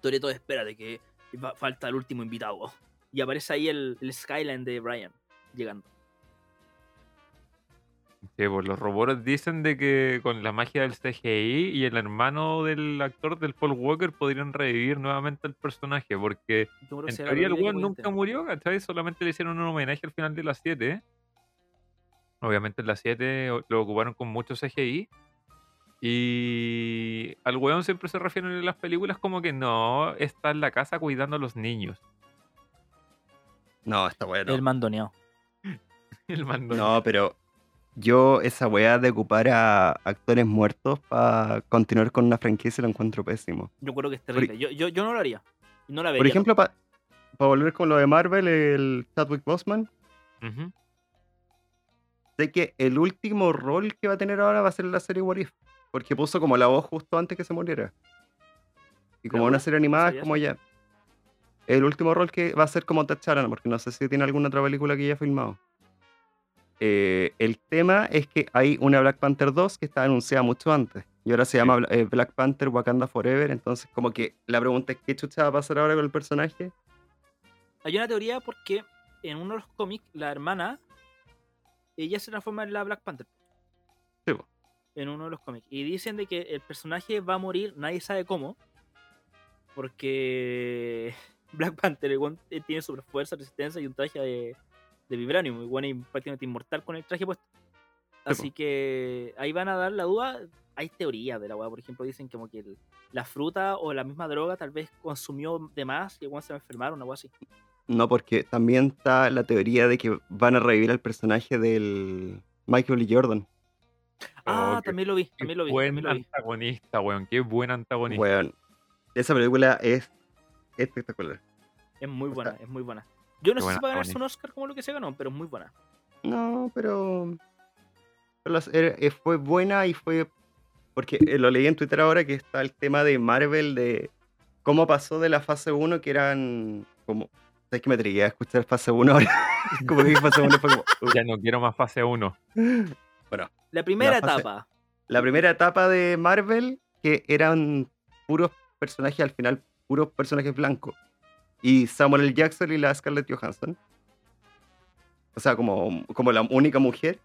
B: Toreto, espérate que va- falta el último invitado. Y aparece ahí el, el Skyline de Brian llegando.
A: Sí, pues, los robores dicen de que con la magia del CGI y el hermano del actor del Paul Walker podrían revivir nuevamente al personaje, porque
B: Yo creo que
A: en
B: será
A: teoría el
B: lo que
A: weón
B: voy a
A: nunca
B: intentar.
A: murió, ¿cachai? Solamente le hicieron un homenaje al final de las 7. ¿eh? Obviamente en las 7 o- lo ocuparon con mucho CGI. Y al weón siempre se refieren en las películas como que no, está en la casa cuidando a los niños.
C: No, está bueno.
B: El mandoneado.
A: El mando.
C: No, pero yo esa weá de ocupar a actores muertos para continuar con una franquicia lo encuentro pésimo.
B: Yo creo que es terrible. Yo, yo, yo no lo haría. No la vería.
C: Por ejemplo, para volver con lo de Marvel, el Chadwick Boseman,
A: Ujú.
C: sé que el último rol que va a tener ahora va a ser en la serie What If, porque puso como la voz justo antes que se muriera. Y como
B: ¿La
C: una
B: voz?
C: serie animada es
B: ¿Sabías?
C: como ya. El último rol que va a ser como Tacharana, porque no sé si tiene alguna otra película que haya filmado. Eh, el tema es que hay una Black Panther 2 que está anunciada mucho antes. Y ahora se llama Bla- eh, Black Panther Wakanda Forever. Entonces, como que la pregunta es: ¿qué chucha va a pasar ahora con el personaje?
B: Hay una teoría porque en uno de los cómics, la hermana, ella se transforma en la Black Panther.
C: Sí, po.
B: En uno de los cómics. Y dicen de que el personaje va a morir, nadie sabe cómo. Porque Black Panther el weón, eh, tiene super fuerza, resistencia y un traje de, de vibranium. Igual es prácticamente inmortal con el traje puesto. Así que ahí van a dar la duda. Hay teorías de la weá. Por ejemplo, dicen como que el- la fruta o la misma droga tal vez consumió de más y el weón se va a enfermar, una weá así.
C: No, porque también está la teoría de que van a revivir al personaje del Michael B. Jordan.
B: Ah,
A: Oh, qué-
B: también lo vi,
A: Qué
B: también lo vi,
A: buen
B: también lo vi.
A: antagonista, weón. Qué buen antagonista.
C: Weón, esa película es espectacular.
B: Es muy
C: O
B: buena,
C: sea,
B: es muy buena. Yo no
A: qué
B: sé
A: buena
B: si va a ganarse
A: Tony.
B: un Oscar como lo que se ganó, pero es muy buena.
C: No, pero. pero las- eh, eh, fue buena y fue. Porque eh, lo leí en Twitter ahora que está el tema de Marvel de cómo pasó de la fase 1 que eran. como Es que me trigué a escuchar fase 1 ahora. como que fase 1 fue como.
A: Ya no quiero más fase 1.
C: Bueno,
B: La primera
C: fase-
B: etapa.
C: la primera etapa de Marvel, que eran puros personajes, al final, puros personajes blancos. Y Samuel L. Jackson y la Scarlett Johansson. O sea, como, como la única mujer.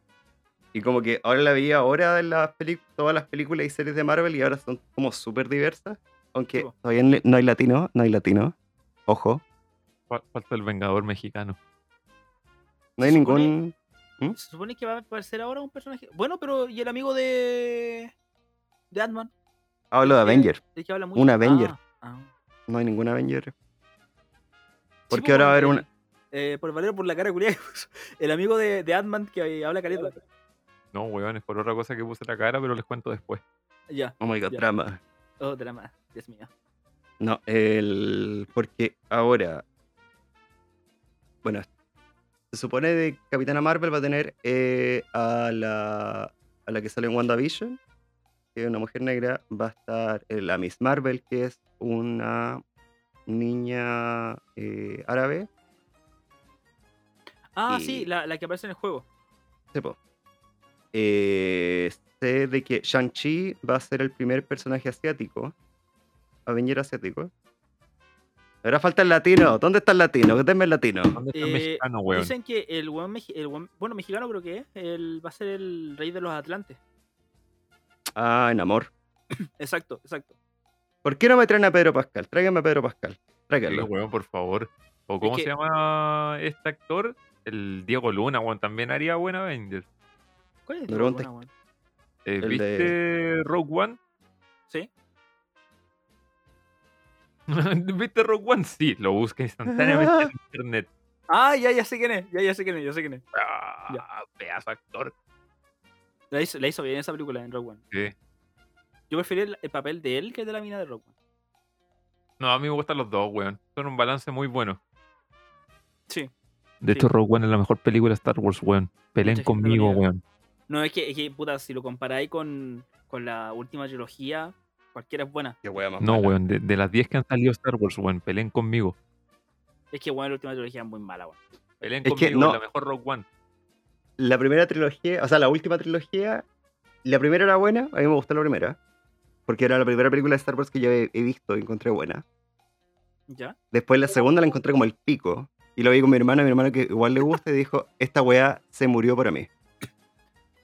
C: Y como que ahora la veía ahora en las peli- todas las películas y series de Marvel y ahora son como súper diversas. Aunque
B: Sí, po.
C: todavía no- no hay latino, no hay latino. Ojo,
A: Fal- Falta el Vengador mexicano.
C: no hay
B: Se
C: ningún...
B: Se supone que va a aparecer ahora un personaje. Bueno, pero ¿y el amigo de. de Ant-Man?
C: Hablo de
B: Eh,
C: Avenger.
B: del que habla mucho?
C: Un Avenger.
B: Ah, ah.
C: No hay ningún Avenger.
B: Sí,
C: Porque
B: po,
C: ahora va a haber
B: bueno,
C: una...
B: eh, por Valero, por la cara culiada que puso. El amigo de, de Ant-Man que habla careta.
A: No, weón, es por otra cosa que puse la cara, pero les cuento después.
B: Ya,
C: Oh my god,
B: Ya.
C: trama.
B: oh, drama. Dios mío.
C: No, el... Porque ahora... Bueno, se supone de Capitana Marvel va a tener eh, a, la, a la que sale en WandaVision, que es una mujer negra, va a estar eh, la Miss Marvel, que es una niña eh, árabe.
B: Ah,
C: Y-
B: sí, la, la que aparece en el juego.
C: Sepo. Eh, sé de que Shang-Chi va a ser el primer personaje asiático. Avenger asiático. Ahora falta el latino. ¿Dónde está el latino? Denme el latino.
A: ¿Dónde está
B: Eh,
A: el mexicano, weón?
B: Dicen que el buen, meji- el buen- bueno, mexicano creo que es, el, va a ser el rey de los Atlantes.
C: Ah, en amor.
B: Exacto, exacto.
C: ¿Por qué no me traen a Pedro Pascal? Tráiganme a Pedro Pascal.
A: Sí,
C: Tráiganlo.
A: weón, por favor. ¿O cómo
B: que-
A: se llama este actor? El Diego Luna, weón, también haría buena Avenger.
B: ¿Cuál es
C: Me
B: el
C: preguntas-
B: weón?
A: Eh,
C: El
A: ¿Viste Rogue One?
B: Sí.
A: ¿Viste Rogue One? Sí, lo busca instantáneamente en internet.
B: Ah, ya, ya sé quién es, ya, ya sé quién es, ya sé quién es.
A: Ah, pedazo de actor.
B: La hizo, la hizo bien esa película en Rogue One.
A: Sí.
B: Yo prefiero el, el papel de él que el de la mina de Rogue One.
A: No, a mí me gustan los dos, weón. Son un balance muy bueno.
B: Sí.
A: De
B: Sí.
A: hecho, Rogue One es la mejor película de Star Wars, weón. Peleen
B: Mucha gente lo
A: conmigo,
B: niega.
A: weón.
B: No, es que, es que, puta, si lo comparáis con, con la última trilogía, cualquiera es buena.
C: Qué wea más
A: No,
C: mala.
A: weón. De, de las 10 que han salido Star Wars, weón, peleen conmigo.
B: Es que, bueno, la última trilogía es muy mala, weón.
A: Peleen
C: Es que
A: conmigo,
C: no.
A: la mejor Rogue One.
C: La primera trilogía, o sea, la última trilogía. La primera era buena. A mí me gustó la primera. Porque era la primera película de Star Wars que yo he, he visto y encontré buena.
B: ¿Ya?
C: Después la segunda la encontré como el pico. Y lo vi con mi hermano, mi hermano que igual le gusta y dijo, esta weá se murió para mí.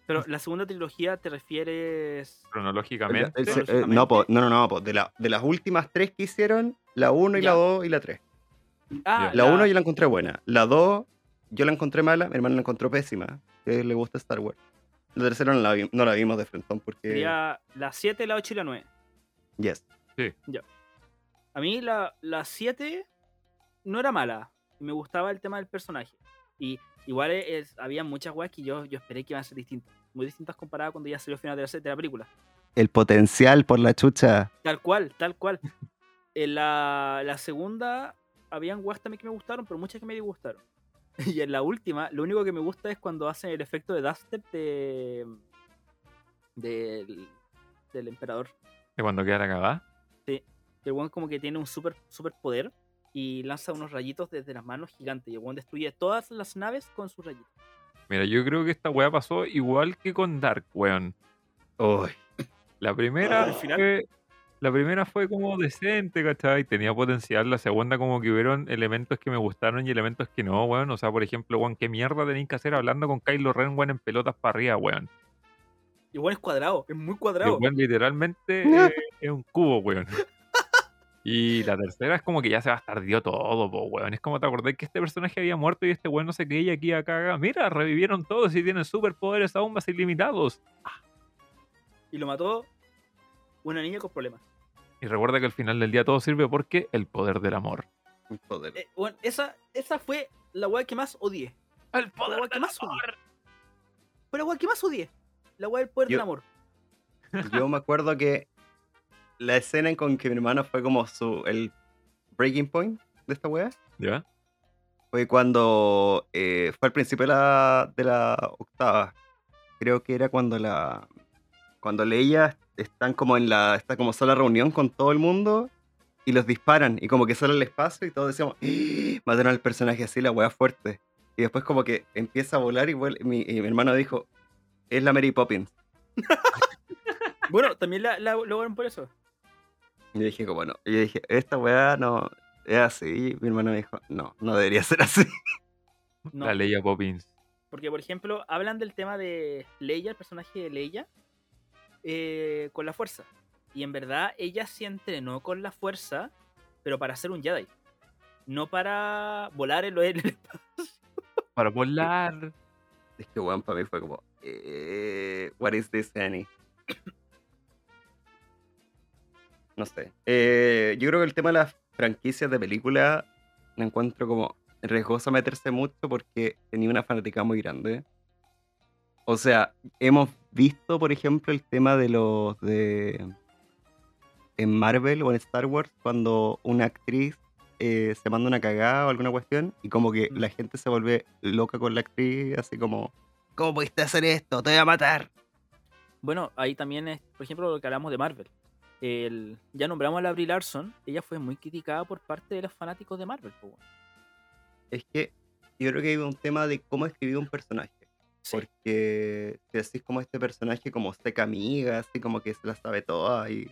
B: Pero la segunda trilogía te refieres...
A: Cronológicamente.
C: El- el- eh, no, po, no, no, no, po, de, la- de las últimas tres que hicieron, la 1 y
B: Ya.
C: la 2 y la 3.
B: Ah,
C: La 1 yo la encontré buena. La 2 yo la encontré mala, mi hermano la encontró pésima. Que le gusta Star Wars. La tercera no la, vi- no la vimos de frente porque...
B: sería la 7, la 8 y la 9.
C: Yes.
B: A mí la, la 7 no era mala. Me gustaba el tema del personaje. Y igual es- había muchas weas que yo, yo esperé que iban a ser distintas. Muy distintas comparadas cuando ya salió el final de la, se- de la película.
C: El potencial por la chucha.
B: Tal cual, tal cual. En la, la segunda habían weas también que me gustaron, pero muchas que me disgustaron. Y en la última, lo único que me gusta es cuando hacen el efecto de dubstep de, del- del emperador.
A: De cuando queda la cagada.
B: que el weón como que tiene un super, super poder y lanza unos rayitos desde las manos gigantes. Y el weón destruye todas las naves con sus rayitos.
A: Mira, yo creo que esta weá pasó igual que con Dark, weón.
C: Uy.
A: La primera,
B: Al final.
A: Fue, la primera fue como decente, ¿cachai? Tenía potencial. La segunda, como que hubieron elementos que me gustaron y elementos que no, weón. O sea, por ejemplo, weón, ¿qué mierda tenéis que hacer hablando con Kylo Ren, weón, en pelotas para arriba, weón?
B: Y el weón es cuadrado, es muy
A: El
B: cuadrado.
A: weón literalmente eh, es un cubo, weón. Y la tercera es como que ya se bastardió todo, po, weón. Es como te acordás que este personaje había muerto y este weón no se creía aquí acá. acá. Mira, revivieron todos y tienen superpoderes aún más ilimitados.
B: Y lo mató una niña con problemas.
A: Y recuerda que al final del día todo sirve porque el poder del amor.
C: Joder.
B: Eh, weón, esa, esa fue la weá que más odié.
A: El
B: La weá que más odié. Fue la weá que más odié. La weá del poder
C: Yo-
B: del amor.
C: Yo me acuerdo que la escena en con que mi hermano fue como su el breaking point de esta wea
A: ¿Ya?
C: fue cuando eh, fue al principio de la, de la octava. Creo que era cuando la cuando Leia están como en la está como sola reunión con todo el mundo y los disparan y como que sale el espacio y todos decíamos "Ah, mataron al personaje así la wea fuerte y después como que empieza a volar y, vuel- mi, y mi hermano dijo es la Mary Poppins
B: Bueno, también la, la lograron por eso.
C: Yo dije, como no. Yo dije, esta weá no es así. Mi hermano me dijo, no, no debería ser así.
B: No.
A: La ley a Poppins.
B: Porque, por ejemplo, hablan del tema de Leia, el personaje de Leia, eh, con la fuerza. Y en verdad, ella sí entrenó con la fuerza, pero para ser un Jedi. No para volar en lo en el espacio.
A: Para volar.
C: Es que este weón, para mí fue como, eh, what is this, Annie? No sé. Eh, yo creo que el tema de las franquicias de película lo encuentro como riesgoso meterse mucho porque tenía una fanática muy grande. O sea, hemos visto, por ejemplo, el tema de los de. En Marvel o en Star Wars, cuando una actriz eh, se manda una cagada o alguna cuestión, y como que la gente se vuelve loca con la actriz, así como: ¿Cómo pudiste hacer esto? ¡Te voy a matar!
B: Bueno, ahí también es, por ejemplo, lo que hablamos de Marvel. El- ya nombramos a la Brie Larson, ella fue muy criticada por parte de los fanáticos de Marvel. po, weón.
C: Es que yo creo que hay un tema de cómo escribir un personaje.
B: Sí.
C: Porque si así es como este personaje como seca amiga, así como que se la sabe toda y...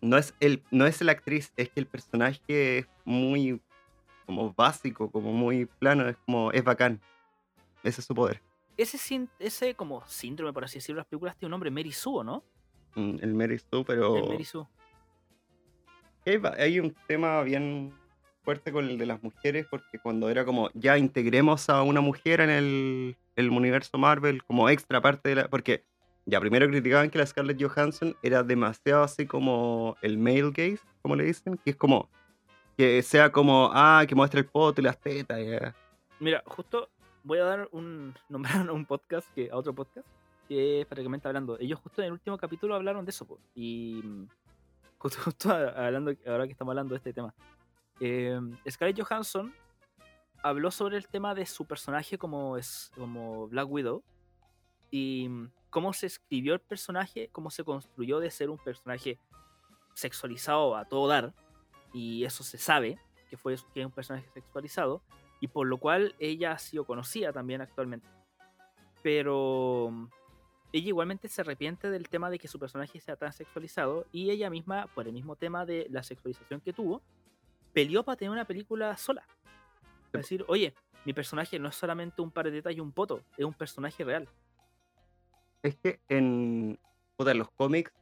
C: No es, el, no es la actriz, es que el personaje es muy como básico, como muy plano, es como, es bacán. Ese es su poder.
B: Ese, sin- ese como síndrome, por así decirlo, las películas tiene un nombre, Mary Sue, ¿o ¿no?
C: Mm, El Mary Sue, pero...
B: El Mary Sue.
C: hay, va- hay un tema bien fuerte con el de las mujeres, porque cuando era como ya integremos a una mujer en el, el universo Marvel como extra parte de la. Porque ya primero criticaban que la Scarlett Johansson era demasiado así como el male gaze, como le dicen, que es como que sea como, ah, que muestra el poto y las tetas. ya.
B: Mira, justo voy a dar un nombrar a un podcast que a otro podcast que es prácticamente hablando. Ellos justo en el último capítulo hablaron de eso po, y mm, justo, justo a- hablando ahora que estamos hablando de este tema. Eh, Scarlett Johansson habló sobre el tema de su personaje como es como Black Widow y mm, cómo se escribió el personaje, cómo se construyó de ser un personaje sexualizado a todo dar y eso se sabe que fue que es un personaje sexualizado y por lo cual ella ha sido conocida también actualmente. Pero mm, ella igualmente se arrepiente del tema de que su personaje sea tan sexualizado y ella misma, por el mismo tema de la sexualización que tuvo, peleó para tener una película sola. Es decir, oye, mi personaje no es solamente un par de tetas y un poto, es un personaje real.
C: Es que en, puta, en los cómics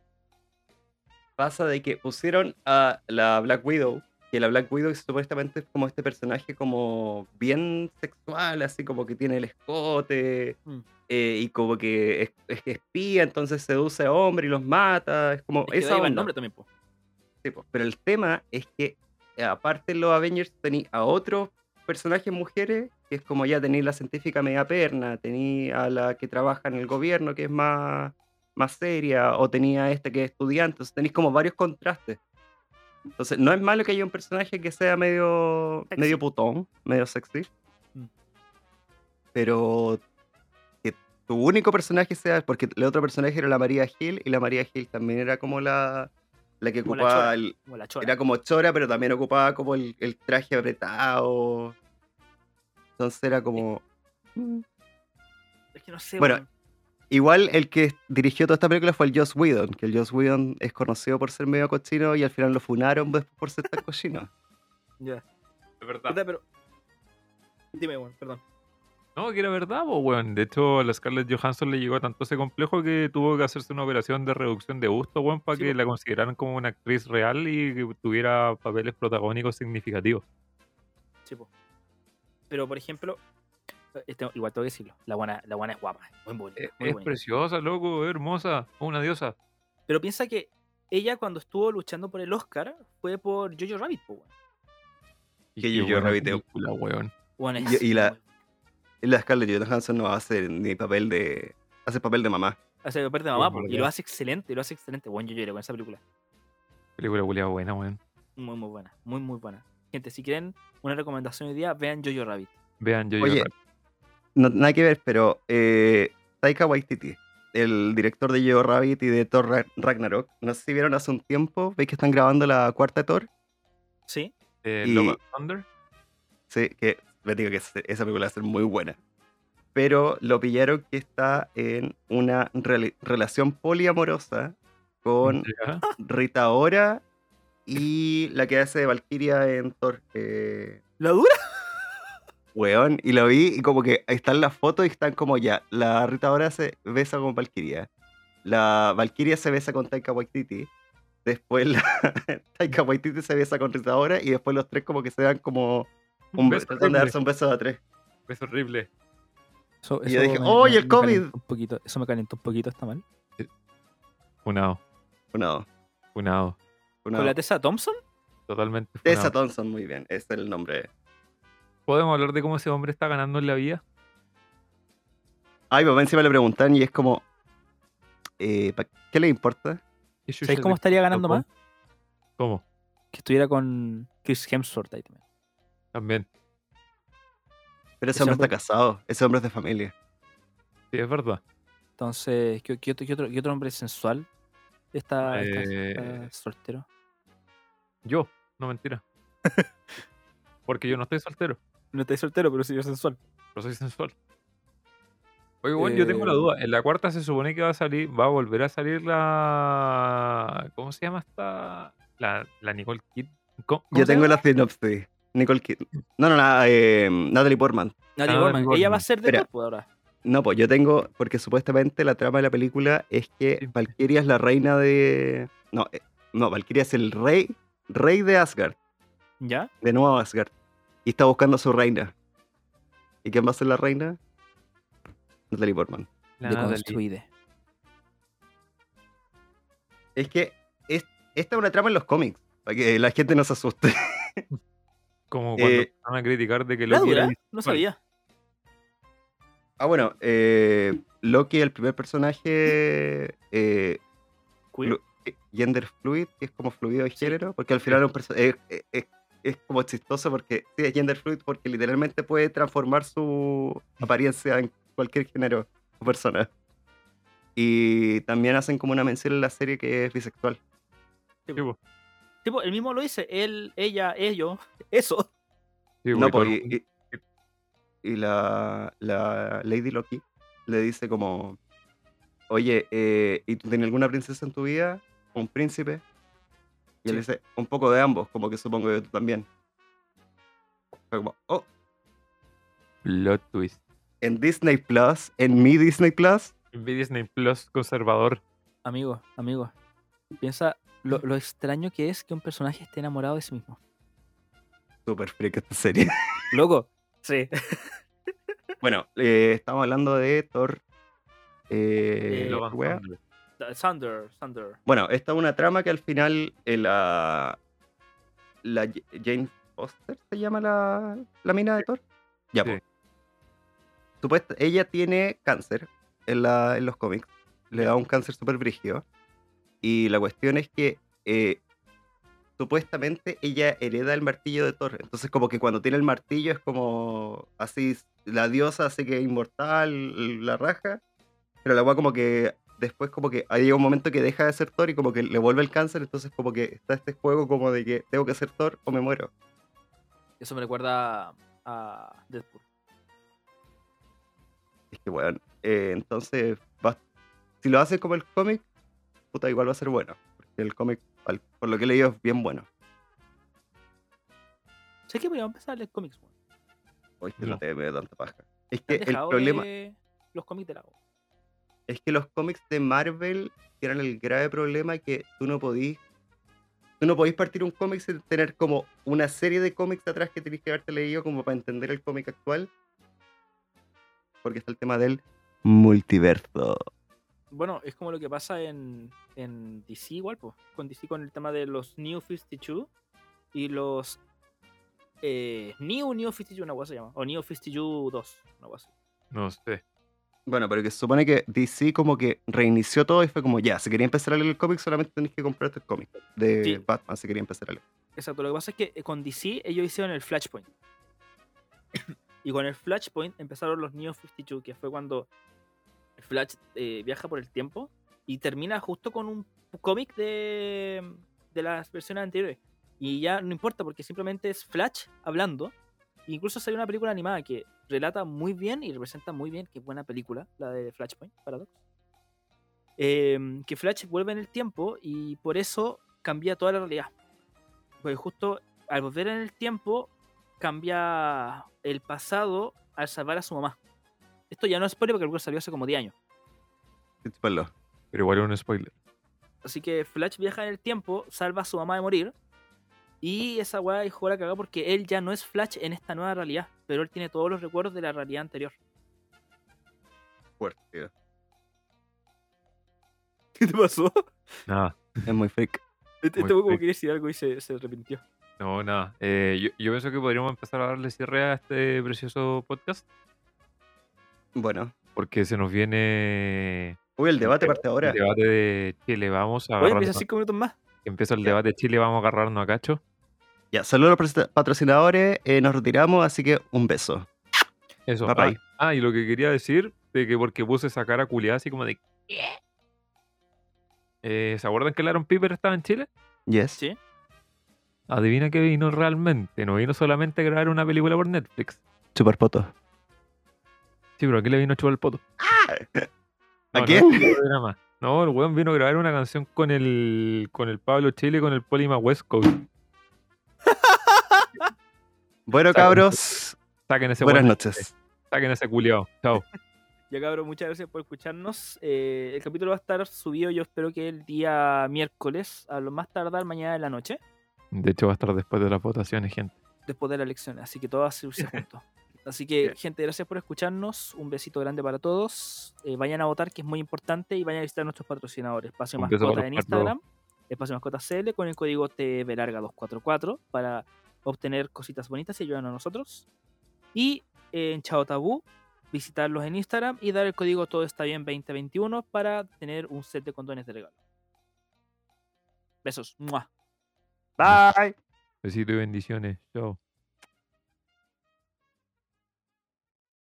C: pasa de que pusieron a la Black Widow, que la Black Widow supuestamente es como este personaje como bien sexual, así como que tiene el escote
B: Mm.
C: eh, y como que es, es que espía, entonces seduce a hombres y los mata, es como
B: Es que de
C: esa
B: ahí va el
C: onda.
B: nombre también, po.
C: Sí, po. Pero el tema es que eh, aparte en los Avengers tení a otros personajes mujeres, que es como ya tení la científica media perna, tení a la que trabaja en el gobierno, que es más, más seria, o tenía a esta que es estudiante, entonces tenés como varios contrastes. Entonces, no es malo que haya un personaje que sea medio,
B: Sexy.
C: medio putón, medio sexy,
B: Mm.
C: pero que tu único personaje sea, porque el otro personaje era la María Hill, y la María Hill también era como la, la que
B: Como la
C: ocupaba
B: chora.
C: el,
B: Como la chora.
C: era como chora, pero también ocupaba como el, el traje apretado. Entonces era como. mm.
B: Es que no sé,
C: Bueno,
B: weón.
C: Igual el que dirigió toda esta película fue el Joss Whedon, que el Joss Whedon es conocido por ser medio cochino y al final lo funaron después por ser tan cochino.
B: Ya.
A: Es verdad.
B: Puta, Pero... Dime, weón, perdón.
A: No, que era verdad, po, weón. De hecho, a la Scarlett Johansson le llegó a tanto ese complejo que tuvo que hacerse una operación de reducción de gusto, weón, para
B: Sí,
A: que
B: po.
A: la consideraran como una actriz real y que tuviera papeles protagónicos significativos.
B: Sí, po. Pero, por ejemplo, este- igual tengo que decirlo, la guana, la guana es guapa, es muy bonita.
C: Eh,
A: Es,
B: muy
A: Eh, es
B: bonita.
A: preciosa, loco, es hermosa, es una diosa.
B: Pero piensa que ella cuando estuvo luchando por el Oscar fue por Jojo Rabbit, po, weón.
C: Que
A: qué
C: yo- yo
A: buena
C: rabiteo.
A: película, weón.
B: Weón,
C: Y-
B: es
C: y la-
B: muy-
C: Y la Scarlett Johansson no hace ni papel de. hace papel de mamá.
B: O sea, pierde
C: Oh,
B: mamá, po, y
A: barbaridad.
B: lo hace excelente, lo hace excelente. Bueno, yo lloré con esa película.
A: Película culiada buena, weón.
B: Muy, muy buena, muy, muy buena. Gente, si quieren una recomendación hoy día, vean Jojo Rabbit.
A: Vean, yo
C: Oye, No, nada que ver, pero eh, Taika Waititi, el director de Jojo Rabbit y de Thor Ra- Ragnarok, no sé si vieron hace un tiempo, veis que están grabando la cuarta de Thor,
B: ¿Sí?
A: eh,
C: y-
A: Love and Thunder.
C: Sí, que me digo que se- esa película va a ser muy buena. pero lo pillaron que está en una rela- relación poliamorosa con
A: Ya.
C: Rita Ora y la que hace de Valkyria en Thor. eh,
B: ¿La dura?
C: weón, y lo vi y como que ahí están las fotos y están como ya. La Rita Ora se besa con Valkyria. La Valkyria se besa con Taika Waititi. Después la Taika Waititi se besa con Rita Ora y después los tres como que se dan como un beso, tratan
A: horrible,
C: de darse un beso a tres.
A: beso horrible.
E: Eso,
C: Y yo
E: eso
C: dije,
E: me-
C: "¡Oy,
E: me-
C: el
E: me
C: COVID!"
E: calentó Un poquito, eso me calentó un poquito, está mal.
A: Funado,
C: Bueno,
A: funado.
C: una
B: ¿Con la Tessa Thompson?
A: Totalmente funado.
C: Tessa Thompson, muy bien, ese es el nombre.
A: ¿Podemos hablar de cómo ese hombre está ganando en la vida?
C: Ay, papá, encima le preguntan y es como, eh, ¿pa- ¿qué le importa?
A: ¿Qué chucha
E: ¿Sabéis cómo
A: le-
E: estaría ganando más?
A: ¿Cómo?
E: Que estuviera con Chris Hemsworth ahí también.
A: También.
C: Pero ese
E: Ese
C: hombre está
E: hombre-
C: casado, ese hombre es de familia.
A: Sí, es verdad.
E: Entonces, ¿qué, qué otro, qué otro- qué otro hombre sensual está, está- está
A: Eh,
E: soltero?
A: Yo, no mentira. Porque yo no estoy soltero,
E: No está soltero, pero sí es sensual.
A: pero soy sensual. Oye, bueno, yo tengo una
E: Eh,
A: duda. En la cuarta se supone que va a salir, va a volver a salir la. ¿Cómo se llama esta? La, la Nicole Kid. ¿Cómo- cómo
C: Yo
A: se
C: tengo
A: llama?
C: la sinopsis. Nicole Kidman. No, no, no, eh, Natalie Portman.
E: Ah,
B: Natalie
E: Natalie
B: Portman. Ella va a
E: Portman.
B: ser de
C: Espera.
B: Deadpool ahora.
C: No, pues yo tengo, porque supuestamente la trama de la película es que
A: Sí.
C: Valkyria es la reina de... No, eh, no, Valkyria es el rey, rey de Asgard,
E: ¿Ya?
C: de nuevo Asgard. Y está buscando a su reina. ¿Y quién va a ser la reina? Natalie Portman.
A: La Natalie.
E: Deconstruide.
C: Es que es- esta es una trama en los cómics, para que la gente no se asuste.
A: Como cuando
C: Eh,
A: van a criticar de que
B: ¿La
A: Loki era
B: dura? No
A: bisexual.
B: sabía.
C: Ah, bueno, eh, Loki, el primer personaje eh,
B: Queer.
C: Lo- gender fluid, que es como fluido de género, porque al final es, un perso- es- es- es- es como chistoso porque sí, es gender fluid porque literalmente puede transformar su apariencia en cualquier género o persona. Y también hacen como una mención en la serie que es bisexual.
B: Tipo, él mismo lo dice. Él, ella, ellos. Eso.
A: Sí,
C: No,
A: güey, todo
C: pues,
A: el
C: y,
A: mundo-
C: y- y la, la Lady Loki le dice como, oye, eh, ¿y tú tienes alguna princesa en tu vida? ¿Un príncipe? Y él dice, un poco de ambos, como que supongo yo tú también. Fue como, oh,
A: Plot twist.
C: en Disney Plus, en mi Disney Plus,
A: Vi Disney Plus conservador.
E: Amigo, amigo. Piensa lo, lo extraño que es que un personaje esté enamorado de sí mismo.
C: super freak esta serie.
E: Loco,
B: Sí.
C: bueno, eh, estamos hablando de Thor. eh,
B: Eh,
A: Logan
C: wea.
A: Thunder.
B: Thunder, Thunder.
C: Bueno, esta es una trama que al final eh, la, la Ye- Jane Foster se llama la, la mina de Thor. Ya,
A: Sí.
C: pues. Supuesta- ella tiene cáncer en, la- en los cómics. Le da un cáncer súper brígido. Y la cuestión es que eh, supuestamente ella hereda el martillo de Thor. Entonces, como que cuando tiene el martillo es como así, la diosa, así que inmortal, la raja. Pero la agua como que después como que hay un momento que deja de ser Thor y como que le vuelve el cáncer, entonces como que está este juego como de que tengo que ser Thor o me muero.
E: eso me recuerda
B: Ah, Deadpool.
C: Es que bueno, entonces va- si lo haces como el cómic, puta igual va a ser bueno. Porque el cómic, al- por lo que he leído, es bien bueno.
B: Sé que podríamos empezar a leer cómics, weón.
C: Oye, que
A: Ya.
C: no te veo tanta paja. Es
B: ¿Te
C: que
B: han
C: el
B: dejado eh?
C: problema
B: de los cómics de lado.
C: es que los cómics de Marvel tienen el grave problema que tú no podís tú no podís partir un cómic sin tener como una serie de cómics atrás que tenés que haberte leído como para entender el cómic actual porque está el tema del multiverso
B: Bueno, es como lo que pasa en, en DC igual, pues. Con DC con el tema de los New 52 y los eh, New New 52, una cosa se llama. O New 52 2, una cosa así.
A: No sé.
C: bueno pero que se supone que DC como que reinició todo y fue como ya si quería empezar a leer el cómic solamente tenés que comprar este cómic de
B: Sí.
C: Batman si quería empezar a leer
B: Exacto, lo que pasa es que eh, con DC ellos hicieron el Flashpoint. y con el Flashpoint empezaron los New 52, que fue cuando Flash eh, viaja por el tiempo y termina justo con un cómic de, de las versiones anteriores. Y ya no importa, porque simplemente es Flash hablando Incluso salió una película animada que relata muy bien y representa muy bien, qué buena película, la de Flashpoint Paradox. Eh, que Flash vuelve en el tiempo y por eso cambia toda la realidad. Porque justo al volver en el tiempo, cambia el pasado al salvar a su mamá. Esto ya no es spoiler porque el juego salió hace como 10 años.
C: Chúpalo.
A: Pero igual es un spoiler.
B: Así que Flash viaja en el tiempo, salva a su mamá de morir. Y esa weá dejó la cagada porque él ya no es Flash en esta nueva realidad. Pero él tiene todos los recuerdos de la realidad anterior.
C: Fuerte.
B: ¿Qué te pasó?
A: Nada.
C: Es muy freak.
B: Este
A: Muy
B: este weón como
A: freak.
B: quería decir algo y se, se arrepintió.
A: No, nada. Eh, yo, yo pienso que podríamos empezar a darle cierre a este precioso podcast.
C: Bueno.
A: Porque se nos viene
C: Uy, el debate parte ahora.
A: el debate de Chile. Vamos a
B: Oye,
A: agarrarnos.
B: empieza 5 minutos más.
A: Empieza el debate de Chile. Vamos a agarrarnos a cacho.
C: Ya, saludos a los presta- patrocinadores. eh, nos retiramos, así que un beso.
A: Eso.
C: Bye,
A: ah,
C: bye.
A: Ah, y lo que quería decir, de que porque puse esa cara culiada así como de. ¿qué? Eh, ¿Se acuerdan que el Aaron Piper estaba en Chile?
C: Yes.
B: Sí.
A: Adivina que vino realmente. No vino solamente a grabar una película por Netflix.
C: Chupar poto.
A: Sí, pero aquí le vino a chupar el poto.
C: ¿A
A: No, no,
C: quién?
A: no, era más. No, el weón vino a grabar una canción con el con el Pablo Chile, con el Polima West Coast.
C: Bueno,
A: Está bien.
C: cabros.
A: Saquen ese
C: Buenas
A: weón,
C: noches.
A: Saquen ese culiao. Chao.
B: Ya cabrón, muchas gracias por escucharnos. Eh, el capítulo va a estar subido, yo espero que el día miércoles, a lo más tardar mañana de la noche,
A: De hecho, va a estar después de las votaciones, gente.
B: después de la elección. Así que todo va a subirse junto. Así que, gente, gracias por escucharnos. Un besito grande para todos. Eh, vayan a votar, que es muy importante, y vayan a visitar nuestros patrocinadores. Espacio
A: Un beso para
B: Mascota en
A: los
B: Instagram, Espacio Mascota CL, con el código TVLarga244 para obtener cositas bonitas y ayudarnos a nosotros. Y eh, en Chao Tabú, visitarlos en Instagram y dar el código Todo está bien 2021 para tener un set de condones de regalo. Besos. ¡Mua!
C: Bye.
A: Besitos y bendiciones. Chao.